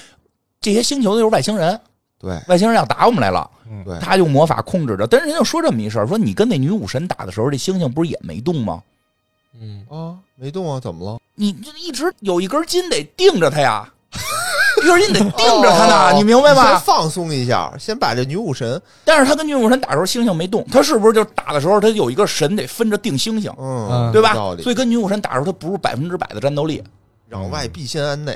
Speaker 3: 这些星球就是外星人，
Speaker 5: 对
Speaker 3: 外星人要打我们来了。
Speaker 4: 嗯
Speaker 5: 对
Speaker 3: 他用魔法控制着。但是人家说这么一事儿，说你跟那女武神打的时候，这星星不是也没动吗？
Speaker 2: 嗯，
Speaker 5: 啊，没动啊，怎么了？
Speaker 3: 你就一直有一根筋得定着它呀，一根筋得定着它
Speaker 5: 哦
Speaker 3: 呢，你明白
Speaker 5: 先
Speaker 3: 吗？
Speaker 5: 放松一下，先把这女武神，
Speaker 3: 但是他跟女武神打的时候，星星没动，他是不是就打的时候他有一个神得分着定星星？
Speaker 5: 嗯，
Speaker 4: 嗯
Speaker 3: 对吧
Speaker 5: 有道？理
Speaker 3: 所以跟女武神打的时候，他不是百分之百的战斗力，嗯
Speaker 5: 攘外必先安内，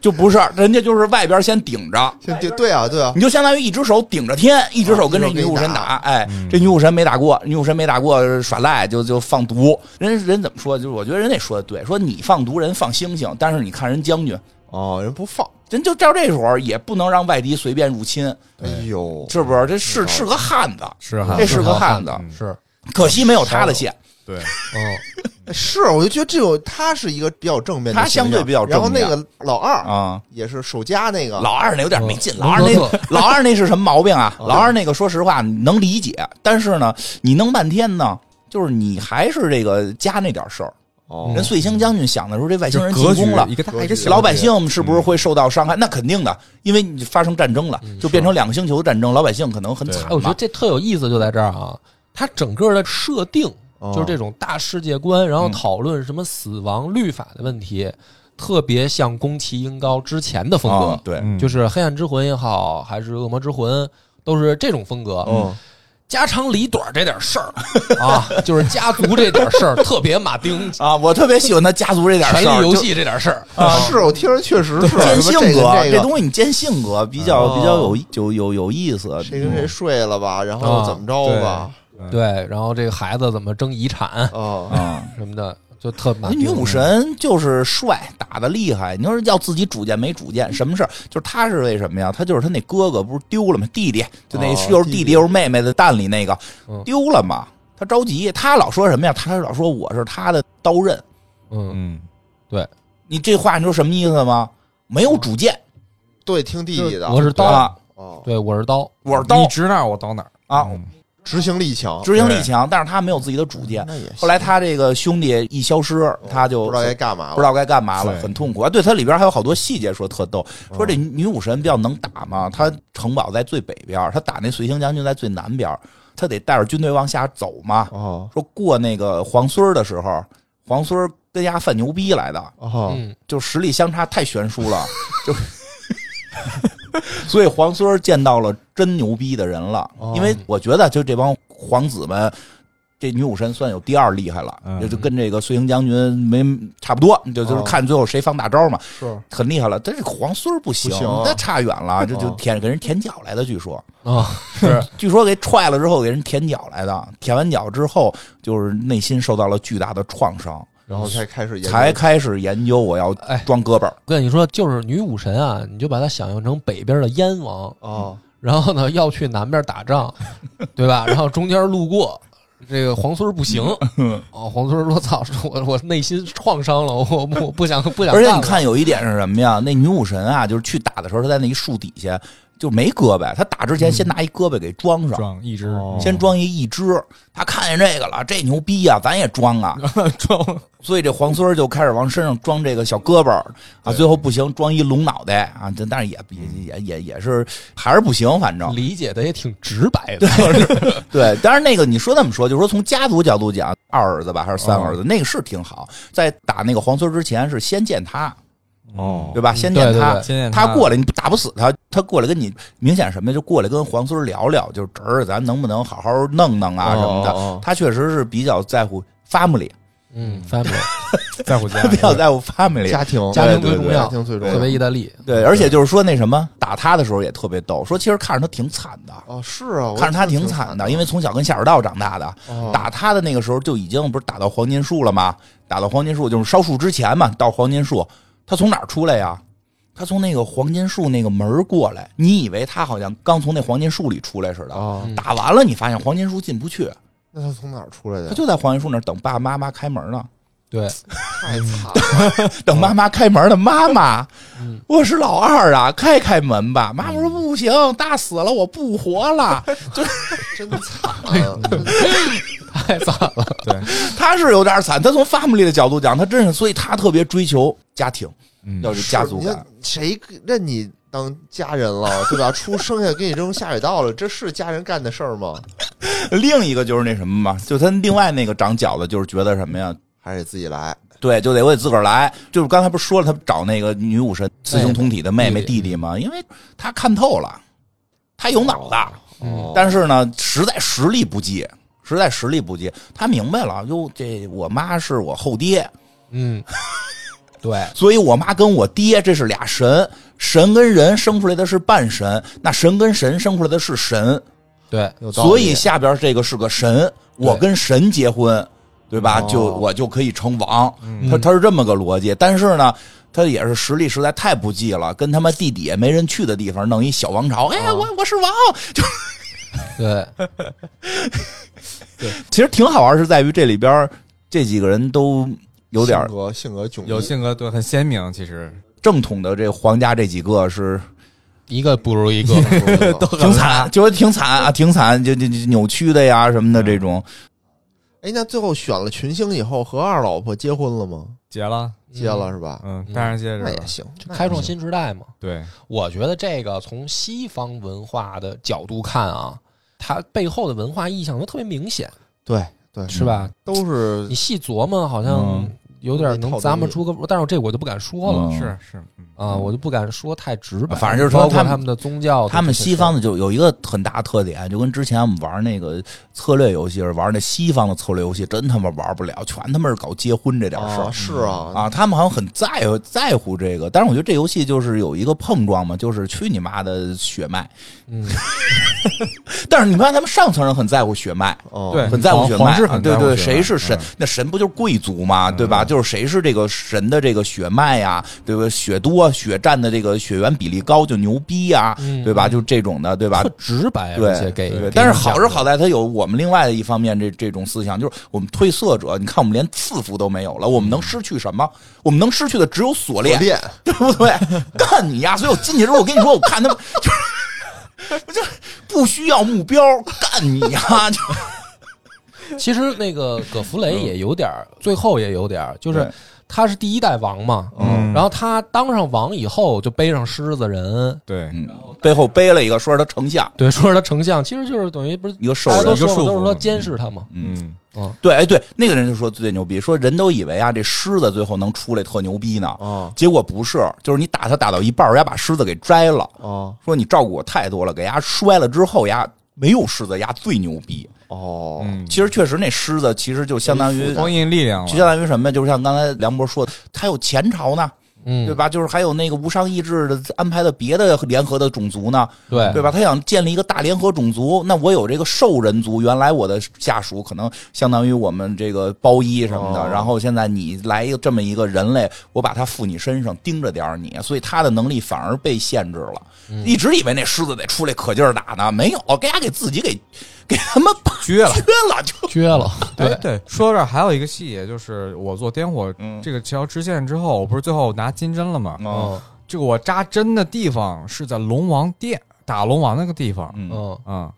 Speaker 3: 就不是人家就是外边先顶着，
Speaker 5: 对对对啊对啊，
Speaker 3: 你就相当于一只手顶着天，一只手跟这女武神打。哎，这女武神没打过，女武神没打过耍赖就就放毒。人人怎么说？就是我觉得人得说的对，说你放毒人放星星，但是你看人将军，
Speaker 5: 哦人不放，
Speaker 3: 人就照这时候也不能让外敌随便入侵，
Speaker 5: 哎呦，
Speaker 3: 是不是？这是是个汉子，
Speaker 4: 是哈
Speaker 3: 这是个汉
Speaker 4: 嗯
Speaker 3: 子，
Speaker 2: 是，
Speaker 3: 可惜没有他的线。
Speaker 4: 对，
Speaker 2: 嗯，
Speaker 5: 哎是我就觉得这种他是一个比较正面的
Speaker 3: 他
Speaker 5: 形象，
Speaker 3: 相对比较正
Speaker 5: 然后那
Speaker 3: 面
Speaker 5: 个老二
Speaker 3: 啊
Speaker 5: 也是守家那个
Speaker 3: 老二那有点没劲，
Speaker 2: 嗯
Speaker 3: 老二
Speaker 2: 龙哥
Speaker 3: 那老二那是什么毛病啊？老二那个说实话能理解，但是呢，你弄半天呢，就是你还是这个家那点事儿。
Speaker 5: 哦
Speaker 3: 人，穗星将军想的时候，这外星人进
Speaker 4: 格局
Speaker 3: 攻了
Speaker 4: 一。个大
Speaker 5: 格
Speaker 4: 一个
Speaker 5: 局
Speaker 4: 小，
Speaker 3: 老百姓是不是会受到伤害？那肯定的，因为你发生战争了，就变成两个星球的战争，老百姓可能很惨
Speaker 2: 哎，我觉得
Speaker 3: 嘛。
Speaker 2: 这特有意思就在这儿啊，它整个的设定
Speaker 5: 哦
Speaker 2: 就是这种大世界观，然后
Speaker 3: 嗯
Speaker 2: 讨论什么死亡律法的问题，特别像宫崎英高之前的风
Speaker 3: 啊
Speaker 2: 格，
Speaker 3: 对，
Speaker 4: 嗯
Speaker 2: 就是《黑暗之魂》也好，还是《恶魔之魂》，都是这种风格。
Speaker 5: 嗯
Speaker 2: 家长里短这点事儿啊，就是家族这点事儿，特别马丁《
Speaker 3: 啊，我特别喜欢他家族这点
Speaker 2: 权
Speaker 3: 事
Speaker 2: 力
Speaker 3: 儿，
Speaker 2: 游
Speaker 3: 就
Speaker 2: 戏》这点事儿。
Speaker 5: 是我听着确实是
Speaker 3: 兼
Speaker 5: 什
Speaker 3: 性
Speaker 5: 么这
Speaker 3: 格，
Speaker 5: 个个
Speaker 3: 东西你兼性格比较
Speaker 2: 哦
Speaker 3: 比较有有有有意思。
Speaker 5: 谁跟谁睡了吧，然后
Speaker 2: 啊
Speaker 5: 怎么着吧，
Speaker 2: 对，然后这个孩子怎么争遗产
Speaker 5: 啊，
Speaker 3: 啊？
Speaker 2: 什么的，就特马
Speaker 3: 那
Speaker 2: 丁。
Speaker 3: 女哎武神就是帅，打的厉害。你说要自己主见没主见，什么事儿？就是她是为什么呀？她就是她那哥哥不是丢了吗？弟弟就那
Speaker 5: 哦
Speaker 3: 又是
Speaker 5: 弟弟
Speaker 3: 弟弟又是妹妹的蛋里那个
Speaker 2: 嗯
Speaker 3: 丢了嘛。她着急，她老说什么呀？她老说我是她的刀刃。
Speaker 2: 嗯，
Speaker 4: 嗯，
Speaker 3: 你这话你知道什么意思吗？没有主见
Speaker 5: 对，听弟弟的，
Speaker 2: 我是刀，
Speaker 3: 啊，
Speaker 5: 哦，
Speaker 2: 对，我是刀。
Speaker 3: 我是
Speaker 4: 你
Speaker 3: 刀
Speaker 4: 指哪儿我倒哪儿
Speaker 3: 啊，
Speaker 4: 嗯
Speaker 5: 执行力强，
Speaker 3: 执行力强，但是她没有自己的主见。
Speaker 5: 嗯那也行
Speaker 3: 后来她这个兄弟一消失，她就
Speaker 5: 不知道该干嘛了，
Speaker 3: 不知道该干嘛了，
Speaker 4: 对
Speaker 3: 很痛苦。啊，对，它里边还有好多细节说特逗，说这女武神比较能打嘛，她城堡在最北边，她打那随行将军在最南边，她得带着军队往下走嘛。
Speaker 5: 哦
Speaker 3: 说过那个黄孙儿的时候，黄孙儿跟家犯牛逼来的，
Speaker 5: 哦，
Speaker 2: 嗯，
Speaker 3: 就实力相差太悬殊了， 就。所以黄孙儿见到了真牛逼的人了，因为我觉得就这帮皇子们，这女武神算有第二厉害了，
Speaker 4: 嗯
Speaker 3: 就就跟这个穗行将军没差不多，就就是
Speaker 5: 哦
Speaker 3: 看最后谁放大招嘛，
Speaker 5: 是
Speaker 3: 很厉害了。但是黄孙儿不行，
Speaker 5: 不行啊
Speaker 3: 那差远了，这就
Speaker 5: 哦
Speaker 3: 舔给人舔脚来的，据说。
Speaker 2: 啊，
Speaker 3: 是，据说给踹了之后给人舔脚来的，舔完脚之后就是内心受到了巨大的创伤，
Speaker 5: 然后才开始研
Speaker 3: 嗯
Speaker 5: 究
Speaker 3: 才开始研究我要
Speaker 2: 哎
Speaker 3: 装胳膊儿。
Speaker 2: 我跟你说，就是女武神啊，你就把她想象成北边的燕王，
Speaker 5: 哦，
Speaker 2: 然后呢要去南边打 仗，对吧？然后中间路过这个黄孙儿不 行，哦，黄孙儿说：“操，我我内心创伤了，我我不我不想不想。”
Speaker 3: 而且你，看啊有一点是什么呀？那女武神啊，就是去打的时候，她在那一树底下就没胳膊，她打之前先拿一胳膊给嗯装上。
Speaker 4: 撞一只
Speaker 5: 哦
Speaker 3: 先装一一只，她看见这个了，这牛逼呀、咱也 装啊！
Speaker 4: 撞
Speaker 3: 所以这黄孙儿就开始往身上装这个小胳膊儿啊，最后不行，装一龙脑袋啊，这但是也也也也也是还是不行，反正
Speaker 2: 理解的也挺直白的，
Speaker 3: 对，当然那个你说那么说，就是说从家族角度讲，二儿子吧还是三儿子，那个是挺好。在打那个黄孙儿之前，是先见他，
Speaker 4: 哦
Speaker 3: 对吧？先见
Speaker 2: 对对
Speaker 3: 他，
Speaker 2: 对
Speaker 4: 先见
Speaker 3: 他过来，你打不死他，他过来跟你明显什么呀？就过来跟黄孙儿聊聊，就是侄儿，咱能不能好好弄弄啊
Speaker 5: 哦
Speaker 3: 什么
Speaker 5: 哦哦
Speaker 3: 的。他确实是比较在乎 family，
Speaker 2: 嗯，family
Speaker 4: 在乎家
Speaker 3: 他比较 在乎 family。
Speaker 5: 家庭
Speaker 2: 家庭
Speaker 5: 对
Speaker 2: 最
Speaker 5: 对
Speaker 2: 重
Speaker 5: 对
Speaker 2: 要
Speaker 5: 家庭最重要，
Speaker 2: 特别意大利，
Speaker 3: 对，而且就是说那什么，打他的时候也特别逗，说其实看着他挺惨的，
Speaker 5: 哦是啊，我
Speaker 3: 看着他挺
Speaker 5: 惨
Speaker 3: 惨的，因为从小跟下水道长大的。
Speaker 5: 哦
Speaker 3: 打他的那个时候就已经不是打到黄金树了吗？打到黄金树就是烧树之前嘛，到黄金树，他从哪儿出来呀？他从那个黄金树那个门儿过来，你以为他好像刚从那黄金树里出来似的。
Speaker 5: 啊，
Speaker 2: 嗯
Speaker 3: 打完了，你发现黄金树进不去，
Speaker 5: 那他从哪儿出来的？
Speaker 3: 他就在黄金树那儿等爸爸妈妈开门 呢，
Speaker 2: 对，
Speaker 5: 太惨
Speaker 3: 嗯
Speaker 5: 了，
Speaker 3: 等妈妈开门呢，妈妈
Speaker 2: 嗯，
Speaker 3: 我是老二啊，开开门吧。妈妈说
Speaker 5: 嗯
Speaker 3: 不行，大死了，我不活了。
Speaker 5: 真惨， 真惨
Speaker 2: 太惨了，
Speaker 3: 他是有点惨，他从 family 的角度讲，他真是，所以他特别追求家庭，
Speaker 4: 嗯
Speaker 3: 要有家族
Speaker 5: 你
Speaker 3: 感
Speaker 5: 看。谁认你当家人了，对吧？出生下给你扔下水道了，这是家人干的事儿吗？
Speaker 3: 另一个就是那什么嘛，就他另外那个长饺子，就是觉得什么呀？
Speaker 5: 还是得自己来？
Speaker 3: 对，就得我得自个儿来。就是刚才不是说了，他找那个女
Speaker 5: 哎
Speaker 3: 武神雌雄同体的妹妹
Speaker 2: 弟
Speaker 3: 弟弟吗？因为他看透了，他有脑子，
Speaker 5: 哦，
Speaker 3: 但是呢，实在实力不济，实在实力不济，他明白了，哟，这我妈是我后爹，
Speaker 2: 嗯，对，
Speaker 3: 所以我妈跟我爹这是俩神，神跟人生出来的是半神，那神跟神生出来的是神，
Speaker 2: 对，
Speaker 5: 有道理
Speaker 3: 所以下边这个是个神，我跟神结婚，对吧？
Speaker 5: 哦
Speaker 3: 就我就可以称王，
Speaker 4: 嗯
Speaker 3: 他他是这么个逻辑。但是呢，他也是实力实在太不济了，跟他妈地底下没人去的地方弄一小王朝，
Speaker 5: 哦
Speaker 3: 哎呀，我我是王， 就
Speaker 2: 对，
Speaker 3: 其实挺好玩，是在于这里边儿这几个人都有点儿
Speaker 5: 性格性格迥异，
Speaker 4: 有性格对很鲜明，其实
Speaker 3: 正统的这皇家这几个是
Speaker 2: 一个不如一 个，
Speaker 5: 格
Speaker 3: 挺惨，就挺惨啊，挺惨，就就就扭曲的呀什么的这种。
Speaker 5: 哎，那最后选了群星以后，和二老婆结婚了
Speaker 3: 嗯
Speaker 5: 吗？
Speaker 4: 结了，
Speaker 5: 结了是吧？
Speaker 4: 嗯，
Speaker 2: 嗯
Speaker 4: 当然接着
Speaker 5: 那也
Speaker 4: 了
Speaker 5: 行，那也
Speaker 2: 开创
Speaker 5: 行
Speaker 2: 新时代嘛。
Speaker 4: 对，
Speaker 2: 我觉得这个从西方文化的角度看啊，它背后的文化意象都特别明显，
Speaker 5: 对对
Speaker 2: 是？吧？
Speaker 5: 都是
Speaker 2: 你细琢磨，好像
Speaker 4: 嗯
Speaker 2: 有点
Speaker 5: 那
Speaker 2: 能
Speaker 5: 套
Speaker 2: 咂摸
Speaker 5: 东西
Speaker 2: 出个，但是这我就不敢说了
Speaker 3: 嗯
Speaker 4: 是是，嗯
Speaker 2: 啊，我就不敢说太直白。
Speaker 3: 反正就是说
Speaker 2: 包括
Speaker 3: 他们
Speaker 2: 他们的宗教，
Speaker 3: 他们西方的就有一个很大特点，就跟之前我们玩那个策略游戏似的，玩那西方的策略游戏真他妈玩不了，全他妈是搞结婚这点事儿
Speaker 5: 啊，。是啊，
Speaker 3: 啊，他们好像很在乎在乎这个，但是我觉得这游戏就是有一个碰撞嘛，就是去你妈的血脉。
Speaker 2: 嗯，
Speaker 3: 但是你发现他们上层人很在乎血脉，
Speaker 5: 哦
Speaker 4: 对
Speaker 3: 很在乎
Speaker 4: 皇
Speaker 3: 血
Speaker 4: 皇
Speaker 3: 脉
Speaker 4: 室
Speaker 3: 啊，
Speaker 4: 很
Speaker 3: 对
Speaker 4: 在乎
Speaker 3: 对，
Speaker 4: 血
Speaker 3: 谁
Speaker 4: 脉
Speaker 3: 是神
Speaker 4: 嗯？
Speaker 3: 那神不就是贵族嘛，对吧？
Speaker 4: 嗯
Speaker 3: 就是谁是这个神的这个血脉呀，对吧？血多血占的这个血缘比例高就牛逼呀，
Speaker 2: 嗯
Speaker 3: 对吧？就这种的，对吧
Speaker 2: 特？直白，而且
Speaker 3: 对，
Speaker 2: 给
Speaker 3: 对
Speaker 2: 给
Speaker 3: 但是
Speaker 2: 人讲
Speaker 3: 好
Speaker 2: 究
Speaker 3: 是好在它有我们另外的一方面这这种思想，就是我们褪色者，你看我们连赐福都没有了，我们能失去什么？我们能失去的只有锁链，
Speaker 5: 练
Speaker 3: 对不对？干你呀！所以我进去之后，我跟你说，我看他们 就是，我就不需要目标，干你呀！就
Speaker 2: 其实那个葛弗雷也有点儿，最后也有点儿，就是
Speaker 3: 对
Speaker 2: 他是第一代王嘛，
Speaker 4: 嗯
Speaker 2: 然后他当上王以后就背上狮子人，
Speaker 4: 对，
Speaker 3: 嗯，背后背了一个，说是他丞相，
Speaker 2: 对，说是他丞相，其实就是等于不是
Speaker 3: 一个兽
Speaker 2: 大家啊都
Speaker 3: 人。
Speaker 2: 说嘛
Speaker 4: 一个束缚
Speaker 2: 都是说监视他嘛，
Speaker 4: 嗯，
Speaker 2: 嗯，
Speaker 3: 对，哎，对，那个人就说最牛逼，说人都以为啊，这狮子最后能出来特牛逼呢，
Speaker 5: 啊
Speaker 3: 结果不是，就是你打他打到一半儿，人家把狮子给摘了，
Speaker 5: 啊
Speaker 3: 说你照顾我太多了，给丫摔了之后，丫没有狮子，丫最牛逼。
Speaker 5: 哦，
Speaker 4: 嗯，
Speaker 3: 其实确实那狮子其实就相当于。
Speaker 4: 光印力量了
Speaker 3: 就，相当于什么呀？就是像刚才梁博说的，他有前朝呢，
Speaker 2: 嗯，
Speaker 3: 对吧？就是还有那个无上意志的安排的别的联合的种族呢，
Speaker 2: 对
Speaker 3: 对吧？他想建立一个大联合种族，那我有这个兽人族，原来我的下属可能相当于我们这个包衣什么的，
Speaker 5: 哦
Speaker 3: 然后现在你来一个这么一个人类，我把他附你身上，盯着点儿你，所以他的能力反而被限制了。一直以为那狮子得出来可劲儿打呢，没有，给他给自己给给他们
Speaker 4: 撅了
Speaker 3: 撅了就。
Speaker 2: 撅了，
Speaker 4: 哎
Speaker 2: 对，
Speaker 4: 对，说到这儿还有一个细，就是我做点火
Speaker 3: 嗯
Speaker 4: 这个这条支线之后，我不是最后拿金针了吗？
Speaker 2: 嗯
Speaker 4: 这个我扎针的地方是在龙王殿打龙王那个地方，
Speaker 3: 嗯，
Speaker 2: 嗯，
Speaker 4: 嗯，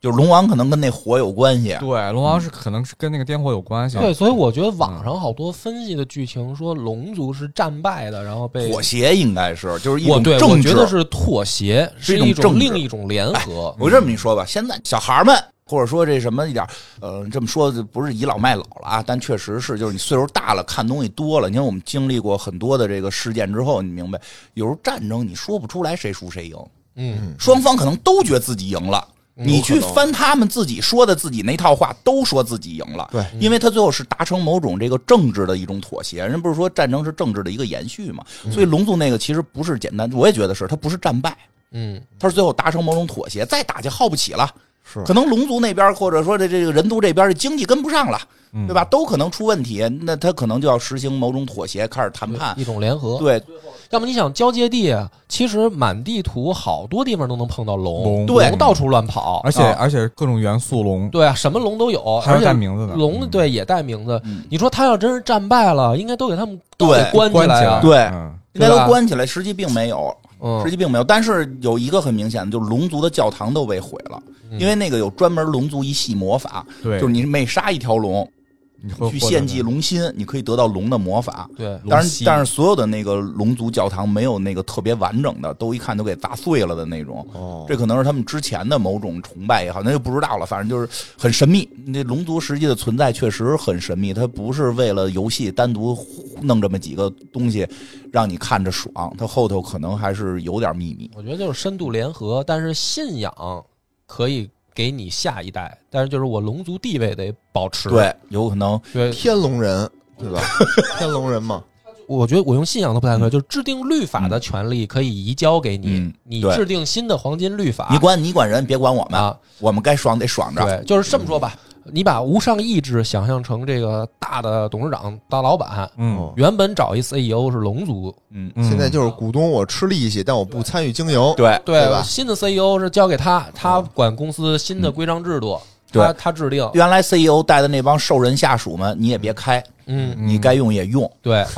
Speaker 3: 就是龙王可能跟那火有关系。
Speaker 4: 对，龙王是可能是跟那个点火有关系，
Speaker 2: 对，所以我觉得网上好多分析的剧情说龙族是战败的，然后被
Speaker 3: 妥协应该是就是一
Speaker 2: 我
Speaker 3: 种
Speaker 2: 对，我
Speaker 3: 政治。
Speaker 2: 觉得是妥协，
Speaker 3: 是
Speaker 2: 是
Speaker 3: 一种政治
Speaker 2: 另一种联合，
Speaker 3: 我这么一说吧，现在小孩儿们或者说这什么一点儿，呃，这么说不是倚老卖老了啊，但确实是，就是你岁数大了，看东西多了。你看我们经历过很多的这个事件之后，你明白，有时候战争你说不出来谁输谁赢，
Speaker 2: 嗯，
Speaker 3: 双方可能都觉得自己赢了。你去翻他们自己说的自己那套话，都说自己赢了。
Speaker 5: 对，
Speaker 3: 因为他最后是达成某种这个政治的一种妥协。人不是说战争是政治的一个延续嘛？所以龙族那个其实不是简单，我也觉得是，他不是战败，
Speaker 2: 嗯，
Speaker 3: 他是最后达成某种妥协，再打就耗不起了。
Speaker 5: 是
Speaker 3: 可能龙族那边或者说这这个人族这边的经济跟不上了，
Speaker 4: 嗯
Speaker 3: 对吧？都可能出问题，那他可能就要实行某种妥协，开始谈判
Speaker 2: 哎一。嗯种联合，
Speaker 3: 哎对
Speaker 2: 要么你想交界地，啊其实满地图好多地方都能碰到龙，
Speaker 4: 龙
Speaker 3: 对
Speaker 2: 龙到处乱跑，
Speaker 4: 而且
Speaker 2: 啊
Speaker 4: 而且各种元素龙，
Speaker 2: 对啊，什么龙都有，
Speaker 4: 还有
Speaker 2: 而且
Speaker 4: 带名字的
Speaker 2: 龙，
Speaker 4: 嗯
Speaker 2: 对也带名字
Speaker 3: 嗯。
Speaker 2: 你说他要真是战败了，应该都给他们都
Speaker 3: 对
Speaker 2: 给关
Speaker 4: 关
Speaker 2: 来啊
Speaker 4: 来，
Speaker 3: 对
Speaker 4: 嗯
Speaker 3: 应该都
Speaker 2: 对吧
Speaker 3: 关起来，实际并没有。实
Speaker 2: 嗯，
Speaker 3: 际并没有，但是有一个很明显的，就是龙族的教堂都被毁了，
Speaker 2: 嗯
Speaker 3: 因为那个有专门龙族一系魔法，
Speaker 4: 对，
Speaker 3: 就是你每杀一条龙，
Speaker 4: 你会
Speaker 3: 去
Speaker 4: 获得
Speaker 3: 献祭
Speaker 4: 的
Speaker 3: 龙心，你可以得到龙的魔法。
Speaker 2: 对，
Speaker 3: 当然
Speaker 4: 龙，息
Speaker 3: 但是所有的那个龙族教堂没有那个特别完整的，都一看都给砸碎了的那种。
Speaker 5: 哦，
Speaker 3: 这可能是他们之前的某种崇拜也好，那就不知道了。反正就是很神秘。那龙族实际的存在确实很神秘，它不是为了游戏单独弄这么几个东西让你看着爽，它后头可能还是有点秘密。
Speaker 2: 我觉得就是深度联合，但是信仰可以给你下一代，但是就是我龙族地位得保持。
Speaker 3: 对，有可能
Speaker 2: 对，
Speaker 5: 天龙人对吧？天龙人嘛，
Speaker 2: 我觉得我用信仰都不太可以，就是制定律法的权利可以移交给你，
Speaker 3: 嗯
Speaker 2: 你
Speaker 3: 对
Speaker 2: 制定新的黄金律法。
Speaker 3: 你管你管人，别管我们，
Speaker 2: 啊，
Speaker 3: 我们该爽得爽着。嗯
Speaker 2: 对，就是这么说吧。你把无上意志想象成这个大的董事长、大老板，
Speaker 4: 嗯
Speaker 5: 哦
Speaker 2: 原本找一 CEO 是龙族，
Speaker 3: 嗯，
Speaker 4: 嗯
Speaker 5: 现在就是股东我吃利息，但我不参与经营。
Speaker 3: 对，嗯
Speaker 2: 对
Speaker 5: 吧
Speaker 2: 新的 CEO 是交给他，他管公司新的规章制度，
Speaker 3: 对
Speaker 2: 他他制定，
Speaker 3: 原来 CEO 带的那帮兽人下属们，你也别开，
Speaker 2: 嗯，
Speaker 3: 你该用也用。
Speaker 2: 对
Speaker 3: 啊，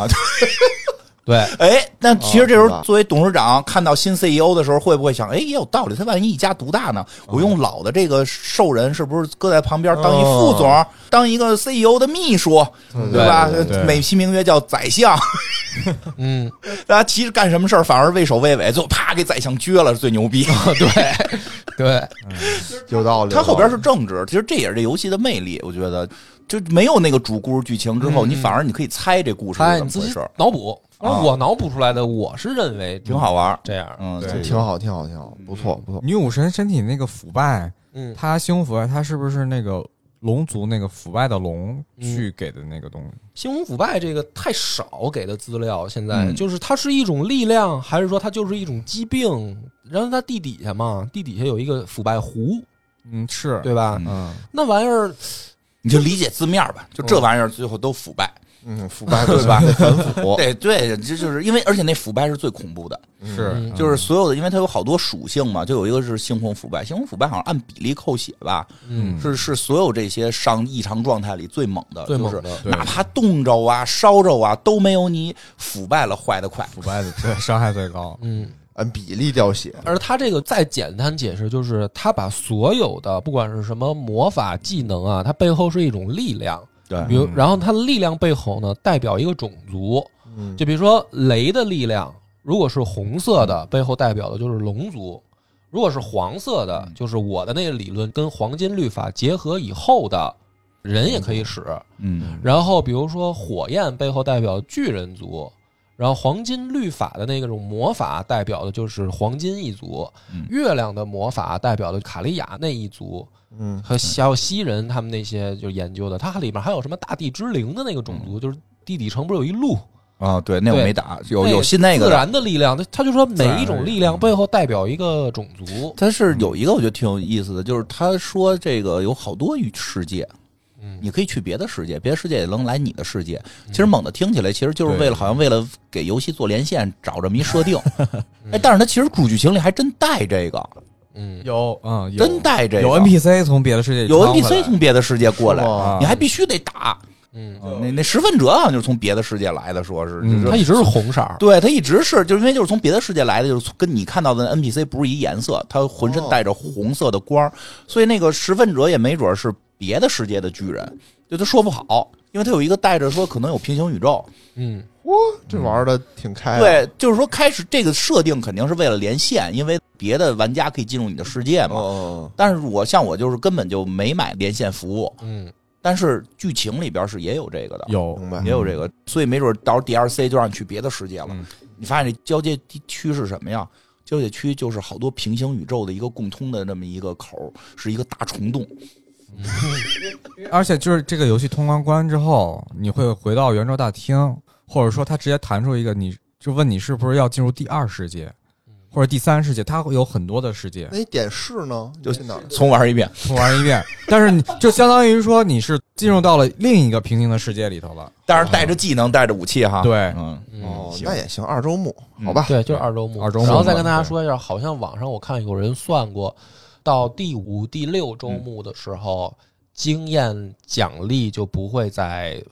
Speaker 2: 对，
Speaker 3: 哎，那其实这时
Speaker 5: 哦是
Speaker 3: 候
Speaker 5: 吧
Speaker 3: 作为董事长看到新 CEO 的时候，会不会想，哎，也有道理，他万一一家独大呢？我用老的这个兽人是不是搁在旁边当一副总，当一个 CEO 的秘书，
Speaker 5: 嗯
Speaker 3: 吧
Speaker 4: 对对对？
Speaker 3: 美其名曰叫宰相，
Speaker 2: 嗯，
Speaker 3: 大家其实干什么事儿反而畏首畏尾，最后啪给宰相撅了，是最牛逼。
Speaker 2: 对，对，
Speaker 5: 有道理。
Speaker 3: 它后边是政治，其实这也是这游戏的魅力，我觉得就没有那个主故事剧情之后，你反而你可以猜这故事是
Speaker 2: 哎，
Speaker 3: 怎
Speaker 2: 你
Speaker 3: 么
Speaker 2: 自
Speaker 3: 回
Speaker 2: 己
Speaker 3: 事儿，
Speaker 2: 脑补，反正
Speaker 3: 啊
Speaker 2: 我脑补出来的，我是认为
Speaker 3: 挺好玩儿。
Speaker 2: 这样，
Speaker 3: 嗯，
Speaker 4: 对
Speaker 3: 这个
Speaker 5: 挺好，挺好，挺好，不错，不错。
Speaker 4: 女武神身体那个腐败，
Speaker 2: 嗯，
Speaker 4: 她兴腐败，她是不是那个龙族那个腐败的龙
Speaker 2: 嗯
Speaker 4: 去给的那个东西？
Speaker 2: 兴风腐败这个太少给的资料，现在
Speaker 3: 嗯
Speaker 2: 就是它是一种力量，还是说它就是一种疾病？然后它地底下嘛，地底下有一个腐败湖，
Speaker 4: 嗯，是，
Speaker 2: 对吧？
Speaker 3: 嗯
Speaker 4: 嗯，
Speaker 2: 那玩意儿，
Speaker 3: 你就理解字面儿吧，就这玩意儿最后都腐败，
Speaker 5: 嗯，腐败
Speaker 3: 对 吧？
Speaker 5: 反腐，
Speaker 3: 对对，这就是因为，而且那腐败是最恐怖的，
Speaker 4: 是，
Speaker 2: 嗯
Speaker 4: 嗯
Speaker 3: 就是所有的，因为它有好多属性嘛，就有一个是星空腐败，星空腐败好像按比例扣血吧，
Speaker 2: 嗯，
Speaker 3: 是是所有这些上异常状态里最猛的，
Speaker 2: 最猛
Speaker 3: 就是
Speaker 2: 的
Speaker 4: 对
Speaker 3: 哪怕冻着啊、烧着啊，都没有你腐败了坏的快。
Speaker 4: 腐败的对伤害最 高。
Speaker 2: 嗯。
Speaker 5: 按比例掉血。
Speaker 2: 而它这个再简单解释，就是它把所有的不管是什么魔法技能啊，它背后是一种力量，
Speaker 3: 对
Speaker 2: 比如，
Speaker 4: 嗯
Speaker 2: 然后它的力量背后呢，代表一个种族，
Speaker 5: 嗯，
Speaker 2: 就比如说雷的力量，如果是红色
Speaker 3: 嗯
Speaker 2: 的，背后代表的就是龙族；如果是黄色
Speaker 3: 嗯
Speaker 2: 的，就是我的那个理论跟黄金律法结合以后的人也可以使。
Speaker 3: 嗯
Speaker 2: 然后比如说火焰背后代表巨人族，然后黄金律法的那种魔法代表的就是黄金一族
Speaker 3: 嗯，
Speaker 2: 月亮的魔法代表的卡利亚那一族，
Speaker 5: 嗯，
Speaker 2: 和还有西人他们那些就研究的，它里面还有什么大地之灵的那个种族，就是地底城不是有一鹿，
Speaker 3: 啊，对，那我
Speaker 2: 对
Speaker 3: 没打，有
Speaker 2: 那
Speaker 3: 有新那个
Speaker 2: 自
Speaker 3: 的。
Speaker 2: 然的力量，他他就说每一种力量背后代表一个种族，
Speaker 3: 但是有一个我觉得挺有意思的，就是他说这个有好多世界，
Speaker 2: 嗯
Speaker 3: 你可以去别的世界，别的世界也能来你的世界。其实猛的听起来，其实就是为了
Speaker 4: 对
Speaker 3: 好像为了给游戏做连线找这么一设 定。哎，但是它其实主剧情里还真带这个，
Speaker 2: 嗯，
Speaker 4: 有，嗯，有
Speaker 3: 真带这个，
Speaker 4: 有 NPC 从别的世界
Speaker 3: 有
Speaker 4: 趟回来
Speaker 3: NPC 从别的世界过来
Speaker 5: 是吗，
Speaker 3: 你还必须得打。
Speaker 2: 嗯，
Speaker 3: 那那十分者好像就是从别的世界来的，说是
Speaker 4: 嗯
Speaker 3: 就是
Speaker 2: 它一直是红色儿，
Speaker 3: 对他一直是，就是因为就是从别的世界来的，就是跟你看到的 NPC 不是一颜色，他浑身带着红色的光儿，所以那个十分者也没准是别的世界的巨人，就他说不好，因为他有一个带着说可能有平行宇宙，
Speaker 2: 嗯
Speaker 5: 哇，这玩的挺开。，
Speaker 3: 对，就是说开始这个设定肯定是为了连线，因为别的玩家可以进入你的世界嘛。
Speaker 5: 嗯，
Speaker 3: 但是我像我就是根本就没买连线服务，
Speaker 2: 嗯，
Speaker 3: 但是剧情里边是也有这个的，
Speaker 4: 有
Speaker 5: 嗯明白
Speaker 3: 也有这个，所以没准到时候 DLC 就让你去别的世界了。
Speaker 4: 嗯
Speaker 3: 你发现这交界地区是什么呀？交界区就是好多平行宇宙的一个共通的这么一个口儿，是一个大虫洞。
Speaker 4: 而且就是这个游戏通关关之后，你会回到圆桌大厅，或者说它直接弹出一个，你就问你是不是要进入第二世界，或者第三世界，它会有很多的世界
Speaker 5: 那，你点是呢？
Speaker 3: 就
Speaker 5: 去哪儿？
Speaker 3: 重玩一遍，
Speaker 4: 重玩一遍。但是你就相当于说你是进入到了另一个平行的世界里头了。
Speaker 3: 但是带着技能，带着武器哈。
Speaker 4: 对
Speaker 3: 嗯，
Speaker 5: 哦，
Speaker 3: 行
Speaker 5: 那也行，二周目，
Speaker 3: 嗯
Speaker 5: 好吧。
Speaker 2: 对，就是二周目，
Speaker 4: 二周目
Speaker 2: 然后再跟
Speaker 4: 嘛
Speaker 2: 大家
Speaker 4: 对
Speaker 2: 说一下，好像网上我看有人算过，到第五、第六周目的时候，经验奖励就不会再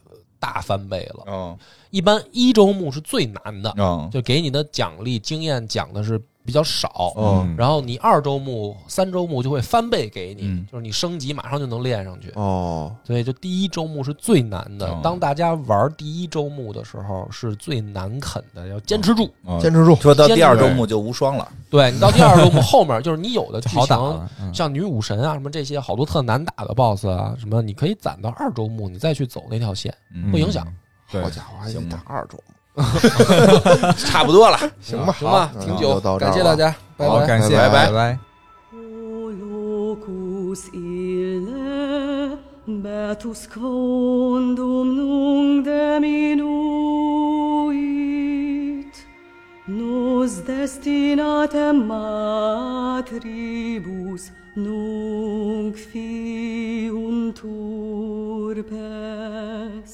Speaker 2: 大翻倍了。
Speaker 3: 嗯
Speaker 2: 一般一周目是最难的，
Speaker 3: 嗯
Speaker 2: 就给你的奖励经验奖的是比较少，
Speaker 5: 嗯
Speaker 4: 嗯
Speaker 2: 然后你二周目、三周目就会翻倍给你，
Speaker 3: 嗯
Speaker 2: 就是你升级马上就能练上去。
Speaker 5: 哦，
Speaker 2: 所以就第一周目是最难的。
Speaker 3: 哦
Speaker 2: 当大家玩第一周目的时候是最难啃的，要坚持住。
Speaker 3: 嗯
Speaker 5: 坚持住。
Speaker 3: 说到第二周目就无双了。
Speaker 2: 对你到第二周目 后面就是你有的
Speaker 4: 就
Speaker 2: 剧
Speaker 4: 好打
Speaker 2: 情，
Speaker 4: 了。嗯
Speaker 2: 像女武神啊什么这些好多特难打的 BOSS 啊什么，你可以攒到二周目你再去走那条线，
Speaker 3: 嗯
Speaker 2: 不影响。
Speaker 4: 对
Speaker 5: 好，家伙，还得
Speaker 3: 行
Speaker 5: 打二周目，
Speaker 3: 差不多了。
Speaker 5: 行吧，
Speaker 2: 行吧
Speaker 5: 好，
Speaker 2: 挺
Speaker 5: 那
Speaker 2: 久
Speaker 5: 就到，这儿
Speaker 2: 感谢
Speaker 5: 了
Speaker 2: 大家，拜
Speaker 4: 好，
Speaker 2: 拜。
Speaker 4: 感谢，啊
Speaker 5: 拜拜
Speaker 4: 拜拜
Speaker 6: O locus ille betus quondam nunc deminuit Tus destinatem matribus nunc fiuntur pes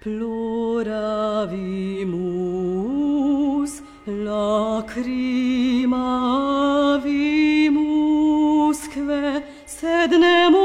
Speaker 6: ploravimus lacrimavimusque sed nemo